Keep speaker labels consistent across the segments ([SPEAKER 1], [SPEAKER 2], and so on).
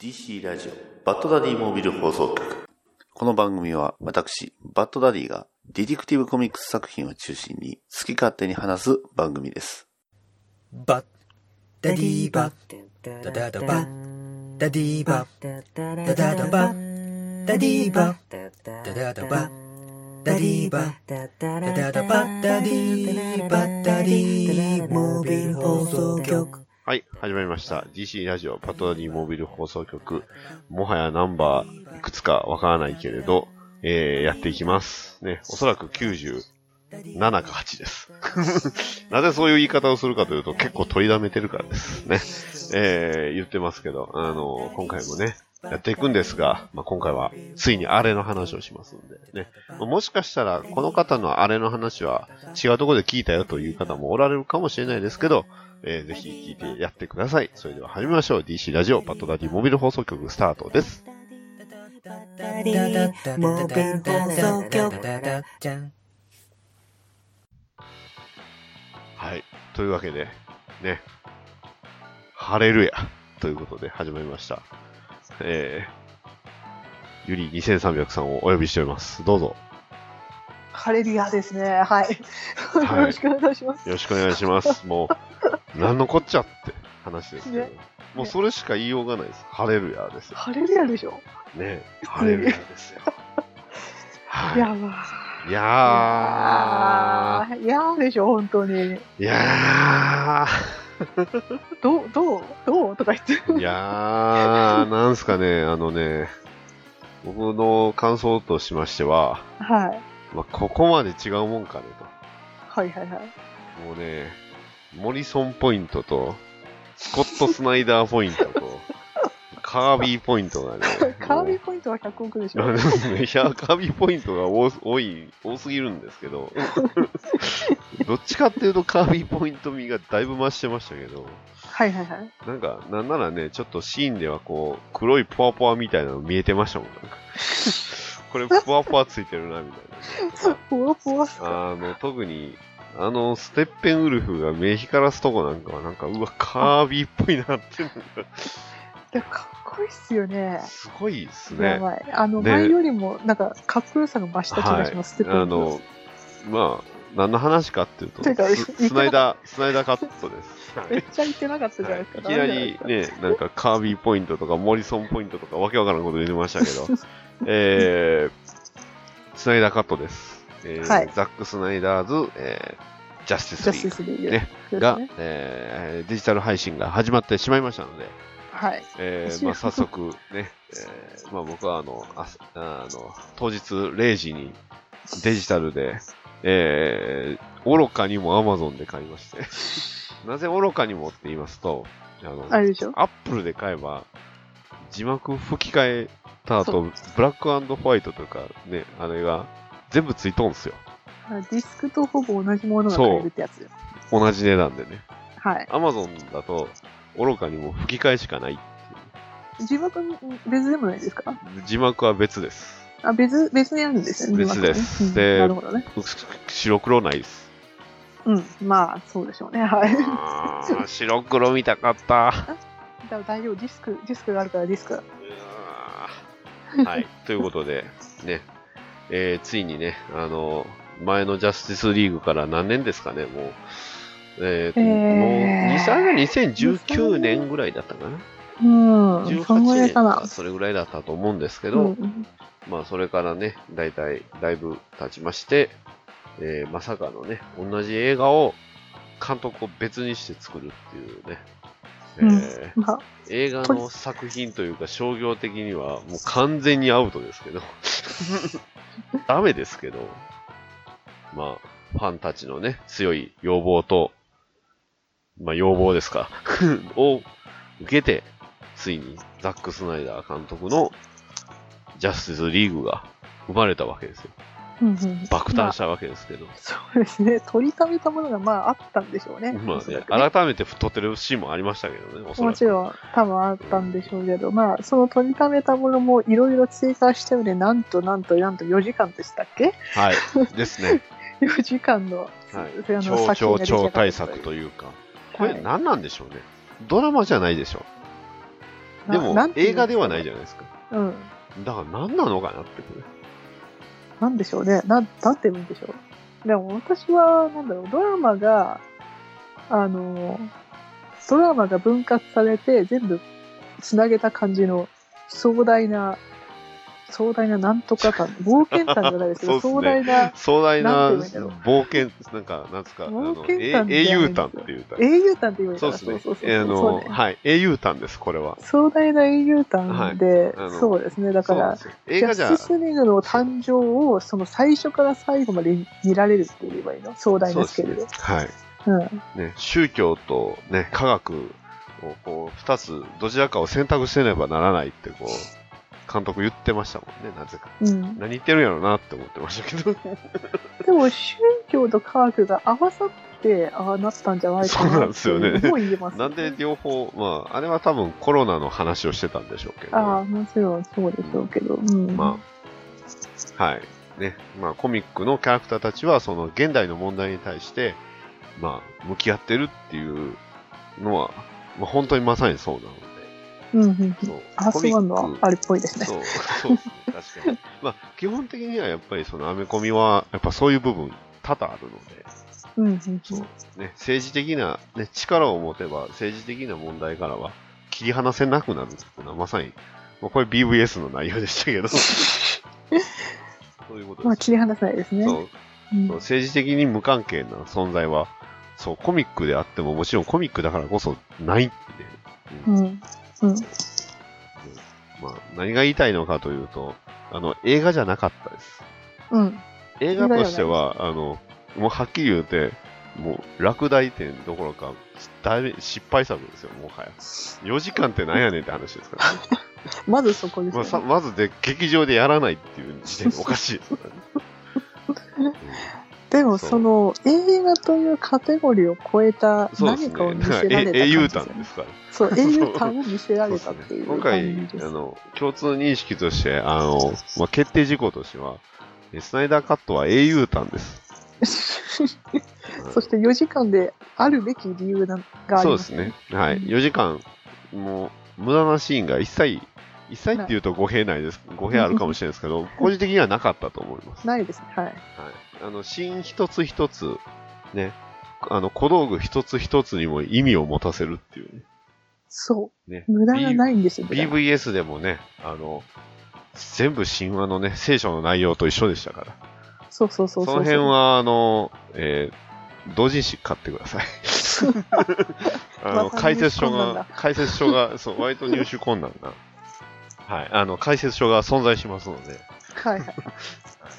[SPEAKER 1] DC ラジオバッドダディモービル放送局この番組は私バッドダディがディティクティブコミックス作品を中心に好き勝手に話す番組です
[SPEAKER 2] バッダデ
[SPEAKER 3] ダデ
[SPEAKER 2] ィ
[SPEAKER 3] ィ
[SPEAKER 2] ーバ
[SPEAKER 3] バ
[SPEAKER 2] ッ
[SPEAKER 3] ダダダバ
[SPEAKER 2] ダ
[SPEAKER 3] ダ
[SPEAKER 2] デ
[SPEAKER 3] デ
[SPEAKER 2] ィ
[SPEAKER 3] ィ
[SPEAKER 2] ーバ
[SPEAKER 3] バダダダバダディバダダダバダディバダダダバダディバダディモービル放送局
[SPEAKER 4] はい、始まりました。DC ラジオパトリーモビル放送局。もはやナンバーいくつかわからないけれど、えー、やっていきます。ね、おそらく97か8です。 なぜそういう言い方をするかというと、結構取りだめてるからですね。えー、言ってますけど、あの、今回もね、やっていくんですが、まあ、今回はついにあれの話をしますんで、ね。もしかしたら、この方のあれの話は違うところで聞いたよという方もおられるかもしれないですけど、えーぜひ聞いてやってください。それでは始めましょう。DC ラジオパトダディモビル放送局スタートです。
[SPEAKER 3] ダディモービル放送局
[SPEAKER 4] はい。というわけで、ね、ハレルヤということで始まりました。えー、ゆり2300さんをお呼びしております。どうぞ。
[SPEAKER 5] ハレルヤですね。はい。
[SPEAKER 4] はい
[SPEAKER 5] よろしくお願いします。
[SPEAKER 4] よろしくお願いし ます。もう、なんのこっちゃって話ですけど
[SPEAKER 5] ね。
[SPEAKER 4] もうそれしか言いようがないです。ハレルヤですよ。
[SPEAKER 5] ハレルヤでしょ。
[SPEAKER 4] ね。ハレルヤです よ。はい。
[SPEAKER 5] やば
[SPEAKER 4] いや
[SPEAKER 5] い。いやーでしょ、本当に。
[SPEAKER 4] ー。いやー。
[SPEAKER 5] どう、どう、どうとか言って。
[SPEAKER 4] いやー、なんすかね、あのね、僕の感想としましては、
[SPEAKER 5] はい。
[SPEAKER 4] まあ、ここまで違うもんかね
[SPEAKER 5] はいはいはい。
[SPEAKER 4] と。もうね、モリソンポイントと、スコット・スナイダーポイントと、カービーポイントがね、
[SPEAKER 5] カービーポイントは100億でしょ。
[SPEAKER 4] なんですね。いや、カービーポイントが多す多い、多すぎるんですけ ど、どっちかっていうとカービーポイント味がだいぶ増してましたけど、
[SPEAKER 5] はいはいはい。
[SPEAKER 4] なんか、なんならね、ちょっとシーンではこう、黒いポワポワみたいなの見えてましたもん。なんかこれ、ポワポワついてるな、みたいなねとか。
[SPEAKER 5] ふわふわ。
[SPEAKER 4] あの、特に、あの、ステッペンウルフが目光らすとこなんかは、なんか、うわ、カービーっぽいなって、なんか、
[SPEAKER 5] でもかっこいいっすよね。
[SPEAKER 4] すごいです
[SPEAKER 5] や
[SPEAKER 4] ね。
[SPEAKER 5] ばい。あの、
[SPEAKER 4] ね
[SPEAKER 5] 前よりも、なんか、かっこよさが増した気がします。ステップ
[SPEAKER 4] あの、まあ、何の話かっていうと、
[SPEAKER 5] てか
[SPEAKER 4] ススナイダー、スナイダーカットです。 はい
[SPEAKER 5] めっちゃ言ってなかったじゃないですか。
[SPEAKER 4] いきなりね、なんかカービーポイントとかモリソンポイントとかわけわからんこと言ってましたけど、 えー、スナイダーカットです。えー
[SPEAKER 5] はい
[SPEAKER 4] ザック・スナイダーズ、えージャステ
[SPEAKER 5] ジャ
[SPEAKER 4] ィ
[SPEAKER 5] ス
[SPEAKER 4] ス・
[SPEAKER 5] テ
[SPEAKER 4] リ
[SPEAKER 5] ィ
[SPEAKER 4] ー
[SPEAKER 5] スリーグ
[SPEAKER 4] ね
[SPEAKER 5] で
[SPEAKER 4] グ
[SPEAKER 5] す
[SPEAKER 4] が、
[SPEAKER 5] ね
[SPEAKER 4] えーデジタル配信が始まってしまいましたので、
[SPEAKER 5] はい。
[SPEAKER 4] えーまあ、早速ね、えーまあ、僕はあのああの当日0時にデジタルで、えー愚かにも Amazon で買いま してなぜ愚かにもって言いますとあの
[SPEAKER 5] あれでしょ
[SPEAKER 4] アップルで買えば字幕吹き替えた
[SPEAKER 5] そ
[SPEAKER 4] 後ブラックホワイトとかねあれが全部ついとんすよ
[SPEAKER 5] あのディスクとほぼ同じものが買えるってやつよ。
[SPEAKER 4] 同じ値段でね
[SPEAKER 5] はい。
[SPEAKER 4] Amazon だと愚かにも吹き替えしかない
[SPEAKER 5] 字幕別でもないですか
[SPEAKER 4] 字幕は別です
[SPEAKER 5] あ、別、別にあるんですよね。
[SPEAKER 4] 別です
[SPEAKER 5] 字幕ね
[SPEAKER 4] で
[SPEAKER 5] うんなるほどね。
[SPEAKER 4] 白黒ないです
[SPEAKER 5] うん。まあ、そうでしょうね。はい。
[SPEAKER 4] あー白黒見たかった。
[SPEAKER 5] だ大丈夫。ディスク、ディスクがあるからディスク。
[SPEAKER 4] はい、ということで、ね、えーついにね、あの、前のジャスティスリーグから何年ですかね、もう。えーと
[SPEAKER 5] えー
[SPEAKER 4] もう2歳が2019年ぐらいだったかな、
[SPEAKER 5] うん。そんぐ
[SPEAKER 4] 18
[SPEAKER 5] ら
[SPEAKER 4] 年
[SPEAKER 5] いかな
[SPEAKER 4] か。それぐらいだったと思うんですけ
[SPEAKER 5] う
[SPEAKER 4] ど、
[SPEAKER 5] ん。
[SPEAKER 4] まあそれからね、だいたいだいぶ経ちまして、えーまさかのね、同じ映画を監督を別にして作るっていうね、えー
[SPEAKER 5] まあ、
[SPEAKER 4] 映画の作品というか商業的にはもう完全にアウトですけど ダメですけどまあファンたちのね強い要望とまあ要望ですか を受けてついにザック・スナイダー監督のジャスティス・リーグが生まれたわけですよ
[SPEAKER 5] うんうん。
[SPEAKER 4] 爆誕したわけですけど、
[SPEAKER 5] そうですね。取りためたものがまああったんでしょうね。
[SPEAKER 4] ま
[SPEAKER 5] お
[SPEAKER 4] あ
[SPEAKER 5] そ
[SPEAKER 4] ね
[SPEAKER 5] らくね
[SPEAKER 4] 改めて太ってるシーンもありましたけどねおそら
[SPEAKER 5] も
[SPEAKER 4] く
[SPEAKER 5] ちろん、多分あったんでしょうけど、まあ、その取りためたものもいろいろ追加してるで、なんとなんとなんと4時間でしたっけ
[SPEAKER 4] はいですね
[SPEAKER 5] ?4 時間の、
[SPEAKER 4] はい
[SPEAKER 5] そ れあの
[SPEAKER 4] 超超
[SPEAKER 5] 作品が出来上が
[SPEAKER 4] 超
[SPEAKER 5] る
[SPEAKER 4] 対策というか、これ
[SPEAKER 5] はい
[SPEAKER 4] 何なんでしょうね。ドラマじゃないでしょ。でも
[SPEAKER 5] ななんていう
[SPEAKER 4] 映
[SPEAKER 5] んですか
[SPEAKER 4] 画ではないじゃないですか。
[SPEAKER 5] うん。
[SPEAKER 4] だから何なのかなってこれ。
[SPEAKER 5] なんでしょうね。なん、なんて言うんでしょう。でも私は、なんだろう、ドラマが、あの、ドラマが分割されて、全部つなげた感じの壮大な、壮大ななんと か感、冒険感じゃないですけど、
[SPEAKER 4] そう
[SPEAKER 5] 壮
[SPEAKER 4] っすね
[SPEAKER 5] 大な
[SPEAKER 4] 壮大な
[SPEAKER 5] なんて言うんだ
[SPEAKER 4] 冒険、なんか、なんつうか、あ
[SPEAKER 5] 冒
[SPEAKER 4] の、
[SPEAKER 5] 険
[SPEAKER 4] え
[SPEAKER 5] 譚じゃない
[SPEAKER 4] 英雄譚っていう譚。
[SPEAKER 5] 英雄譚って言われた
[SPEAKER 4] そう
[SPEAKER 5] ら
[SPEAKER 4] ですね
[SPEAKER 5] そうそう。そう
[SPEAKER 4] えあ
[SPEAKER 5] そう
[SPEAKER 4] の、
[SPEAKER 5] ね
[SPEAKER 4] はい、英雄譚です、これは。
[SPEAKER 5] 壮大な英雄譚で、
[SPEAKER 4] はいあの
[SPEAKER 5] そうですね。だか
[SPEAKER 4] そうなん
[SPEAKER 5] ら
[SPEAKER 4] で、すよ映画
[SPEAKER 5] ジ
[SPEAKER 4] じ
[SPEAKER 5] ャ
[SPEAKER 4] ゃ、
[SPEAKER 5] スティスリーグの誕生を、その最初から最後まで見られるって言えばいいの壮大
[SPEAKER 4] そう
[SPEAKER 5] な
[SPEAKER 4] で
[SPEAKER 5] ス
[SPEAKER 4] す
[SPEAKER 5] ケール
[SPEAKER 4] ね
[SPEAKER 5] で。。
[SPEAKER 4] はい。
[SPEAKER 5] うん。
[SPEAKER 4] ね、宗教とね、科学をこう、二つ、どちらかを選択せねばならないって、こう、監督言ってましたもんね、なぜか。
[SPEAKER 5] うん。
[SPEAKER 4] 何言ってるんやろうなって思ってましたけど。
[SPEAKER 5] でも宗教と科学が合わさってああなったんじゃないかな
[SPEAKER 4] そうなんですよね
[SPEAKER 5] っていうのも言えます、
[SPEAKER 4] なんで両方、まあ、あれは多分コロナの話をしてたんでしょうけど。
[SPEAKER 5] ああもちろんそうでしょうけど、うん、
[SPEAKER 4] まあ、はい。ね。まあ、コミックのキャラクターたちは、その、現代の問題に対して、まあ、向き合ってるっていうのは、まあ、本当にまさにそうなの
[SPEAKER 5] うんうんうん
[SPEAKER 4] で。そう。
[SPEAKER 5] アー
[SPEAKER 4] コ
[SPEAKER 5] ス
[SPEAKER 4] ミ
[SPEAKER 5] ワ
[SPEAKER 4] ッ
[SPEAKER 5] ン
[SPEAKER 4] ク
[SPEAKER 5] のあれっぽいですね
[SPEAKER 4] そう、そうですね。確かに。まあ、基本的にはやっぱり、その、アメコミは、やっぱそういう部分、多々あるので、
[SPEAKER 5] うんうん
[SPEAKER 4] そう。ね、政治的な、ね、力を持てば、政治的な問題からは、切り離せなくなるっていうのは、まさに、まあ、これ BVS の内容でしたけど、 そういうことですね。
[SPEAKER 5] まあ切り離せないですね
[SPEAKER 4] そう
[SPEAKER 5] うん
[SPEAKER 4] その政治的に無関係な存在は、そう、コミックであっても、もちろんコミックだからこそないんで、う
[SPEAKER 5] うんんうん
[SPEAKER 4] まあ、何が言いたいのかというと、あの、映画じゃなかったです。
[SPEAKER 5] うん
[SPEAKER 4] 映画としては、あの、もうはっきり言うて、もう、落第点どころか、だいぶ失敗作ですよ、もはや。4時間ってなんやねんって話ですから、ね
[SPEAKER 5] まずそこです
[SPEAKER 4] ま
[SPEAKER 5] よ
[SPEAKER 4] あ、
[SPEAKER 5] ね、
[SPEAKER 4] さまずで、劇場でやらないって いう時点でおかしいですからね。うん
[SPEAKER 5] でもその映画というカテゴリーを超えた
[SPEAKER 4] そうですね。
[SPEAKER 5] 何かを見
[SPEAKER 4] だから
[SPEAKER 5] せられた感じ
[SPEAKER 4] え英雄
[SPEAKER 5] ですよ
[SPEAKER 4] 譚で
[SPEAKER 5] ね
[SPEAKER 4] すから。
[SPEAKER 5] そう英雄譚を見せられた
[SPEAKER 4] そう
[SPEAKER 5] っ
[SPEAKER 4] です
[SPEAKER 5] てい
[SPEAKER 4] ね
[SPEAKER 5] う
[SPEAKER 4] 今
[SPEAKER 5] 感
[SPEAKER 4] 回
[SPEAKER 5] じです
[SPEAKER 4] あの共通認識としてあの、まあ、決定事項としてはえスナイダーカットは英雄譚です、うん
[SPEAKER 5] そして4時間であるべき理由ながあり
[SPEAKER 4] そう
[SPEAKER 5] ま
[SPEAKER 4] ですすね、はい、4時間もう無駄なシーンが一切一切っていうと語弊ないです語弊あるかもしれないですけ ど個人的にはなかったと思います、はい、
[SPEAKER 5] ないですね。はい。
[SPEAKER 4] あのシーン一つ一つねあの小道具一つ一つにも意味を持たせるっていうね
[SPEAKER 5] そ
[SPEAKER 4] ね
[SPEAKER 5] う。無駄がないんですよ。無駄が
[SPEAKER 4] BVS でもね、あの、全部神話のね、聖書の内容と一緒でしたから。
[SPEAKER 5] そうそうそう。
[SPEAKER 4] そうの辺。は、あの、えー同人誌買ってください。あの、
[SPEAKER 5] また
[SPEAKER 4] 解説書
[SPEAKER 5] 入手困難
[SPEAKER 4] が
[SPEAKER 5] だ、
[SPEAKER 4] 解説書が、そう、割と入手困難な。はい、あの、解説書が存在しますので、
[SPEAKER 5] はいはい。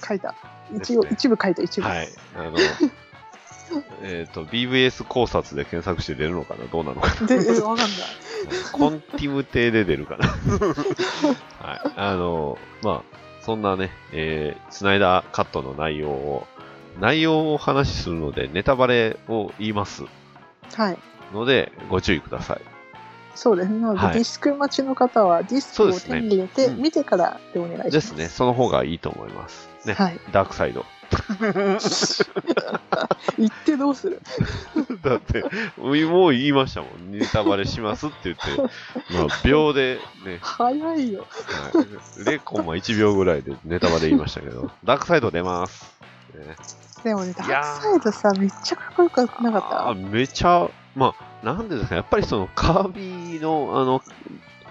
[SPEAKER 5] 書いた。一応、
[SPEAKER 4] ですね
[SPEAKER 5] 一部書いた、一部。
[SPEAKER 4] はい、あの、えっと、BVS 考察で検索して出るのかなどうなのかな
[SPEAKER 5] で、え、わかんない。
[SPEAKER 4] コンティム亭で出る かな。はい。あの、まあ、そんなね、えー、スナイダーカットの内容を、内容をお話しするので、ネタバレを言います
[SPEAKER 5] はい。
[SPEAKER 4] ので、ご注意ください。
[SPEAKER 5] そうですね。なので、
[SPEAKER 4] はい
[SPEAKER 5] ディスク待ちの方は、ディスク
[SPEAKER 4] そう
[SPEAKER 5] を
[SPEAKER 4] ですね
[SPEAKER 5] 手に入れて、
[SPEAKER 4] うん
[SPEAKER 5] 見てからでお願いします。
[SPEAKER 4] ですね。その方がいいと思います。ね。
[SPEAKER 5] はい。
[SPEAKER 4] ダークサイド。
[SPEAKER 5] 言ってどうする
[SPEAKER 4] だって、もう言いましたもん。ネタバレしますって言って、まあ、秒でね、
[SPEAKER 5] 早いよ。
[SPEAKER 4] はい、0コンマ1秒ぐらいでネタバレ言いましたけど、ダークサイド出ます。ね
[SPEAKER 5] でもね、ダ
[SPEAKER 4] いやー
[SPEAKER 5] ークサイドさ、めっちゃかっこよくな
[SPEAKER 4] あ
[SPEAKER 5] かっ
[SPEAKER 4] ーめちゃ、まあ、なんでですか、やっぱりそのカービィのあの、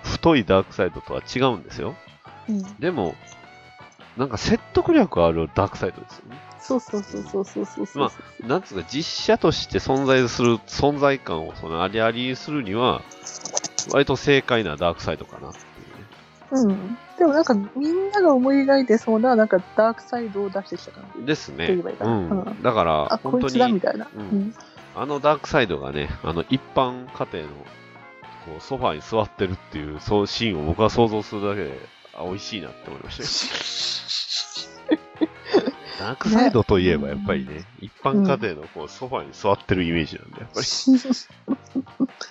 [SPEAKER 4] 太いダークサイドとは違うんですよ。
[SPEAKER 5] た。うん。
[SPEAKER 4] でも、なんか説得力あるダークサイドですよね。
[SPEAKER 5] そうそうそうそうそうそうそう。
[SPEAKER 4] まなんつうか、実写として存在する、存在感をそのありありにするには、割と正解なダークサイドかなっていうね。
[SPEAKER 5] うん。でもなんか、みんなが思い描いてそうな、なんか、ダークサイドを出してきた感じ。
[SPEAKER 4] ですね。
[SPEAKER 5] って言えばいいか
[SPEAKER 4] う
[SPEAKER 5] なんう。
[SPEAKER 4] だから、
[SPEAKER 5] あ、こ
[SPEAKER 4] 本
[SPEAKER 5] い
[SPEAKER 4] 当
[SPEAKER 5] つだ、
[SPEAKER 4] に
[SPEAKER 5] み、たいな。
[SPEAKER 4] う
[SPEAKER 5] うんん。
[SPEAKER 4] あのダークサイドがね、あの一般家庭のこうソファーに座ってるっていうそうシーンを僕は想像するだけで、あ、美味しいなって思いましたよダークサイドといえばやっぱりね、一般家庭のこうソファーに座ってるイメージなんで、やっぱり。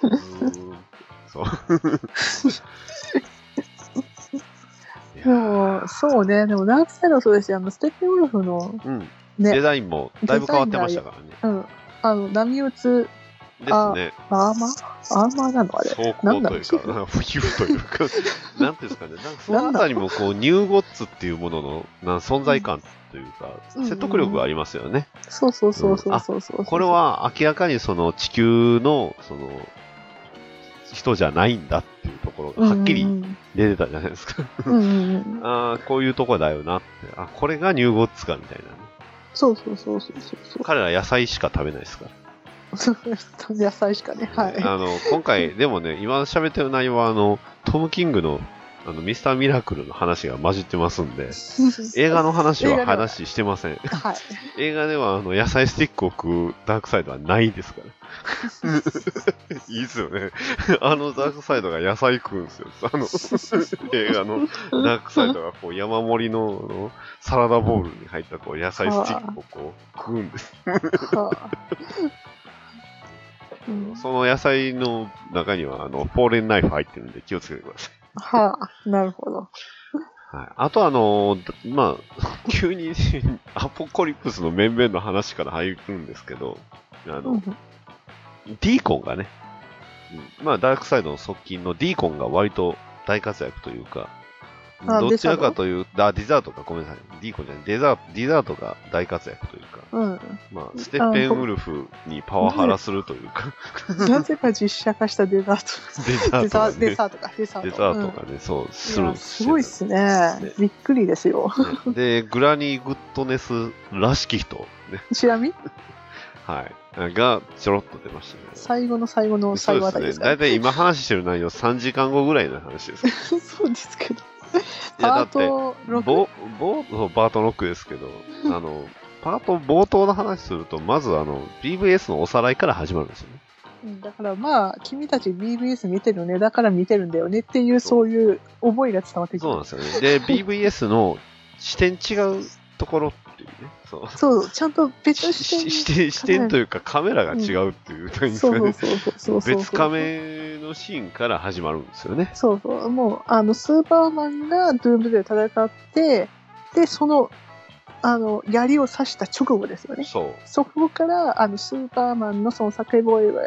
[SPEAKER 4] うーんそう。いや
[SPEAKER 5] でも、そうね、でも、ダークサイドはそうですし、あの、ステッペンウルフの、
[SPEAKER 4] うん、デ
[SPEAKER 5] ね、
[SPEAKER 4] ザインもだいぶ変わってましたからね。
[SPEAKER 5] うん、あの、波打つ
[SPEAKER 4] ですね。
[SPEAKER 5] アーマーアーマーなのあれ。
[SPEAKER 4] 走行というか、
[SPEAKER 5] なんだろ
[SPEAKER 4] なんか皮膚というか、 なんていうんですかね、なんかそ
[SPEAKER 5] なんだ
[SPEAKER 4] のあたりもこう、ニューゴッツっていうもののなん存在感というか、
[SPEAKER 5] うん
[SPEAKER 4] 説得力がありますよね。
[SPEAKER 5] そうそうそうそうそうそう、
[SPEAKER 4] これ、は明らかにその地球の、その、人じゃないんだっていうところがはっき
[SPEAKER 5] う
[SPEAKER 4] り
[SPEAKER 5] ん
[SPEAKER 4] 出てたじゃないですか。
[SPEAKER 5] うんうんうん。
[SPEAKER 4] ああ、こういうとこだよなって。あ、これがニューゴッツかみたいな。
[SPEAKER 5] そうそうそうそうそう
[SPEAKER 4] 彼ら野菜しか食べないですから。
[SPEAKER 5] そう。 野菜しかね、はい。
[SPEAKER 4] あの今回、でもね、今喋ってる内容はあの、トム・キングのあのミスター・ミラクルの話が混じってますんで、映画の話
[SPEAKER 5] 映
[SPEAKER 4] は
[SPEAKER 5] 画では
[SPEAKER 4] 話してません。
[SPEAKER 5] はい。
[SPEAKER 4] 映画ではあの野菜スティックを食うダークサイドはないです から。いいですよね。あのダークサイドが野菜食うんですよ。あの映画のダークサイドがこう山盛りのあのサラダボウルに入ったこう野菜スティックをこう食うんです。
[SPEAKER 5] はあ。うん
[SPEAKER 4] その野菜の中にはあのフォーレンナイフ入ってるんで気をつけてください。
[SPEAKER 5] はあ、なるほど。
[SPEAKER 4] はい、あとあのーまあ、急にアポコリプスの面々の話から入るんですけど、あの、
[SPEAKER 5] うん
[SPEAKER 4] ディーコンがね、うんまあ、ダークサイドの側近のディーコンが割と大活躍というか、
[SPEAKER 5] あ
[SPEAKER 4] どちらかというと、あ、ディザートか、ごめんなさい、ディーコンじゃない、デザーディザートが大活躍というか、
[SPEAKER 5] うん。
[SPEAKER 4] まあ、ステッペンウルフにパワハラするというか、
[SPEAKER 5] なぜか実写化したデザー
[SPEAKER 4] デザ
[SPEAKER 5] ト。 デ
[SPEAKER 4] ート
[SPEAKER 5] ザ
[SPEAKER 4] が、
[SPEAKER 5] ーデ
[SPEAKER 4] ね、
[SPEAKER 5] ザートか、デザート。
[SPEAKER 4] デザートがね、そう、す
[SPEAKER 5] うん
[SPEAKER 4] るん
[SPEAKER 5] いや
[SPEAKER 4] です
[SPEAKER 5] す
[SPEAKER 4] よ
[SPEAKER 5] ごいっすね。びっくりですよ。
[SPEAKER 4] ねで、グラニー・グッドネスらしき人、ね、
[SPEAKER 5] ちなみに、
[SPEAKER 4] はい、がちょろっと出ましたね。
[SPEAKER 5] 最後の最後の最後あた
[SPEAKER 4] そう
[SPEAKER 5] り
[SPEAKER 4] で
[SPEAKER 5] ですす
[SPEAKER 4] ね。
[SPEAKER 5] か
[SPEAKER 4] だ
[SPEAKER 5] ら
[SPEAKER 4] いたい今話してる内容3時間後ぐらいの話です。い
[SPEAKER 5] そうですけど。
[SPEAKER 4] や、だ
[SPEAKER 5] パー
[SPEAKER 4] って、
[SPEAKER 5] ト
[SPEAKER 4] ボ
[SPEAKER 5] 6。
[SPEAKER 4] ボそうパート6ですけど、あの、パート冒頭の話すると、まずあの、BVS のおさらいから始まるんですよね。
[SPEAKER 5] うんだからまあ、君たち BBS 見てるよね。だから見てるんだよねっていう、そういう思いが伝わってき
[SPEAKER 4] そうなん
[SPEAKER 5] て。
[SPEAKER 4] ですよね。で、BVS の視点違うところっていうね。そう。
[SPEAKER 5] そう、ちゃんと別
[SPEAKER 4] しし視
[SPEAKER 5] 視
[SPEAKER 4] 点、視点というかカメラが違うっていう、なん
[SPEAKER 5] 点
[SPEAKER 4] です
[SPEAKER 5] そ
[SPEAKER 4] か
[SPEAKER 5] う
[SPEAKER 4] ね。
[SPEAKER 5] そうそうそうそう。
[SPEAKER 4] 別カ。メのシーンから始まるんですよね。
[SPEAKER 5] そうそう。もう、あの、スーパーマンがドゥームで戦って、で、その、あの、槍を刺した直後ですよね。
[SPEAKER 4] そう。
[SPEAKER 5] そこから、あの、スーパーマンのその叫び声が、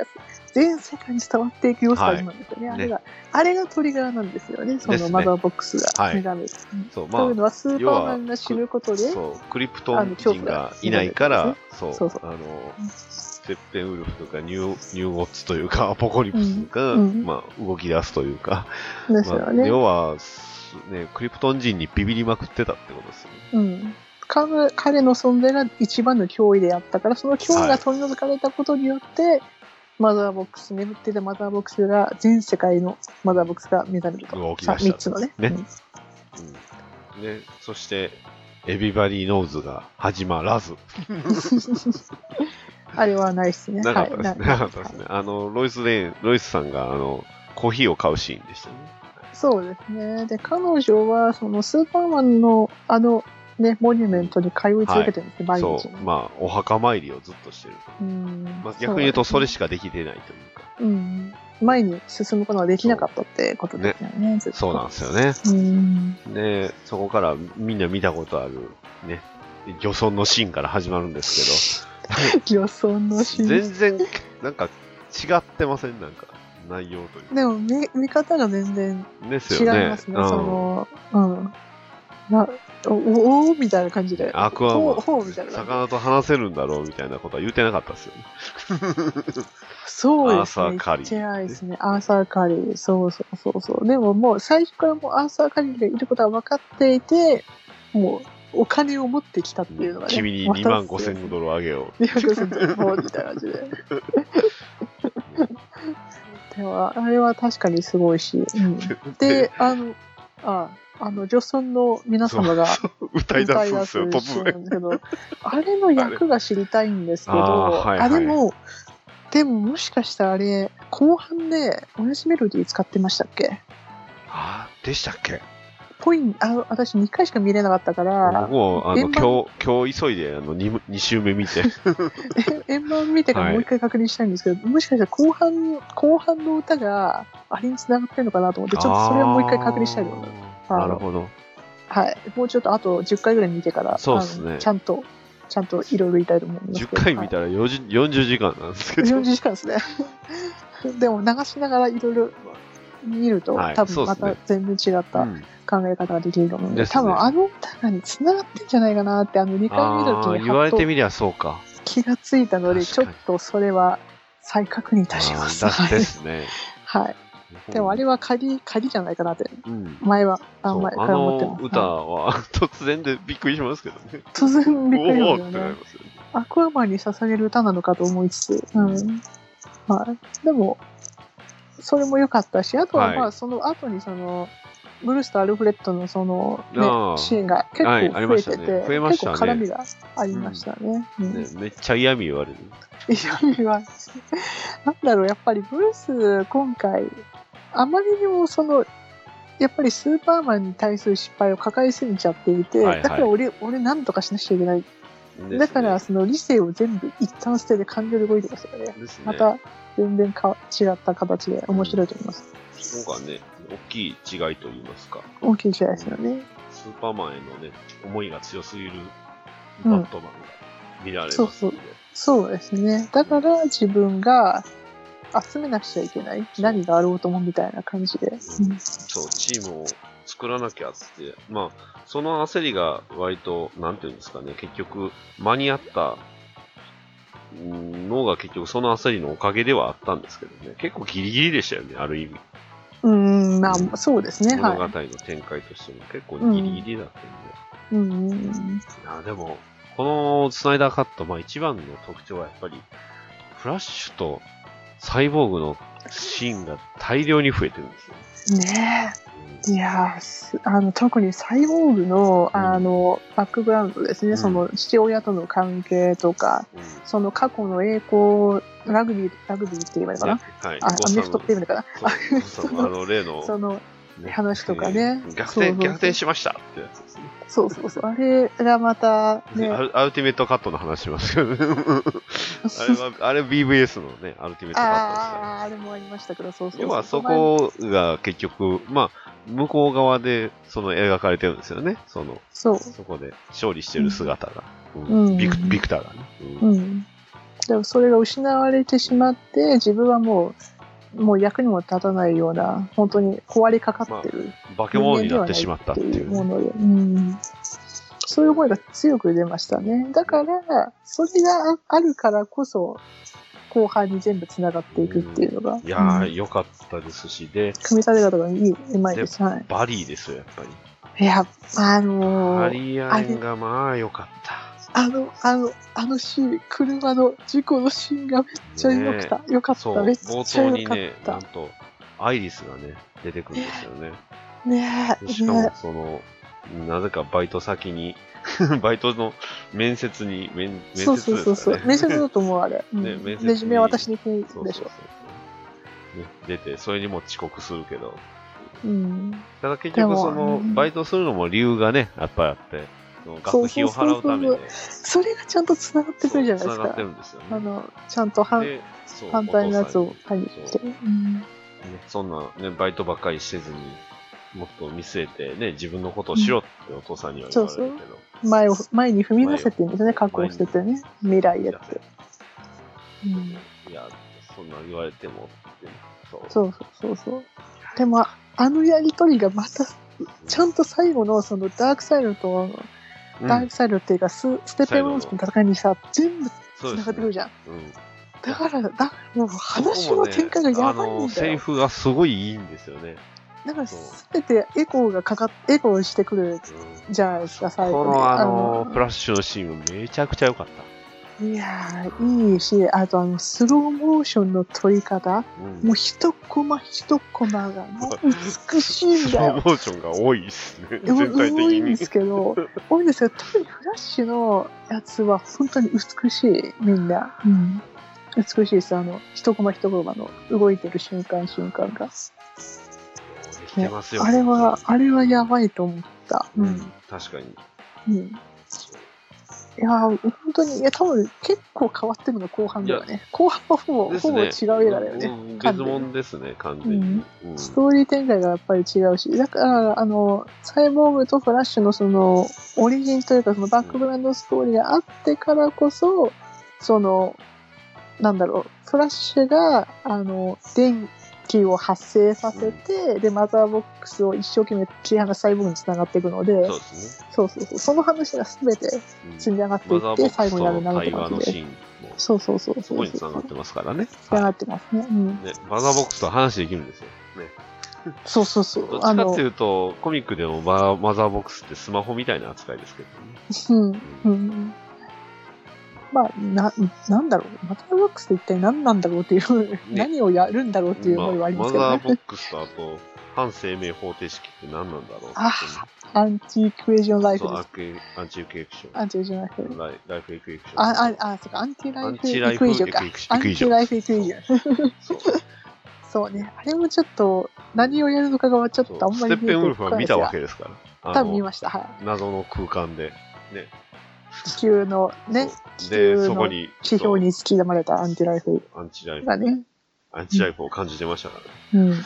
[SPEAKER 5] 全世界に伝わっていく様子が始まるんですよね。
[SPEAKER 4] はい
[SPEAKER 5] あれが、あれがトリガーなんですよね。そ
[SPEAKER 4] です
[SPEAKER 5] の
[SPEAKER 4] ね
[SPEAKER 5] マザーボックスが
[SPEAKER 4] はい
[SPEAKER 5] 目覚める。うん
[SPEAKER 4] そう、まあ
[SPEAKER 5] という、のは、スーパーマンが死ぬことで、
[SPEAKER 4] そう、クリプトン人がいないから、そう、
[SPEAKER 5] そうそう
[SPEAKER 4] あの、
[SPEAKER 5] うん
[SPEAKER 4] てっぺんウルフとかニュー、ニューゴッツというか、ア ポコリプスが、
[SPEAKER 5] うんうん
[SPEAKER 4] まあ、動き出すというか、
[SPEAKER 5] です
[SPEAKER 4] ま
[SPEAKER 5] よ
[SPEAKER 4] あ、
[SPEAKER 5] ね。
[SPEAKER 4] 要は、すね、クリプトン人にビビりまくってたってことですよね。
[SPEAKER 5] うん、彼彼の存在が一番の脅威であったからその脅威
[SPEAKER 4] はい
[SPEAKER 5] が取り除かれたことによって、マザーボックス眠っていたマザーボックスが全世界のマザーボックスが目覚める
[SPEAKER 4] 動
[SPEAKER 5] と
[SPEAKER 4] き出した
[SPEAKER 5] さ3つのね
[SPEAKER 4] ね
[SPEAKER 5] うん
[SPEAKER 4] うん。ね、そして、エビバディノーズが始まらず。
[SPEAKER 5] あれはないっすね
[SPEAKER 4] なかったですね。
[SPEAKER 5] は
[SPEAKER 4] ないかったですね。あの、ロイス・レイン、ロイスさんが、あの、コーヒーを買うシーンでしたね。
[SPEAKER 5] そうですねで彼女はそのスーパーマンのあのねモニュメントに通い続けてるんですね、毎
[SPEAKER 4] そ
[SPEAKER 5] 日
[SPEAKER 4] う、まあ、お墓参りをずっとしてる。
[SPEAKER 5] うん
[SPEAKER 4] まあ、逆に言うと、それ
[SPEAKER 5] う
[SPEAKER 4] しかできてないというか。
[SPEAKER 5] だねうん前に進むことができなかったってことですよねずっと
[SPEAKER 4] そうなんですよね。
[SPEAKER 5] うん
[SPEAKER 4] で、そこからみんな見たことある、ね、漁村のシーンから始まるんです
[SPEAKER 5] 予想の
[SPEAKER 4] け
[SPEAKER 5] 真
[SPEAKER 4] ど、
[SPEAKER 5] 実
[SPEAKER 4] 全然、なんか、違ってませんなんか、内容という
[SPEAKER 5] でも見見方が全然
[SPEAKER 4] か。です
[SPEAKER 5] 違い
[SPEAKER 4] よね。
[SPEAKER 5] ますね。
[SPEAKER 4] うん
[SPEAKER 5] その、うん。なおおおみたいな感じで。
[SPEAKER 4] アクアマン
[SPEAKER 5] ほうほうみたいな感じ。
[SPEAKER 4] 魚と話せるんだろうみたいなことは言ってなかったですよね。
[SPEAKER 5] そうですね。
[SPEAKER 4] アーサーカリー
[SPEAKER 5] 言ってないですね。アーサーカリー。そうそうそうそう。でももう最初からもうアーサーカリーがいることは分かっていて、もうお金を持ってきたっていうのがね。
[SPEAKER 4] 君に2万5千ドルあげよ
[SPEAKER 5] リアクションともうみたいな感じで。ではあれは確かにすごいし、うん
[SPEAKER 4] う。
[SPEAKER 5] で、あの、あ、あの、女村の皆様が
[SPEAKER 4] 歌い出すんですよ、
[SPEAKER 5] 歌い出すシ
[SPEAKER 4] 突然。
[SPEAKER 5] ーンだけどあれの役が知りたいんですけど、
[SPEAKER 4] あ
[SPEAKER 5] あ
[SPEAKER 4] れ
[SPEAKER 5] れ,、
[SPEAKER 4] あーはいはい
[SPEAKER 5] も、でももしかしたらあれ、後半で同じメロディー使ってましたっけ
[SPEAKER 4] あーでしたっけ
[SPEAKER 5] ポインあの私2回しか見れなかったから
[SPEAKER 4] 僕、も、あの、
[SPEAKER 5] 現場
[SPEAKER 4] 今日、今日急いで、あの、2, 二週目見 て、
[SPEAKER 5] え 円盤見てからもう一回確認したいんですけど、もしかしたら後半、後半の歌があれに繋がってるのかなと思って、ちょっとそれはもう一回確認したいと思います。
[SPEAKER 4] あー
[SPEAKER 5] あの
[SPEAKER 4] なるほど。
[SPEAKER 5] はい。もうちょっとあと10回ぐらい見てから、
[SPEAKER 4] そうっすね
[SPEAKER 5] あのちゃんとちゃんといろいろ言いたいと思いますけ
[SPEAKER 4] 10
[SPEAKER 5] ど。
[SPEAKER 4] 回見たら40 40時間なんですけ
[SPEAKER 5] はい、
[SPEAKER 4] ど。
[SPEAKER 5] 40時間ですね。 でも流しながらいろいろ見ると、
[SPEAKER 4] はい
[SPEAKER 5] 多
[SPEAKER 4] そう
[SPEAKER 5] 分
[SPEAKER 4] で
[SPEAKER 5] ます
[SPEAKER 4] ね
[SPEAKER 5] た全然違った
[SPEAKER 4] うん
[SPEAKER 5] 考え方ができると思うんで、
[SPEAKER 4] ですね
[SPEAKER 5] 多分あの歌がに繋がってんじゃないかなって、あの2回見た
[SPEAKER 4] あ
[SPEAKER 5] 時
[SPEAKER 4] あ、
[SPEAKER 5] に
[SPEAKER 4] 言わ
[SPEAKER 5] はっ
[SPEAKER 4] れ
[SPEAKER 5] と
[SPEAKER 4] てみりゃそうか。
[SPEAKER 5] 気がついたので、
[SPEAKER 4] 確
[SPEAKER 5] ち
[SPEAKER 4] か
[SPEAKER 5] ょ
[SPEAKER 4] に
[SPEAKER 5] っとそれは再確認いたします。
[SPEAKER 4] あー
[SPEAKER 5] は
[SPEAKER 4] だ
[SPEAKER 5] い
[SPEAKER 4] で。すね。
[SPEAKER 5] はい。でもあれは仮、仮じゃないかなって、
[SPEAKER 4] うん。
[SPEAKER 5] 前は、あんまり
[SPEAKER 4] そうあ
[SPEAKER 5] から思って
[SPEAKER 4] の
[SPEAKER 5] ます。
[SPEAKER 4] 歌
[SPEAKER 5] はい
[SPEAKER 4] は突然でびっくりします けどね。
[SPEAKER 5] 突然びっくり
[SPEAKER 4] おお
[SPEAKER 5] です
[SPEAKER 4] ーっ
[SPEAKER 5] よ
[SPEAKER 4] てなり
[SPEAKER 5] ね。
[SPEAKER 4] ますよね。
[SPEAKER 5] アクアマンに捧げる歌なのかと思いつつ、うん。はい。でも、それも良かったし、あとは
[SPEAKER 4] はい
[SPEAKER 5] まあ、その後にその、ブルースとアルフレッドのその、ね
[SPEAKER 4] ああ、
[SPEAKER 5] シーンが結
[SPEAKER 4] はいあり
[SPEAKER 5] 構増
[SPEAKER 4] ま
[SPEAKER 5] え
[SPEAKER 4] した
[SPEAKER 5] て
[SPEAKER 4] ね
[SPEAKER 5] て、
[SPEAKER 4] 増えまし
[SPEAKER 5] 結
[SPEAKER 4] た
[SPEAKER 5] 構
[SPEAKER 4] ね
[SPEAKER 5] 絡みがありましたね。うん
[SPEAKER 4] ね、めっちゃ嫌味言われる。
[SPEAKER 5] いやいやなんだろう、やっぱりブルース、今回、あまりにもその、やっぱりスーパーマンに対する失敗を抱えすぎちゃっていて、
[SPEAKER 4] はいはい
[SPEAKER 5] だから俺、俺なんとかしなくちゃいけない。
[SPEAKER 4] ですね
[SPEAKER 5] だから、、その理性を全部一旦捨てて感情で動いてますよね。
[SPEAKER 4] ですね、
[SPEAKER 5] また、全然か違った形で面白いと思います。
[SPEAKER 4] そこがね、大きい違いと言いますか、
[SPEAKER 5] 大きい違いですよね。
[SPEAKER 4] スーパーマンへのね、思いが強すぎる
[SPEAKER 5] うん
[SPEAKER 4] バットマンが見られますので、
[SPEAKER 5] そうそうそうですね。だから自分が集めなくちゃいけない。何があろうともみたいな感じで。うん
[SPEAKER 4] そう、チームを作らなきゃっつって、まあ、その焦りが割と、なんていうんですかね、結局、間に合ったうんのが結局その焦りのおかげではあったんですけどね、結構ギリギリでしたよね、ある意味。
[SPEAKER 5] うん、まあ、そうですね。
[SPEAKER 4] 物
[SPEAKER 5] は
[SPEAKER 4] 語の
[SPEAKER 5] い。
[SPEAKER 4] 展開としても結構ギリギリだったんで、
[SPEAKER 5] うんうんうん
[SPEAKER 4] いやでも、このスナイダーカット、まあ一番の特徴はやっぱり、フラッシュとサイボーグのシーンが大量に増えてるんですよ。
[SPEAKER 5] ねえ。いやーすあの、特にサイボーグの、
[SPEAKER 4] うん
[SPEAKER 5] あの、バックグラウンドですね。
[SPEAKER 4] うん
[SPEAKER 5] その、父親との関係とか、
[SPEAKER 4] うんうん
[SPEAKER 5] その過去の栄光、ラグビー、ラグビーって言えばいいのかな、
[SPEAKER 4] はい、
[SPEAKER 5] あアメフトって言えばいいのかな
[SPEAKER 4] そうそう
[SPEAKER 5] そ
[SPEAKER 4] あ
[SPEAKER 5] の
[SPEAKER 4] の例の、
[SPEAKER 5] その、
[SPEAKER 4] ね
[SPEAKER 5] 話とかね
[SPEAKER 4] えー逆
[SPEAKER 5] そう
[SPEAKER 4] 転
[SPEAKER 5] そうそう
[SPEAKER 4] 逆転しましたってやつですね
[SPEAKER 5] そうそうそう。あれがまた、ね。
[SPEAKER 4] アルアルティメットカットの話します けどねあれはあれ BBS のねアルティメットカットでしたね
[SPEAKER 5] あーあれもありましたけど、そうそう
[SPEAKER 4] 要はそこが結局、まあ、向こう側でその描かれてるんですよね。その、
[SPEAKER 5] そう。
[SPEAKER 4] そこで勝利してる姿が。うん
[SPEAKER 5] うん
[SPEAKER 4] ビクビクターがね。うん
[SPEAKER 5] うん。でもそれが失われてしまって、自分はもう、もう役にも立たないような、本当に壊れかかってる
[SPEAKER 4] 化け物になってしまったっていう
[SPEAKER 5] も
[SPEAKER 4] ね。
[SPEAKER 5] ので、うん。そういう思いが強く出ましたね。だから、それがああるからこそ、後半に全部つながっていくっていうのが、
[SPEAKER 4] いや
[SPEAKER 5] う
[SPEAKER 4] ー、
[SPEAKER 5] ん
[SPEAKER 4] 良かったですし、で、
[SPEAKER 5] 組み立て方がいい、うまいです。は
[SPEAKER 4] バリーですよ、やっぱり。
[SPEAKER 5] い。いや、あの
[SPEAKER 4] バ
[SPEAKER 5] ー
[SPEAKER 4] リアンがまあ良かった。
[SPEAKER 5] あの、あの、あのシーン、車の事故のシーンがめっちゃ良くた、
[SPEAKER 4] ね
[SPEAKER 5] 良かっ
[SPEAKER 4] そう、
[SPEAKER 5] た、めっち
[SPEAKER 4] 冒
[SPEAKER 5] ゃ
[SPEAKER 4] 頭
[SPEAKER 5] 良
[SPEAKER 4] に
[SPEAKER 5] かっ
[SPEAKER 4] ね、
[SPEAKER 5] た
[SPEAKER 4] なん。と、アイリスがね、出てくるんですよね。
[SPEAKER 5] ねえ、
[SPEAKER 4] で しか
[SPEAKER 5] ね
[SPEAKER 4] も、その、なぜかバイト先に、 バイトの面接に、面面接
[SPEAKER 5] え
[SPEAKER 4] です
[SPEAKER 5] そ
[SPEAKER 4] かね。
[SPEAKER 5] うそうそうそう、面接だと思うあれ。うん
[SPEAKER 4] ね面接に
[SPEAKER 5] レジュメ渡しに行
[SPEAKER 4] そ
[SPEAKER 5] く
[SPEAKER 4] うそう
[SPEAKER 5] でし
[SPEAKER 4] そう
[SPEAKER 5] ょ。
[SPEAKER 4] ね、出て、それにも遅刻するけど。
[SPEAKER 5] うん。
[SPEAKER 4] ただ結局そ
[SPEAKER 5] で
[SPEAKER 4] の
[SPEAKER 5] も、うん
[SPEAKER 4] バイトするのも理由がね、やっぱりあって、その学費を払うために、
[SPEAKER 5] そうそれがちゃんと繋がってくるじゃないです
[SPEAKER 4] 繋がって
[SPEAKER 5] か。
[SPEAKER 4] るんですよね。
[SPEAKER 5] あの、ちゃんと反
[SPEAKER 4] でそう
[SPEAKER 5] 反対のやつ
[SPEAKER 4] お
[SPEAKER 5] を
[SPEAKER 4] 父さん
[SPEAKER 5] 入
[SPEAKER 4] に
[SPEAKER 5] っ
[SPEAKER 4] そ
[SPEAKER 5] て
[SPEAKER 4] う。
[SPEAKER 5] うん
[SPEAKER 4] ねそんな、ね、バイトばっかりせずに、もっと見据えて、ね、自分のことをしろってお父さんには言われるけど。
[SPEAKER 5] 前を、前に踏み出せっていうんですね、
[SPEAKER 4] 前を
[SPEAKER 5] 覚悟しててね。未来へって。うん
[SPEAKER 4] いや、そんな言われてもってね、そう。
[SPEAKER 5] そうそうそうそう。でも、あのやりとりがまた、ちゃんと最後のそのダークサイドと、
[SPEAKER 4] うん
[SPEAKER 5] ダークサイドっていうか、スステッペンウォルフの戦いにさ、全部
[SPEAKER 4] そう
[SPEAKER 5] 繋
[SPEAKER 4] ですね
[SPEAKER 5] がってくるじゃん。
[SPEAKER 4] うん
[SPEAKER 5] だから、だからもう話
[SPEAKER 4] ここも
[SPEAKER 5] の
[SPEAKER 4] ね
[SPEAKER 5] 展開がやばい
[SPEAKER 4] あの
[SPEAKER 5] んだ
[SPEAKER 4] セリ
[SPEAKER 5] よ。
[SPEAKER 4] フがすごいいいんですよね。
[SPEAKER 5] だから
[SPEAKER 4] そう
[SPEAKER 5] すべてエコーがかかっ、エコーしてくる
[SPEAKER 4] うん
[SPEAKER 5] じゃないですか、最後
[SPEAKER 4] こ
[SPEAKER 5] に
[SPEAKER 4] のあのフラッシュのシーンめちゃくちゃ良かっ
[SPEAKER 5] いやー、いいし、あとあの、スローモーションの撮り方、
[SPEAKER 4] た。うん
[SPEAKER 5] もう一コマ一コマがね、美しいん
[SPEAKER 4] スロ
[SPEAKER 5] だ
[SPEAKER 4] ー
[SPEAKER 5] よ
[SPEAKER 4] モ。ーションが多いですね。
[SPEAKER 5] 多
[SPEAKER 4] 全体的
[SPEAKER 5] いん
[SPEAKER 4] に
[SPEAKER 5] で。すけど、多いんですけど、特にフラッシュのやつは本当に美しい、みんな。うん、美しいです、あの、一コマ一コマの動いてる瞬間瞬間が。
[SPEAKER 4] できてますよ、
[SPEAKER 5] あれは、あれはやばいと思った。
[SPEAKER 4] う
[SPEAKER 5] うんん。。
[SPEAKER 4] 確かに。
[SPEAKER 5] うん。
[SPEAKER 4] そう
[SPEAKER 5] いやー、本当に、いや、多分結構変わってるの、後半ではね。後半はほぼ、
[SPEAKER 4] です
[SPEAKER 5] ほぼ違う
[SPEAKER 4] ね
[SPEAKER 5] 映画だよね。
[SPEAKER 4] うん別物ですね、完全に。うん
[SPEAKER 5] ストーリー展開がやっぱり違うし、だから、あの、サイボーグとフラッシュのその、オリジンというか、そのバックグラウンドストーリーがあってからこそ、その、なんだろう、フラッシュが、あの、電気を発生させて、で、マザーボックスを一生懸命切り離しサイボーグに繋がっていくので、
[SPEAKER 4] そうですね。
[SPEAKER 5] そうそうそう、その話が全て
[SPEAKER 4] うん
[SPEAKER 5] 積み上がってい
[SPEAKER 4] マザーボ
[SPEAKER 5] って、
[SPEAKER 4] ック
[SPEAKER 5] 最
[SPEAKER 4] ス
[SPEAKER 5] 後
[SPEAKER 4] と
[SPEAKER 5] になる
[SPEAKER 4] の
[SPEAKER 5] 流れ
[SPEAKER 4] 対
[SPEAKER 5] な
[SPEAKER 4] 話の
[SPEAKER 5] ので
[SPEAKER 4] シ。ーンも、
[SPEAKER 5] そうそうそう
[SPEAKER 4] そ
[SPEAKER 5] そう
[SPEAKER 4] こに
[SPEAKER 5] そう
[SPEAKER 4] 繋がってますからね。
[SPEAKER 5] つなが
[SPEAKER 4] は
[SPEAKER 5] ってますね。うん
[SPEAKER 4] い。ねマザーボックスと話できるんですよ。ね
[SPEAKER 5] そうそうそ
[SPEAKER 4] どっ。
[SPEAKER 5] うあ
[SPEAKER 4] ちかっ
[SPEAKER 5] の
[SPEAKER 4] てい、うと、コミックでもママザーボックスってスマホみたいな扱いですけどね。
[SPEAKER 5] うん。うん。まあ、な、なんだろう。マターボックスって一体何なんだろうっていう、何をやるんだろうっていう思いはありますけ
[SPEAKER 4] ま
[SPEAKER 5] ど
[SPEAKER 4] あマザーボ
[SPEAKER 5] ね
[SPEAKER 4] ッ。クスとあと、反生命方程式って何なんだろう
[SPEAKER 5] あアンチクエジョンライフ
[SPEAKER 4] そう
[SPEAKER 5] で
[SPEAKER 4] ア
[SPEAKER 5] す。
[SPEAKER 4] クエアンチエクエクショ
[SPEAKER 5] アンチクエジョンライフ
[SPEAKER 4] ン。。ライライフエクエクション。
[SPEAKER 5] あ、あ、あ、そっか、アンチラ
[SPEAKER 4] アン
[SPEAKER 5] イ
[SPEAKER 4] チ
[SPEAKER 5] フ
[SPEAKER 4] ラ
[SPEAKER 5] エ
[SPEAKER 4] イ
[SPEAKER 5] ク
[SPEAKER 4] フ
[SPEAKER 5] エ
[SPEAKER 4] エ
[SPEAKER 5] ジ
[SPEAKER 4] ク
[SPEAKER 5] ョンか
[SPEAKER 4] エ。クション。
[SPEAKER 5] アンチライフエクエジョン。
[SPEAKER 4] そう
[SPEAKER 5] そうね。あれもちょっと、何をやるのかがちょっ
[SPEAKER 4] そう
[SPEAKER 5] とあんまり
[SPEAKER 4] ステッペンウルフは見たわ
[SPEAKER 5] け
[SPEAKER 4] けですから。
[SPEAKER 5] 多
[SPEAKER 4] あ
[SPEAKER 5] 分見ま
[SPEAKER 4] の
[SPEAKER 5] した。はい。
[SPEAKER 4] 謎の空間で。
[SPEAKER 5] 地球の
[SPEAKER 4] そ
[SPEAKER 5] ね、
[SPEAKER 4] う
[SPEAKER 5] 地
[SPEAKER 4] で、
[SPEAKER 5] 球
[SPEAKER 4] そこ
[SPEAKER 5] の
[SPEAKER 4] に、
[SPEAKER 5] 地表に突き刻まれたアンチライフ
[SPEAKER 4] アンチライフ、
[SPEAKER 5] がね、
[SPEAKER 4] アンチライフを感じてましたからね。
[SPEAKER 5] うん、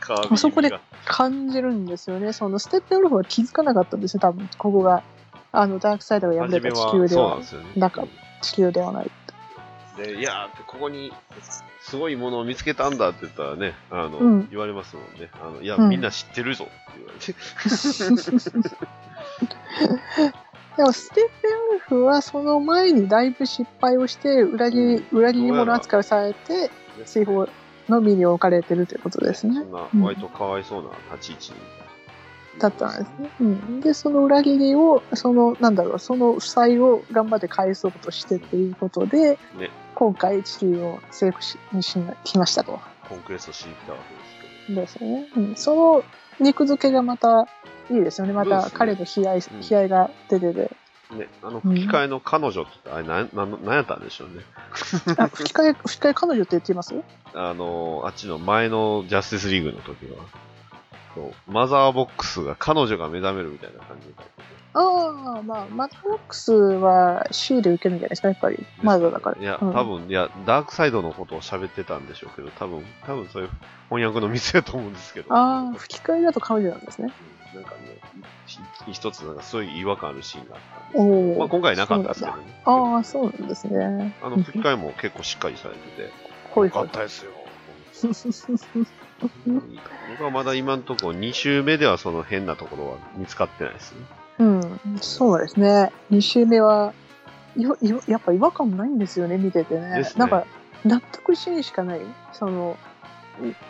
[SPEAKER 4] カービィ
[SPEAKER 5] あそこで
[SPEAKER 4] が
[SPEAKER 5] 感じるんですよね。そのステッペンウルフは気づかなかったんですよ、多分ここが。あの、ダークサイドが
[SPEAKER 4] 初
[SPEAKER 5] 敗
[SPEAKER 4] め
[SPEAKER 5] れた
[SPEAKER 4] は
[SPEAKER 5] 地球で
[SPEAKER 4] そうなん
[SPEAKER 5] は
[SPEAKER 4] で、すよね。
[SPEAKER 5] なかっ地球ではない。
[SPEAKER 4] で、いやーって、ここに、すごいものを見つけたんだって言ったらね、あの、
[SPEAKER 5] うん
[SPEAKER 4] 言われますもんね。あのいや、
[SPEAKER 5] うん
[SPEAKER 4] みんな知ってるぞって言われて。
[SPEAKER 5] でも、ステッペンウルフはその前にだいぶ失敗をして、裏切り、裏切り者扱いをされて、追放の身に置かれてるということですね
[SPEAKER 4] そ。んな、割とかわいそうな立ち位置に。
[SPEAKER 5] だったんですね。うん、で、その裏切りを、その、なんだろう、その負債を頑張って返そうとしてっていうことで、
[SPEAKER 4] ね
[SPEAKER 5] 今回地球を征服しにし来ましたと。
[SPEAKER 4] コンクエストしに来たわけですけど。
[SPEAKER 5] ですよね。うん、その肉付けがまたいいですよね。ま
[SPEAKER 4] そう
[SPEAKER 5] た
[SPEAKER 4] ですね
[SPEAKER 5] 彼の悲哀、
[SPEAKER 4] うん
[SPEAKER 5] 悲哀が出てて。
[SPEAKER 4] ね、あの吹き替えの彼女って、あれなん、なん、なんやったんでしょうね。
[SPEAKER 5] あ、吹き替え、吹き替え彼女って言ってます
[SPEAKER 4] あの、あっちの前のジャスティスリーグの時は、そうマザーボックスが彼女が目覚めるみたいな感じで書いてて
[SPEAKER 5] ああ、まあ、マッドボックスは C で受けるんじゃないですか、やっぱり。まだだから。
[SPEAKER 4] いや、
[SPEAKER 5] うん
[SPEAKER 4] 多分、いや、ダークサイドのことを喋ってたんでしょうけど、多分、多分そういう翻訳のミスやと思うんですけど。
[SPEAKER 5] ああ、吹き替えだと彼女なんですね。
[SPEAKER 4] うんなんかね、ひ一つ、なんかそういう違和感あるシーンがあったんで
[SPEAKER 5] おお。
[SPEAKER 4] まあ、今回なかったですけどね。
[SPEAKER 5] ああ、そうなんですね。
[SPEAKER 4] あの吹き替えも結構しっかりされてて、
[SPEAKER 5] ほい
[SPEAKER 4] よか
[SPEAKER 5] ほい
[SPEAKER 4] っ。たですよ。
[SPEAKER 5] う
[SPEAKER 4] 僕はまだ今のところ2周目ではその変なところは見つかってないですね。
[SPEAKER 5] ん、そうですね。2周目は、いわいわやっぱ違和感ないんですよね、見ててね。
[SPEAKER 4] ですね
[SPEAKER 5] なんか、納得しにしかない。その、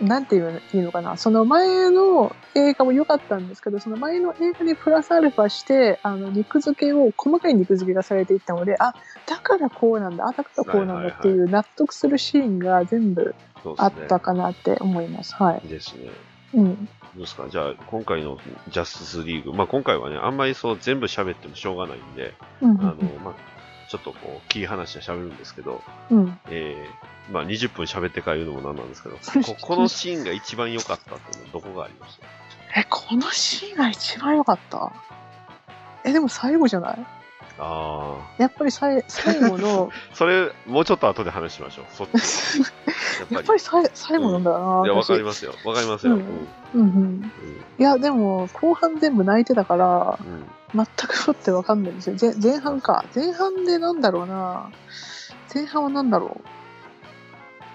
[SPEAKER 5] んなんていうのいいのかな。その前の映画も良かったんですけど、その前の映画にプラスアルファして、あの、肉付けを、細かい肉付けがされていったので、あ、だからこうなんだ、あ、だからこうなんだっていう納得するシーンが全部
[SPEAKER 4] そうです
[SPEAKER 5] あ
[SPEAKER 4] ね
[SPEAKER 5] ったかなって思います。はい。
[SPEAKER 4] ですね。
[SPEAKER 5] うん。
[SPEAKER 4] どうですかじゃあ、今回のジャスティスリーグ、まあ今回はね、あんまりそう全部喋ってもしょうがないんで、
[SPEAKER 5] うんうん
[SPEAKER 4] あの、まあ、ちょっとこう、切り離して喋るんですけど、
[SPEAKER 5] うん。うん。
[SPEAKER 4] えー、まあ20分喋ってから言うのもなんなんですけど、 ここのシーンが一番良かったっていうのはどこがありました
[SPEAKER 5] え、このシーンが一番良かったえ、でも最後じゃない
[SPEAKER 4] あ
[SPEAKER 5] やっぱりさい最後の、
[SPEAKER 4] あ。それ、もうちょっと後で話しましょう。そっ ち。やっ
[SPEAKER 5] や
[SPEAKER 4] ぱ
[SPEAKER 5] っぱ
[SPEAKER 4] り。
[SPEAKER 5] りさい最後なんだよ
[SPEAKER 4] い
[SPEAKER 5] な、
[SPEAKER 4] や、わ
[SPEAKER 5] 私
[SPEAKER 4] かりますよ。わかりますよ。
[SPEAKER 5] う
[SPEAKER 4] うんん。
[SPEAKER 5] うんうん。いや、でも、後半全部泣いてたから、
[SPEAKER 4] うん。うん
[SPEAKER 5] 全くもってわかんないんですよ。ぜ前半か。前半でなんだろうな。前半はなんだろ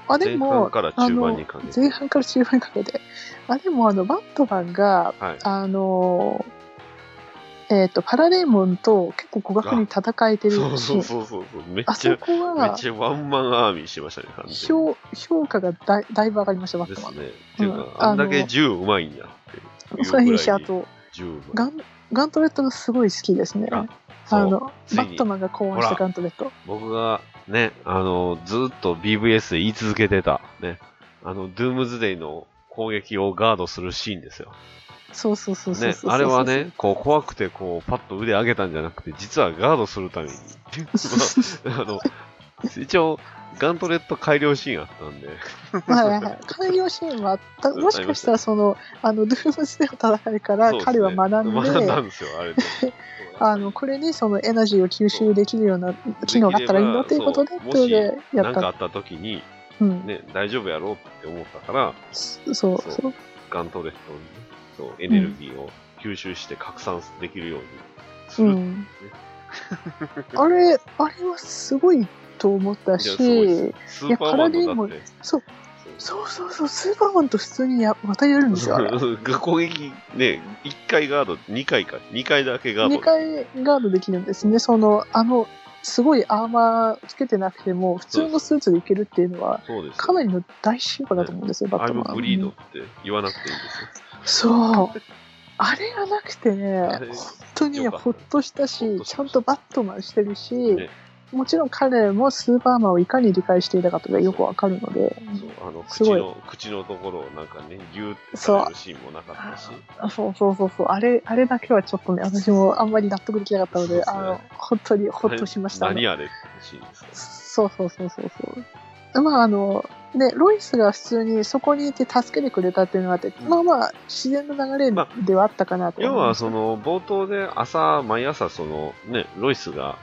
[SPEAKER 5] う。あ、で
[SPEAKER 4] 前
[SPEAKER 5] も、
[SPEAKER 4] 半から中盤にかけ
[SPEAKER 5] 前
[SPEAKER 4] て。
[SPEAKER 5] 半から中盤にかけて。あ、でも、あの、バットマンが、
[SPEAKER 4] はい。
[SPEAKER 5] あのーえっ、と、パラレーモンと結構互角に戦えてるシーン。
[SPEAKER 4] そうそうそうそうそう。めっ
[SPEAKER 5] あ
[SPEAKER 4] ちゃ、
[SPEAKER 5] そ
[SPEAKER 4] め
[SPEAKER 5] こは
[SPEAKER 4] っちゃワンマンアーミーしてましたね、完全に。
[SPEAKER 5] 評評価がだいだいぶ上がりました、バッ
[SPEAKER 4] で
[SPEAKER 5] ト
[SPEAKER 4] す
[SPEAKER 5] マン。
[SPEAKER 4] ね。っていう
[SPEAKER 5] う
[SPEAKER 4] か、
[SPEAKER 5] ん
[SPEAKER 4] あんだけ銃うまいんやっていうぐらいに。
[SPEAKER 5] そういいし、あと
[SPEAKER 4] 銃うま
[SPEAKER 5] ガ
[SPEAKER 4] い。
[SPEAKER 5] ン、ガントレットがすごい好きですね。
[SPEAKER 4] あ
[SPEAKER 5] あ
[SPEAKER 4] そう
[SPEAKER 5] の、
[SPEAKER 4] つい
[SPEAKER 5] バ
[SPEAKER 4] に
[SPEAKER 5] ットマンが考案し
[SPEAKER 4] ほ
[SPEAKER 5] た
[SPEAKER 4] ら
[SPEAKER 5] ガントレット。
[SPEAKER 4] 僕がね、あの、ずっと BVS で言い続けてた、ね、あの、ドゥームズデイの攻撃をガードするシーンですよ。
[SPEAKER 5] そうそうそうそう
[SPEAKER 4] ね
[SPEAKER 5] そ、う。
[SPEAKER 4] あれは、ね、こう、怖く て、こう、パッと腕上げたんじゃなくて、実はガードするために、まああの、一応、ガントレット改良シーンあったんで、
[SPEAKER 5] はいはいはい。改良シーンはあった。もしかしたら、その、あの、ドゥームスデーの戦いから
[SPEAKER 4] そうですね
[SPEAKER 5] 彼は学んで、
[SPEAKER 4] 学んだんですよ、あれで。
[SPEAKER 5] あの、これにそのエナジーを吸収できるような機能があったらいいなということで、
[SPEAKER 4] できれば
[SPEAKER 5] それでや
[SPEAKER 4] な
[SPEAKER 5] っ
[SPEAKER 4] んかあ
[SPEAKER 5] た。
[SPEAKER 4] った時に、
[SPEAKER 5] うん。
[SPEAKER 4] ね、大丈夫やろうって思ったから、
[SPEAKER 5] そうそう
[SPEAKER 4] そうガントレットに、ね、そう、エネルギーを吸収して拡散できるようにす
[SPEAKER 5] う
[SPEAKER 4] る。
[SPEAKER 5] ん。あれ、あれはすごいと思っ
[SPEAKER 4] い
[SPEAKER 5] た
[SPEAKER 4] やすごい
[SPEAKER 5] し、
[SPEAKER 4] ですスーパーマンのだって、
[SPEAKER 5] いそう、そうそうそう、スーパーマンと普通にやまたやるんですよ、 あれ。
[SPEAKER 4] が攻撃、ね、1回ガード、2回か、2回だけガード。
[SPEAKER 5] 2回ガードできるんですね。その、あの、すごいアーマーつけてなくても、普通のスーツでいけるっていうのは、
[SPEAKER 4] そうです。
[SPEAKER 5] かなりの大進歩だと思うんですよ、バッ
[SPEAKER 4] アイ
[SPEAKER 5] ト
[SPEAKER 4] ム
[SPEAKER 5] マン。
[SPEAKER 4] ブリードって言わなくていいんですよ。
[SPEAKER 5] そう。あれがなく て
[SPEAKER 4] あ
[SPEAKER 5] ね、
[SPEAKER 4] れ
[SPEAKER 5] 本当にね
[SPEAKER 4] よかった
[SPEAKER 5] ほっとした
[SPEAKER 4] ほっ
[SPEAKER 5] し
[SPEAKER 4] と、しました
[SPEAKER 5] ちゃんとバットマンしてるし、
[SPEAKER 4] ね
[SPEAKER 5] もちろん彼もスーパーマンをいかに理解していたかとかよくわかるので、
[SPEAKER 4] そうあの
[SPEAKER 5] す
[SPEAKER 4] 口
[SPEAKER 5] ごい
[SPEAKER 4] の口のところをなんかねギューってされるシーンもなかったし
[SPEAKER 5] あそうそうそうそう、あれ、あれだけはちょっとね、私もあんまり納得できなかったの
[SPEAKER 4] そう
[SPEAKER 5] で、
[SPEAKER 4] ですね
[SPEAKER 5] あの、本当にほっとしました。
[SPEAKER 4] 何あれってシーンですか
[SPEAKER 5] そうそうそうそうそう。まああの、ね、ロイスが普通にそこにいて助けてくれたっていうのがあって、
[SPEAKER 4] うん
[SPEAKER 5] まあまあ自然の流れ
[SPEAKER 4] ま
[SPEAKER 5] ではあったかなと思い
[SPEAKER 4] 要
[SPEAKER 5] ま
[SPEAKER 4] は
[SPEAKER 5] す。
[SPEAKER 4] その冒頭で朝毎朝そのねロイスが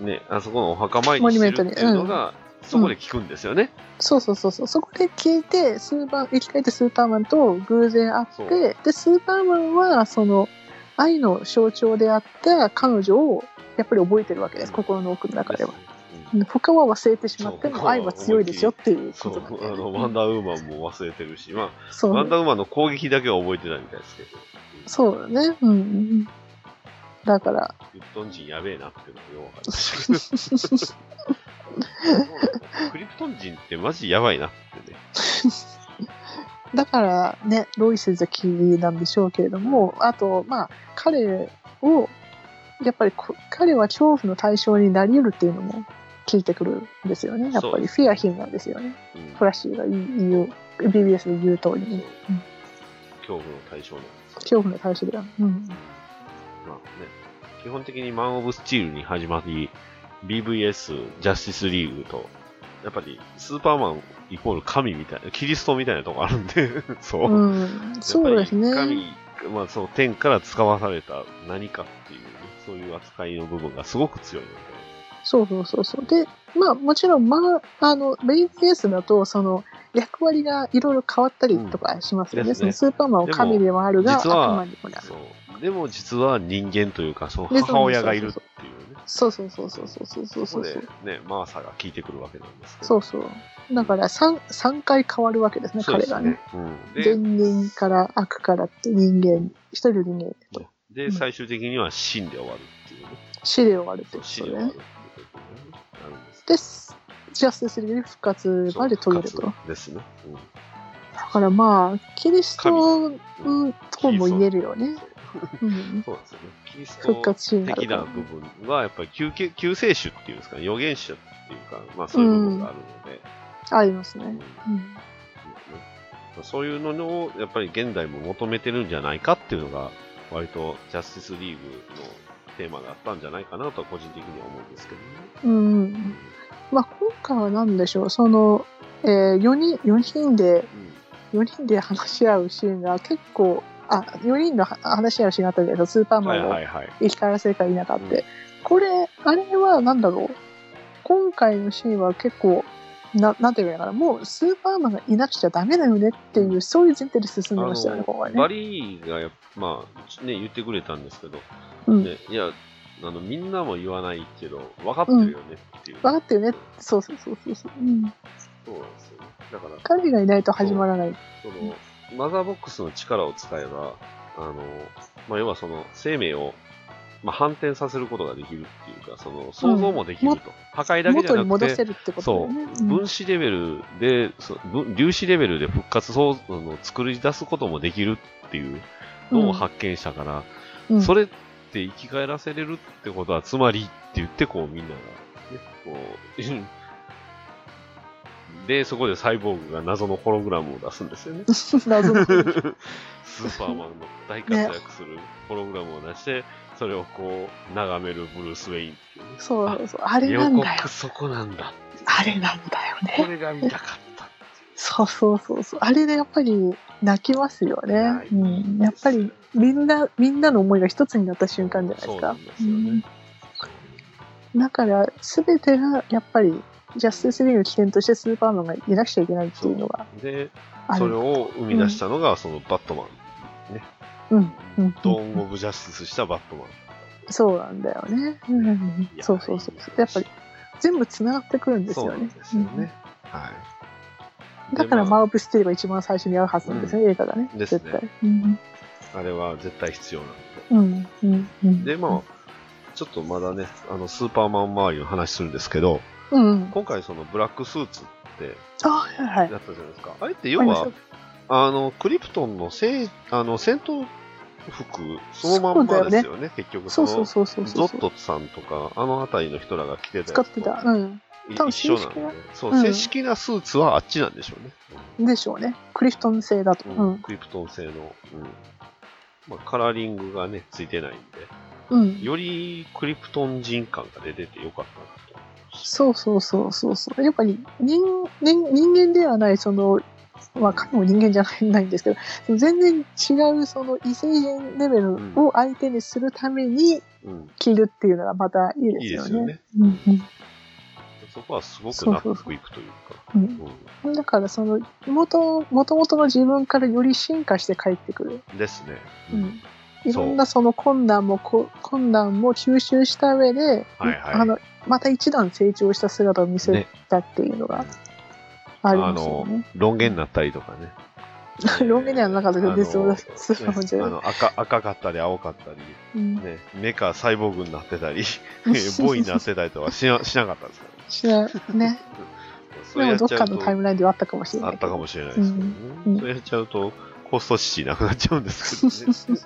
[SPEAKER 4] ねあそこのお墓参りしてるっていうのがそこで聞くんですよね、
[SPEAKER 5] そうそうそうそう。そこで聞いて、スーパー、生き返ってスーパーマンと偶然会
[SPEAKER 4] そう
[SPEAKER 5] って、で、スーパーマンは、その、愛の象徴であった彼女を、やっぱり覚えてるわけです、
[SPEAKER 4] うん
[SPEAKER 5] 心の奥の中
[SPEAKER 4] で
[SPEAKER 5] ですは
[SPEAKER 4] ね。
[SPEAKER 5] 他は忘れてしまっ
[SPEAKER 4] そ
[SPEAKER 5] て
[SPEAKER 4] う
[SPEAKER 5] も、愛は強いですよっていう
[SPEAKER 4] そ
[SPEAKER 5] こと
[SPEAKER 4] う
[SPEAKER 5] なんだ
[SPEAKER 4] あ
[SPEAKER 5] よね
[SPEAKER 4] のワンダーウーマンも忘れてるし、ま
[SPEAKER 5] そ
[SPEAKER 4] あ、
[SPEAKER 5] う
[SPEAKER 4] ワンダーウーマンの攻撃だけは覚えてないみたいですけど、
[SPEAKER 5] そうだね。うんうんうん。だから、
[SPEAKER 4] 日本人やべえな っていうのがよく分かりましたけど。クリプトン人ってマジやばいなってね。
[SPEAKER 5] だからね、ロイス好きなんでしょうけれども、あと、まあ、彼を、やっぱりこ彼は恐怖の対象になり得るっていうのも聞いてくるんですよね。やっ
[SPEAKER 4] そ
[SPEAKER 5] ぱ
[SPEAKER 4] う
[SPEAKER 5] りフィアヒンなんですよね。
[SPEAKER 4] うん、
[SPEAKER 5] フラッシュが言う、BBS で言う通りに、うん
[SPEAKER 4] 恐怖の対象なんですよ。
[SPEAKER 5] 恐怖の対象だよ。うん。
[SPEAKER 4] まあね、基本的にマン・オブ・スチールに始まり、BVS、ジャスティス・リーグと、やっぱりスーパーマンイコール神みたいな、キリストみたいなとこあるんで、 そう。
[SPEAKER 5] うん、そうですね
[SPEAKER 4] やっ。ぱり神、まあ、その天から使わされた何かっていう、ね、そういう扱いの部分がすごく強いので。
[SPEAKER 5] そうそうそうそう。で、まあもちろん、まあ、あの、BBS だと、その、役割がいろいろ変わったりとかしますよね。
[SPEAKER 4] うんです
[SPEAKER 5] そ
[SPEAKER 4] ね
[SPEAKER 5] のスーパーマンを神でもあるが、
[SPEAKER 4] でも実は
[SPEAKER 5] 頭にもなる。
[SPEAKER 4] そう。でも実は人間というか、その
[SPEAKER 5] でそう
[SPEAKER 4] 母親がいるっていうね。
[SPEAKER 5] そうそうそうそうそうそうそう
[SPEAKER 4] そこ
[SPEAKER 5] そう
[SPEAKER 4] で
[SPEAKER 5] そう。
[SPEAKER 4] ね、マーサが聞いてくるわけなんですけど。
[SPEAKER 5] そうだから 3, 三回変わるわけですね、
[SPEAKER 4] そう
[SPEAKER 5] 彼
[SPEAKER 4] です
[SPEAKER 5] が
[SPEAKER 4] ね
[SPEAKER 5] ね。。
[SPEAKER 4] うんで
[SPEAKER 5] 善人から悪からって人間、一人の人間と
[SPEAKER 4] で、
[SPEAKER 5] うん
[SPEAKER 4] 最終的には死んで終わるっていうね。
[SPEAKER 5] 死で終わるって
[SPEAKER 4] そう
[SPEAKER 5] こ
[SPEAKER 4] 死で
[SPEAKER 5] と
[SPEAKER 4] 終
[SPEAKER 5] で
[SPEAKER 4] わるっ
[SPEAKER 5] ね
[SPEAKER 4] て。いうことになるんですけど。
[SPEAKER 5] です。ジャスティスリーグ復活まで遂げると。
[SPEAKER 4] そう
[SPEAKER 5] だ
[SPEAKER 4] 復活ですね。うん
[SPEAKER 5] からまあ、キリストうんとも言えるよね。
[SPEAKER 4] そう
[SPEAKER 5] うん
[SPEAKER 4] そうなんですよね。キリスト
[SPEAKER 5] 復活シーンがある
[SPEAKER 4] 的
[SPEAKER 5] か
[SPEAKER 4] な
[SPEAKER 5] ら。
[SPEAKER 4] 部分は、やっぱり救世救世主っていうんですかね、預言者っていうか、まあそういう部分があるので、
[SPEAKER 5] あります
[SPEAKER 4] うん
[SPEAKER 5] ね。
[SPEAKER 4] ま
[SPEAKER 5] うん
[SPEAKER 4] あそういうのをやっぱり現代も求めてるんじゃないかっていうのが、割とジャスティスリーグのテーマがあったんじゃないかなとは個人的には思うんですけどね。
[SPEAKER 5] うん。まあ今回は何でしょう、その、えー、4人、4人で
[SPEAKER 4] うん
[SPEAKER 5] 4人で話し合うシーンが結構あ4人の話し合うシーンがあったじゃないですかスーパー
[SPEAKER 4] は
[SPEAKER 5] マ
[SPEAKER 4] い
[SPEAKER 5] ン
[SPEAKER 4] は
[SPEAKER 5] を
[SPEAKER 4] いはい。
[SPEAKER 5] 生き返らせるか否かって、
[SPEAKER 4] うん
[SPEAKER 5] これあれは何だろう今回のシーンは結構ななんていうかなもうスーパーマンがいなくちゃダメだよねっていうそういう前提で進んでましたよね今回
[SPEAKER 4] バ
[SPEAKER 5] ね。
[SPEAKER 4] リーがやっぱ、まあ、ね、言ってくれたんですけど、
[SPEAKER 5] うん
[SPEAKER 4] ね、いや、あの、みんなも言わないけど、分かってるよねっていう。
[SPEAKER 5] 分かってるねそうそうそうそうそう、うん、
[SPEAKER 4] そうなんですよね。だから、
[SPEAKER 5] 彼がいないと始まらない
[SPEAKER 4] その、マザーボックスの力を使えば、あの、まあ、要はその、生命を、まあ、反転させることができるっていうか、その、想像もできると。破壊だけじ
[SPEAKER 5] 元に
[SPEAKER 4] ゃな
[SPEAKER 5] 戻
[SPEAKER 4] く
[SPEAKER 5] せ
[SPEAKER 4] て、
[SPEAKER 5] るってことだ
[SPEAKER 4] そ
[SPEAKER 5] よね。
[SPEAKER 4] う、分子レベルで、そう分粒子レベルで復活そう、あの作り出すこともできるっていうのを発見したから、
[SPEAKER 5] うんうん
[SPEAKER 4] それって生き返らせれるってことは、つまりって言って、こうみんなが、ね、こう、で、そこでサイボーグが謎のホログラムを出すんです よね。
[SPEAKER 5] 謎の
[SPEAKER 4] ス ーパーマンの大活躍するホログラムを出して、それをこう、眺めるブルース・ウェインっていうね。
[SPEAKER 5] そうそうそうあれ
[SPEAKER 4] 予
[SPEAKER 5] なんだよ
[SPEAKER 4] 告そこなんだ。
[SPEAKER 5] あれなんだよ
[SPEAKER 4] こ
[SPEAKER 5] ね
[SPEAKER 4] れが見たかった。
[SPEAKER 5] そうそうそうそうあれでやっぱり泣きますよね
[SPEAKER 4] 泣い、て
[SPEAKER 5] うん、やっぱりみんなみんなの思いが一つになった瞬間じゃないで
[SPEAKER 4] そう
[SPEAKER 5] す
[SPEAKER 4] な
[SPEAKER 5] か
[SPEAKER 4] んですよね。
[SPEAKER 5] だから全てがやっぱりジャスティスリーグの起点としてスーパーマンがいなくちゃいけないっていうのが
[SPEAKER 4] で、
[SPEAKER 5] あ
[SPEAKER 4] それ
[SPEAKER 5] る。
[SPEAKER 4] を生み出したのが、そのバットマン。
[SPEAKER 5] うんうん
[SPEAKER 4] ドーン・オブ・ジャスティスしたバットマン。
[SPEAKER 5] そうなんだよね。うん
[SPEAKER 4] いや
[SPEAKER 5] そうそうそう。やっぱり全部つながってくるんです
[SPEAKER 4] そう
[SPEAKER 5] よ
[SPEAKER 4] なん
[SPEAKER 5] ね。
[SPEAKER 4] ですよね。はい。
[SPEAKER 5] うんだから
[SPEAKER 4] でま
[SPEAKER 5] マーブ・スティルが一番最初に合うはずなんですね、映画がね。
[SPEAKER 4] ですね
[SPEAKER 5] 絶対。うん
[SPEAKER 4] あ、あれは絶対必要なん
[SPEAKER 5] うんうんうん。
[SPEAKER 4] で。で、まあ、ちょっとまだね、あの、スーパーマン周りの話するんですけど、
[SPEAKER 5] うんうん。
[SPEAKER 4] 今回そのブラックスーツって
[SPEAKER 5] あ、はいはい。
[SPEAKER 4] やったじゃないですか。あれって要は、あの、クリプトンのせい、あの、戦闘服、そのまんまですよね、結局。
[SPEAKER 5] そう
[SPEAKER 4] の
[SPEAKER 5] そうそうそう
[SPEAKER 4] ゾ
[SPEAKER 5] そ
[SPEAKER 4] ッ
[SPEAKER 5] う。
[SPEAKER 4] トさんとか、あの辺りの人らが着てたやつ
[SPEAKER 5] 使
[SPEAKER 4] と
[SPEAKER 5] ってた。うん。
[SPEAKER 4] い
[SPEAKER 5] 多分
[SPEAKER 4] 一緒なんで
[SPEAKER 5] 正式な。
[SPEAKER 4] そう、
[SPEAKER 5] うん
[SPEAKER 4] 正式なスーツはあっちなんでしょうね。
[SPEAKER 5] でしょうね。クリフトン製だと。
[SPEAKER 4] う
[SPEAKER 5] うんん。
[SPEAKER 4] クリプトン製の、うんまあ、カラーリングがね、ついてないん
[SPEAKER 5] うん
[SPEAKER 4] で、。よりクリプトン人感が出ててよかったなと。
[SPEAKER 5] そうそうそうそうそう。やっぱり人人人間ではないそのまあ彼も人間じゃないないんですけどその全然違うその異星人レベルを相手にするために
[SPEAKER 4] うん、
[SPEAKER 5] 着るっていうのがまたいい
[SPEAKER 4] いい
[SPEAKER 5] で
[SPEAKER 4] ですす
[SPEAKER 5] よ
[SPEAKER 4] よ
[SPEAKER 5] ね。
[SPEAKER 4] ね。
[SPEAKER 5] うん
[SPEAKER 4] そこはすごく納得いくというか。
[SPEAKER 5] うんうん
[SPEAKER 4] う
[SPEAKER 5] だからその元元々の自分からより進化して帰ってくる、
[SPEAKER 4] ん、ですね。
[SPEAKER 5] うん、いろんなその困難もこ困難も吸収した上で、
[SPEAKER 4] はいはい
[SPEAKER 5] あのまた一段成長した姿を見せ
[SPEAKER 4] ね
[SPEAKER 5] たっていうのがありますよね。
[SPEAKER 4] 論言になったりとかね。
[SPEAKER 5] ロン毛にはなかったけど
[SPEAKER 4] あの
[SPEAKER 5] ですよスーパーマンじゃない
[SPEAKER 4] ねあの赤赤かったり青かったり、
[SPEAKER 5] うん
[SPEAKER 4] ね、メカサイボーグになってた り、ボーイになってたりとかしなしなかったんですか
[SPEAKER 5] しないね。
[SPEAKER 4] そ
[SPEAKER 5] で
[SPEAKER 4] れや
[SPEAKER 5] も
[SPEAKER 4] っ
[SPEAKER 5] どっ
[SPEAKER 4] ちゃ
[SPEAKER 5] か
[SPEAKER 4] うと
[SPEAKER 5] のタイムラインではあったかもしれ
[SPEAKER 4] あ
[SPEAKER 5] ない
[SPEAKER 4] っ
[SPEAKER 5] け
[SPEAKER 4] た
[SPEAKER 5] ど。
[SPEAKER 4] かもしれないですけどね。
[SPEAKER 5] うん
[SPEAKER 4] それやっちゃうと、コストシティなくなっちゃうんですけど ね。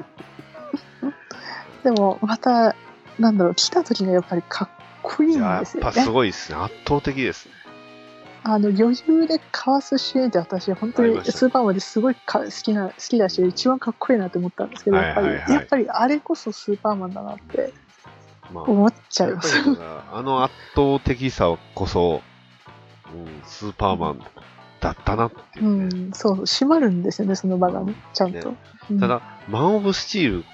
[SPEAKER 5] でもまた、なんだろう、来た時がやっぱりかっこいい
[SPEAKER 4] い
[SPEAKER 5] ん
[SPEAKER 4] やや
[SPEAKER 5] で
[SPEAKER 4] っ
[SPEAKER 5] すよ
[SPEAKER 4] ぱす
[SPEAKER 5] ね。
[SPEAKER 4] ごいですね。圧倒的ですね。
[SPEAKER 5] あの余裕でかわすシーンって私、本当
[SPEAKER 4] ありま
[SPEAKER 5] に
[SPEAKER 4] したね
[SPEAKER 5] スーパーマンですごいか好きな、好きだし、一番かっこいいなって思ったんですけど、やっぱり、
[SPEAKER 4] はいはいはい
[SPEAKER 5] やっぱりあれこそスーパーマンだなって
[SPEAKER 4] まあ、
[SPEAKER 5] 思っちゃい
[SPEAKER 4] やっ
[SPEAKER 5] ま
[SPEAKER 4] ぱ
[SPEAKER 5] す。
[SPEAKER 4] りだからあの圧倒的さこそ、うん、スーパーマンだったなっていううね。
[SPEAKER 5] ん、そう、締まるんですよね、その場がね、ちゃんと。うん
[SPEAKER 4] ただ、マン・オブ・スチール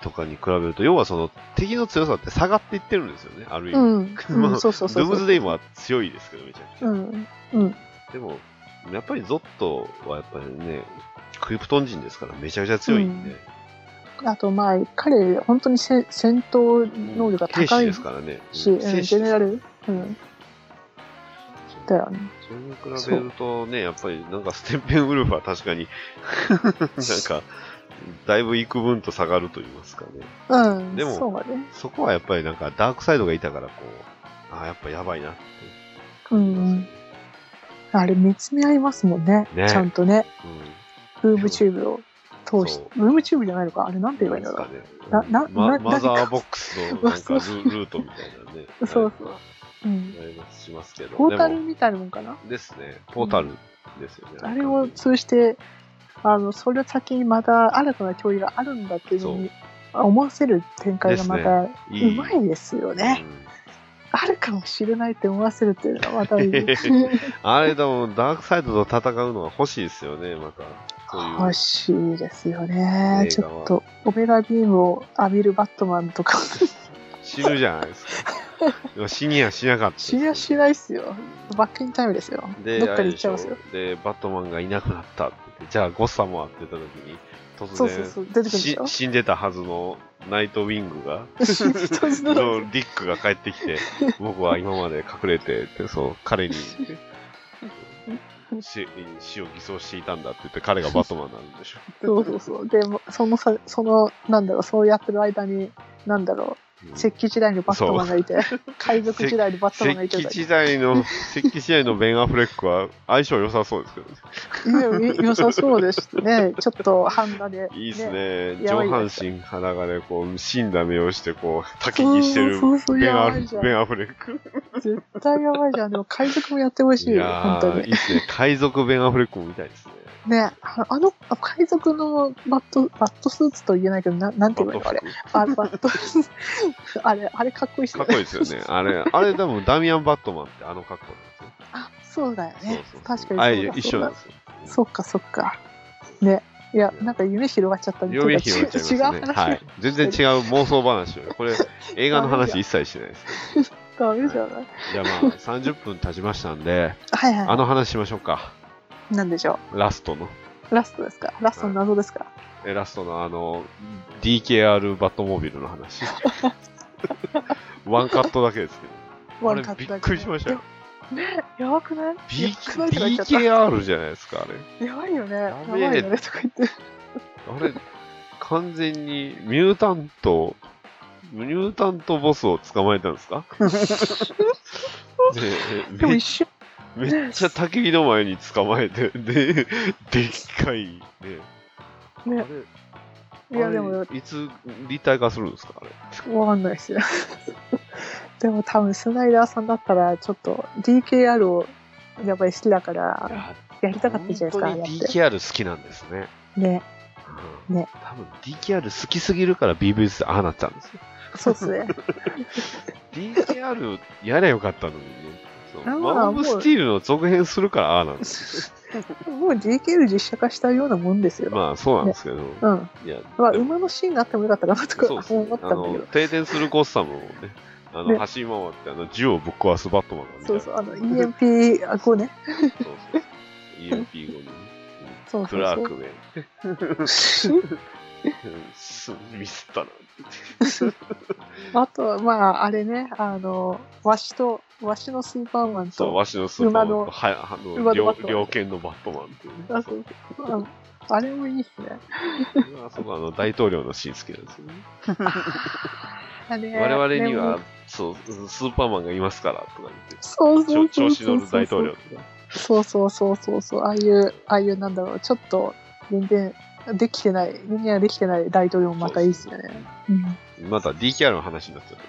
[SPEAKER 4] とかに比べると、要はその敵の強さって下がっていってるんですよね、ある意
[SPEAKER 5] う
[SPEAKER 4] 味。
[SPEAKER 5] ん、
[SPEAKER 4] ま
[SPEAKER 5] う
[SPEAKER 4] あ
[SPEAKER 5] んそうそうそうそう。
[SPEAKER 4] ドゥムズデイも強いですけど、めちゃくちゃ。
[SPEAKER 5] うん、うん、
[SPEAKER 4] でも、やっぱりゾットはやっぱりね、クリプトン人ですからめちゃくちゃ強いんで、
[SPEAKER 5] あとまあ彼本当にせ戦闘能力が
[SPEAKER 4] 兵
[SPEAKER 5] 高
[SPEAKER 4] 士
[SPEAKER 5] い
[SPEAKER 4] です
[SPEAKER 5] し、
[SPEAKER 4] からね。
[SPEAKER 5] う
[SPEAKER 4] 戦
[SPEAKER 5] ん
[SPEAKER 4] 士
[SPEAKER 5] ジェネラル、うん、
[SPEAKER 4] そう
[SPEAKER 5] だよね。
[SPEAKER 4] それに比べるとね、やっぱりなんかステンペンウルフは確 かに、なんか、だいぶ幾分と下がると言いますかね。
[SPEAKER 5] うん、
[SPEAKER 4] でも
[SPEAKER 5] そうだね。
[SPEAKER 4] そこはやっぱりなんかダークサイドがいたからこう、ああ、やっぱやばいなって感じますよね。
[SPEAKER 5] あれ見つめ合いますもんね、
[SPEAKER 4] ね
[SPEAKER 5] ちゃんとね、
[SPEAKER 4] うん。
[SPEAKER 5] ブームチューブを通し
[SPEAKER 4] そう
[SPEAKER 5] て、ブームチューブじゃないのか、あれなんて言えばいいん
[SPEAKER 4] で
[SPEAKER 5] だ
[SPEAKER 4] す
[SPEAKER 5] ろ
[SPEAKER 4] か
[SPEAKER 5] う。
[SPEAKER 4] ね。
[SPEAKER 5] な
[SPEAKER 4] うん
[SPEAKER 5] な
[SPEAKER 4] ま
[SPEAKER 5] な
[SPEAKER 4] マザーボックスのなんか
[SPEAKER 5] わ
[SPEAKER 4] ル
[SPEAKER 5] そう
[SPEAKER 4] ルートみたいなね。
[SPEAKER 5] そうそう。うん、
[SPEAKER 4] ありますしますけど。
[SPEAKER 5] ポータル
[SPEAKER 4] でも
[SPEAKER 5] みたいなもんかな。
[SPEAKER 4] ですね。ポータルですよね。
[SPEAKER 5] あれを通じて、あのそれを先にまた新たな教育があるんだっていうのに思わせる展開がまたう
[SPEAKER 4] いい
[SPEAKER 5] まいですよね。
[SPEAKER 4] うん
[SPEAKER 5] あるかもしれないって思わせるっていうのがまたいい
[SPEAKER 4] あれでも、ダークサイドと戦うのは欲しいですよね、また。そういう。
[SPEAKER 5] 欲しいですよね。
[SPEAKER 4] 映
[SPEAKER 5] ち
[SPEAKER 4] 画は
[SPEAKER 5] ょっと、オメガビームを浴びるバットマン とか、
[SPEAKER 4] 死ぬじゃないです か。でも死にはしなかったです
[SPEAKER 5] 死
[SPEAKER 4] よ。
[SPEAKER 5] にはしないっすよ。バックインタイムですよ。
[SPEAKER 4] で、
[SPEAKER 5] どっかで行っちゃい
[SPEAKER 4] あれ
[SPEAKER 5] ます
[SPEAKER 4] で
[SPEAKER 5] よ。
[SPEAKER 4] しょで、バットマンがいなくなったって言って、じゃあゴッサムはって言った時に、突然
[SPEAKER 5] そうそうそう、出てくるんでし
[SPEAKER 4] し
[SPEAKER 5] ょ。
[SPEAKER 4] 死んでたはずのナイトウィング が、
[SPEAKER 5] 突
[SPEAKER 4] の
[SPEAKER 5] 然
[SPEAKER 4] ディックが帰ってきて、僕は今まで隠れてって、そう、彼 に。死死を偽装していたんだって言って彼がバットマンなんでしょ。
[SPEAKER 5] そうそうそう。でも、そのさ、その、なんだろう、そうやってる間に、なんだろ
[SPEAKER 4] うん
[SPEAKER 5] う、石器時代のバットマンがいて、海賊時代のバットマンがいて
[SPEAKER 4] 石器時代の、 石器時代のベン・アフレックは相性良さそうですけどね。
[SPEAKER 5] ね良さそうですね。ちょっと半裸で。
[SPEAKER 4] いいですね。
[SPEAKER 5] やば
[SPEAKER 4] 上
[SPEAKER 5] い
[SPEAKER 4] 半
[SPEAKER 5] です
[SPEAKER 4] 身裸でこう、死んだ目をして、こう、焚き
[SPEAKER 5] そう
[SPEAKER 4] にしてる
[SPEAKER 5] そうそう、
[SPEAKER 4] ベン
[SPEAKER 5] や
[SPEAKER 4] ア
[SPEAKER 5] ばいじゃ
[SPEAKER 4] フ
[SPEAKER 5] ん
[SPEAKER 4] ベンアフレック。
[SPEAKER 5] 絶対やばいじゃん。でも海賊もやってほしいよ、
[SPEAKER 4] や
[SPEAKER 5] 本当
[SPEAKER 4] ーい
[SPEAKER 5] に
[SPEAKER 4] い。ですね。海賊ベンアフレックも見たいですね。
[SPEAKER 5] ね、ああの、あ海賊のバット、バットスーツと言えないけど、ななんて言えばいいのあれ。あバットスーツ。あれ、あれかっこいいっす
[SPEAKER 4] かっこいいですよ ね。あれ、あれでもダミアン・バットマンってあの格好なんですよ。
[SPEAKER 5] あ、そうだよね。
[SPEAKER 4] そうそう
[SPEAKER 5] 確か
[SPEAKER 4] あ
[SPEAKER 5] にそうだ
[SPEAKER 4] 一緒
[SPEAKER 5] そう
[SPEAKER 4] な
[SPEAKER 5] だ
[SPEAKER 4] んですよ。
[SPEAKER 5] そっかそっか。ね。いや、なんか夢広がっちゃったね
[SPEAKER 4] 読み広がっちゃいま
[SPEAKER 5] 違う
[SPEAKER 4] したね。
[SPEAKER 5] 話、
[SPEAKER 4] はい。全然違う妄想話を。 これ、映画の話一切してないです。
[SPEAKER 5] ダメじゃない。
[SPEAKER 4] じゃあまあ、30分経ちましたんで、
[SPEAKER 5] はいはい。
[SPEAKER 4] あの話しましょうか。
[SPEAKER 5] なんでしょ
[SPEAKER 4] ラストの。
[SPEAKER 5] う。ラストですかラストの謎ですか、
[SPEAKER 4] えラストのあの、DKR バットモービルの 話。ワンカットだけですけど。
[SPEAKER 5] ワンカットだけ
[SPEAKER 4] あれびっくりしましたよ
[SPEAKER 5] でね、やばくない
[SPEAKER 4] B-
[SPEAKER 5] やばくなっちゃった
[SPEAKER 4] DKR じゃないですか、あれ。
[SPEAKER 5] やばいよね。や
[SPEAKER 4] や
[SPEAKER 5] ば
[SPEAKER 4] べえ
[SPEAKER 5] いよね。とか言って。
[SPEAKER 4] あれ、完全にミュータント、ミュータントボスを捕まえたんです かで
[SPEAKER 5] でも
[SPEAKER 4] め
[SPEAKER 5] 一瞬、
[SPEAKER 4] めっちゃ焚き火の前に捕まえて、で、でっかい、ね。
[SPEAKER 5] ね
[SPEAKER 4] あ
[SPEAKER 5] い
[SPEAKER 4] れ
[SPEAKER 5] やでも
[SPEAKER 4] あれいつ立体化するんですかあれ。
[SPEAKER 5] わかんないし。 でも多分スナイダーさんだったら、ちょっと DKR をやっぱり好きだから、やりたかったじゃないですか、
[SPEAKER 4] 本
[SPEAKER 5] や
[SPEAKER 4] 当に
[SPEAKER 5] っ
[SPEAKER 4] DKR 好きなんですね。
[SPEAKER 5] て。ね。
[SPEAKER 4] うん
[SPEAKER 5] ね
[SPEAKER 4] 多分 DKR 好きすぎるから BBS でああなったんですよ。
[SPEAKER 5] そうっ すね。
[SPEAKER 4] DKR やりゃよかったのにね。そう
[SPEAKER 5] あー
[SPEAKER 4] マン・オブ・スティールの続編するからああなんです
[SPEAKER 5] もう DKL 実写化したようなもんですよ。
[SPEAKER 4] まあそうなんですけど。
[SPEAKER 5] うん。
[SPEAKER 4] いや、
[SPEAKER 5] まあ、
[SPEAKER 4] でも
[SPEAKER 5] 馬のシーンがあってもよかったかなとか
[SPEAKER 4] そうですね
[SPEAKER 5] 思ったん
[SPEAKER 4] あ
[SPEAKER 5] だけ
[SPEAKER 4] の
[SPEAKER 5] ど。
[SPEAKER 4] 停電するゴッサムをね、あの
[SPEAKER 5] ね
[SPEAKER 4] 走り回ってあの銃をぶっ壊すバットマンが見た
[SPEAKER 5] そ
[SPEAKER 4] いうな
[SPEAKER 5] そう、あの EMP、あ、こうね。
[SPEAKER 4] そうそう。EMP 後にね、
[SPEAKER 5] そうそ
[SPEAKER 4] ク
[SPEAKER 5] う
[SPEAKER 4] ラ
[SPEAKER 5] そ
[SPEAKER 4] ー
[SPEAKER 5] う
[SPEAKER 4] ク。め、すミスったな。
[SPEAKER 5] あとは、まあ、あれね、あの、わしと、わしのスーパーマン
[SPEAKER 4] そう、
[SPEAKER 5] と、
[SPEAKER 4] わしのスーパーマン
[SPEAKER 5] 馬
[SPEAKER 4] と、
[SPEAKER 5] の
[SPEAKER 4] はい、あの、
[SPEAKER 5] 馬のバ
[SPEAKER 4] 猟
[SPEAKER 5] ットマン
[SPEAKER 4] 猟犬のバットマンっていうね。
[SPEAKER 5] あそうあのあれもいいっすね。
[SPEAKER 4] あそこあの大統領のシーン好きなんですよね。
[SPEAKER 5] あれ
[SPEAKER 4] 我々に。
[SPEAKER 5] で
[SPEAKER 4] は
[SPEAKER 5] も、
[SPEAKER 4] そう、スーパーマンがいますから、とか言って。
[SPEAKER 5] そう
[SPEAKER 4] ち
[SPEAKER 5] そ
[SPEAKER 4] ょ
[SPEAKER 5] うそ
[SPEAKER 4] 調
[SPEAKER 5] う
[SPEAKER 4] 子乗る
[SPEAKER 5] そう
[SPEAKER 4] 大統領とか。
[SPEAKER 5] そうそうそうそうそうああいうああいうなんだろうちょっと全然できてない人間はできてない大統領もまたいいっすよね。うん
[SPEAKER 4] また DKR の話になっちゃっ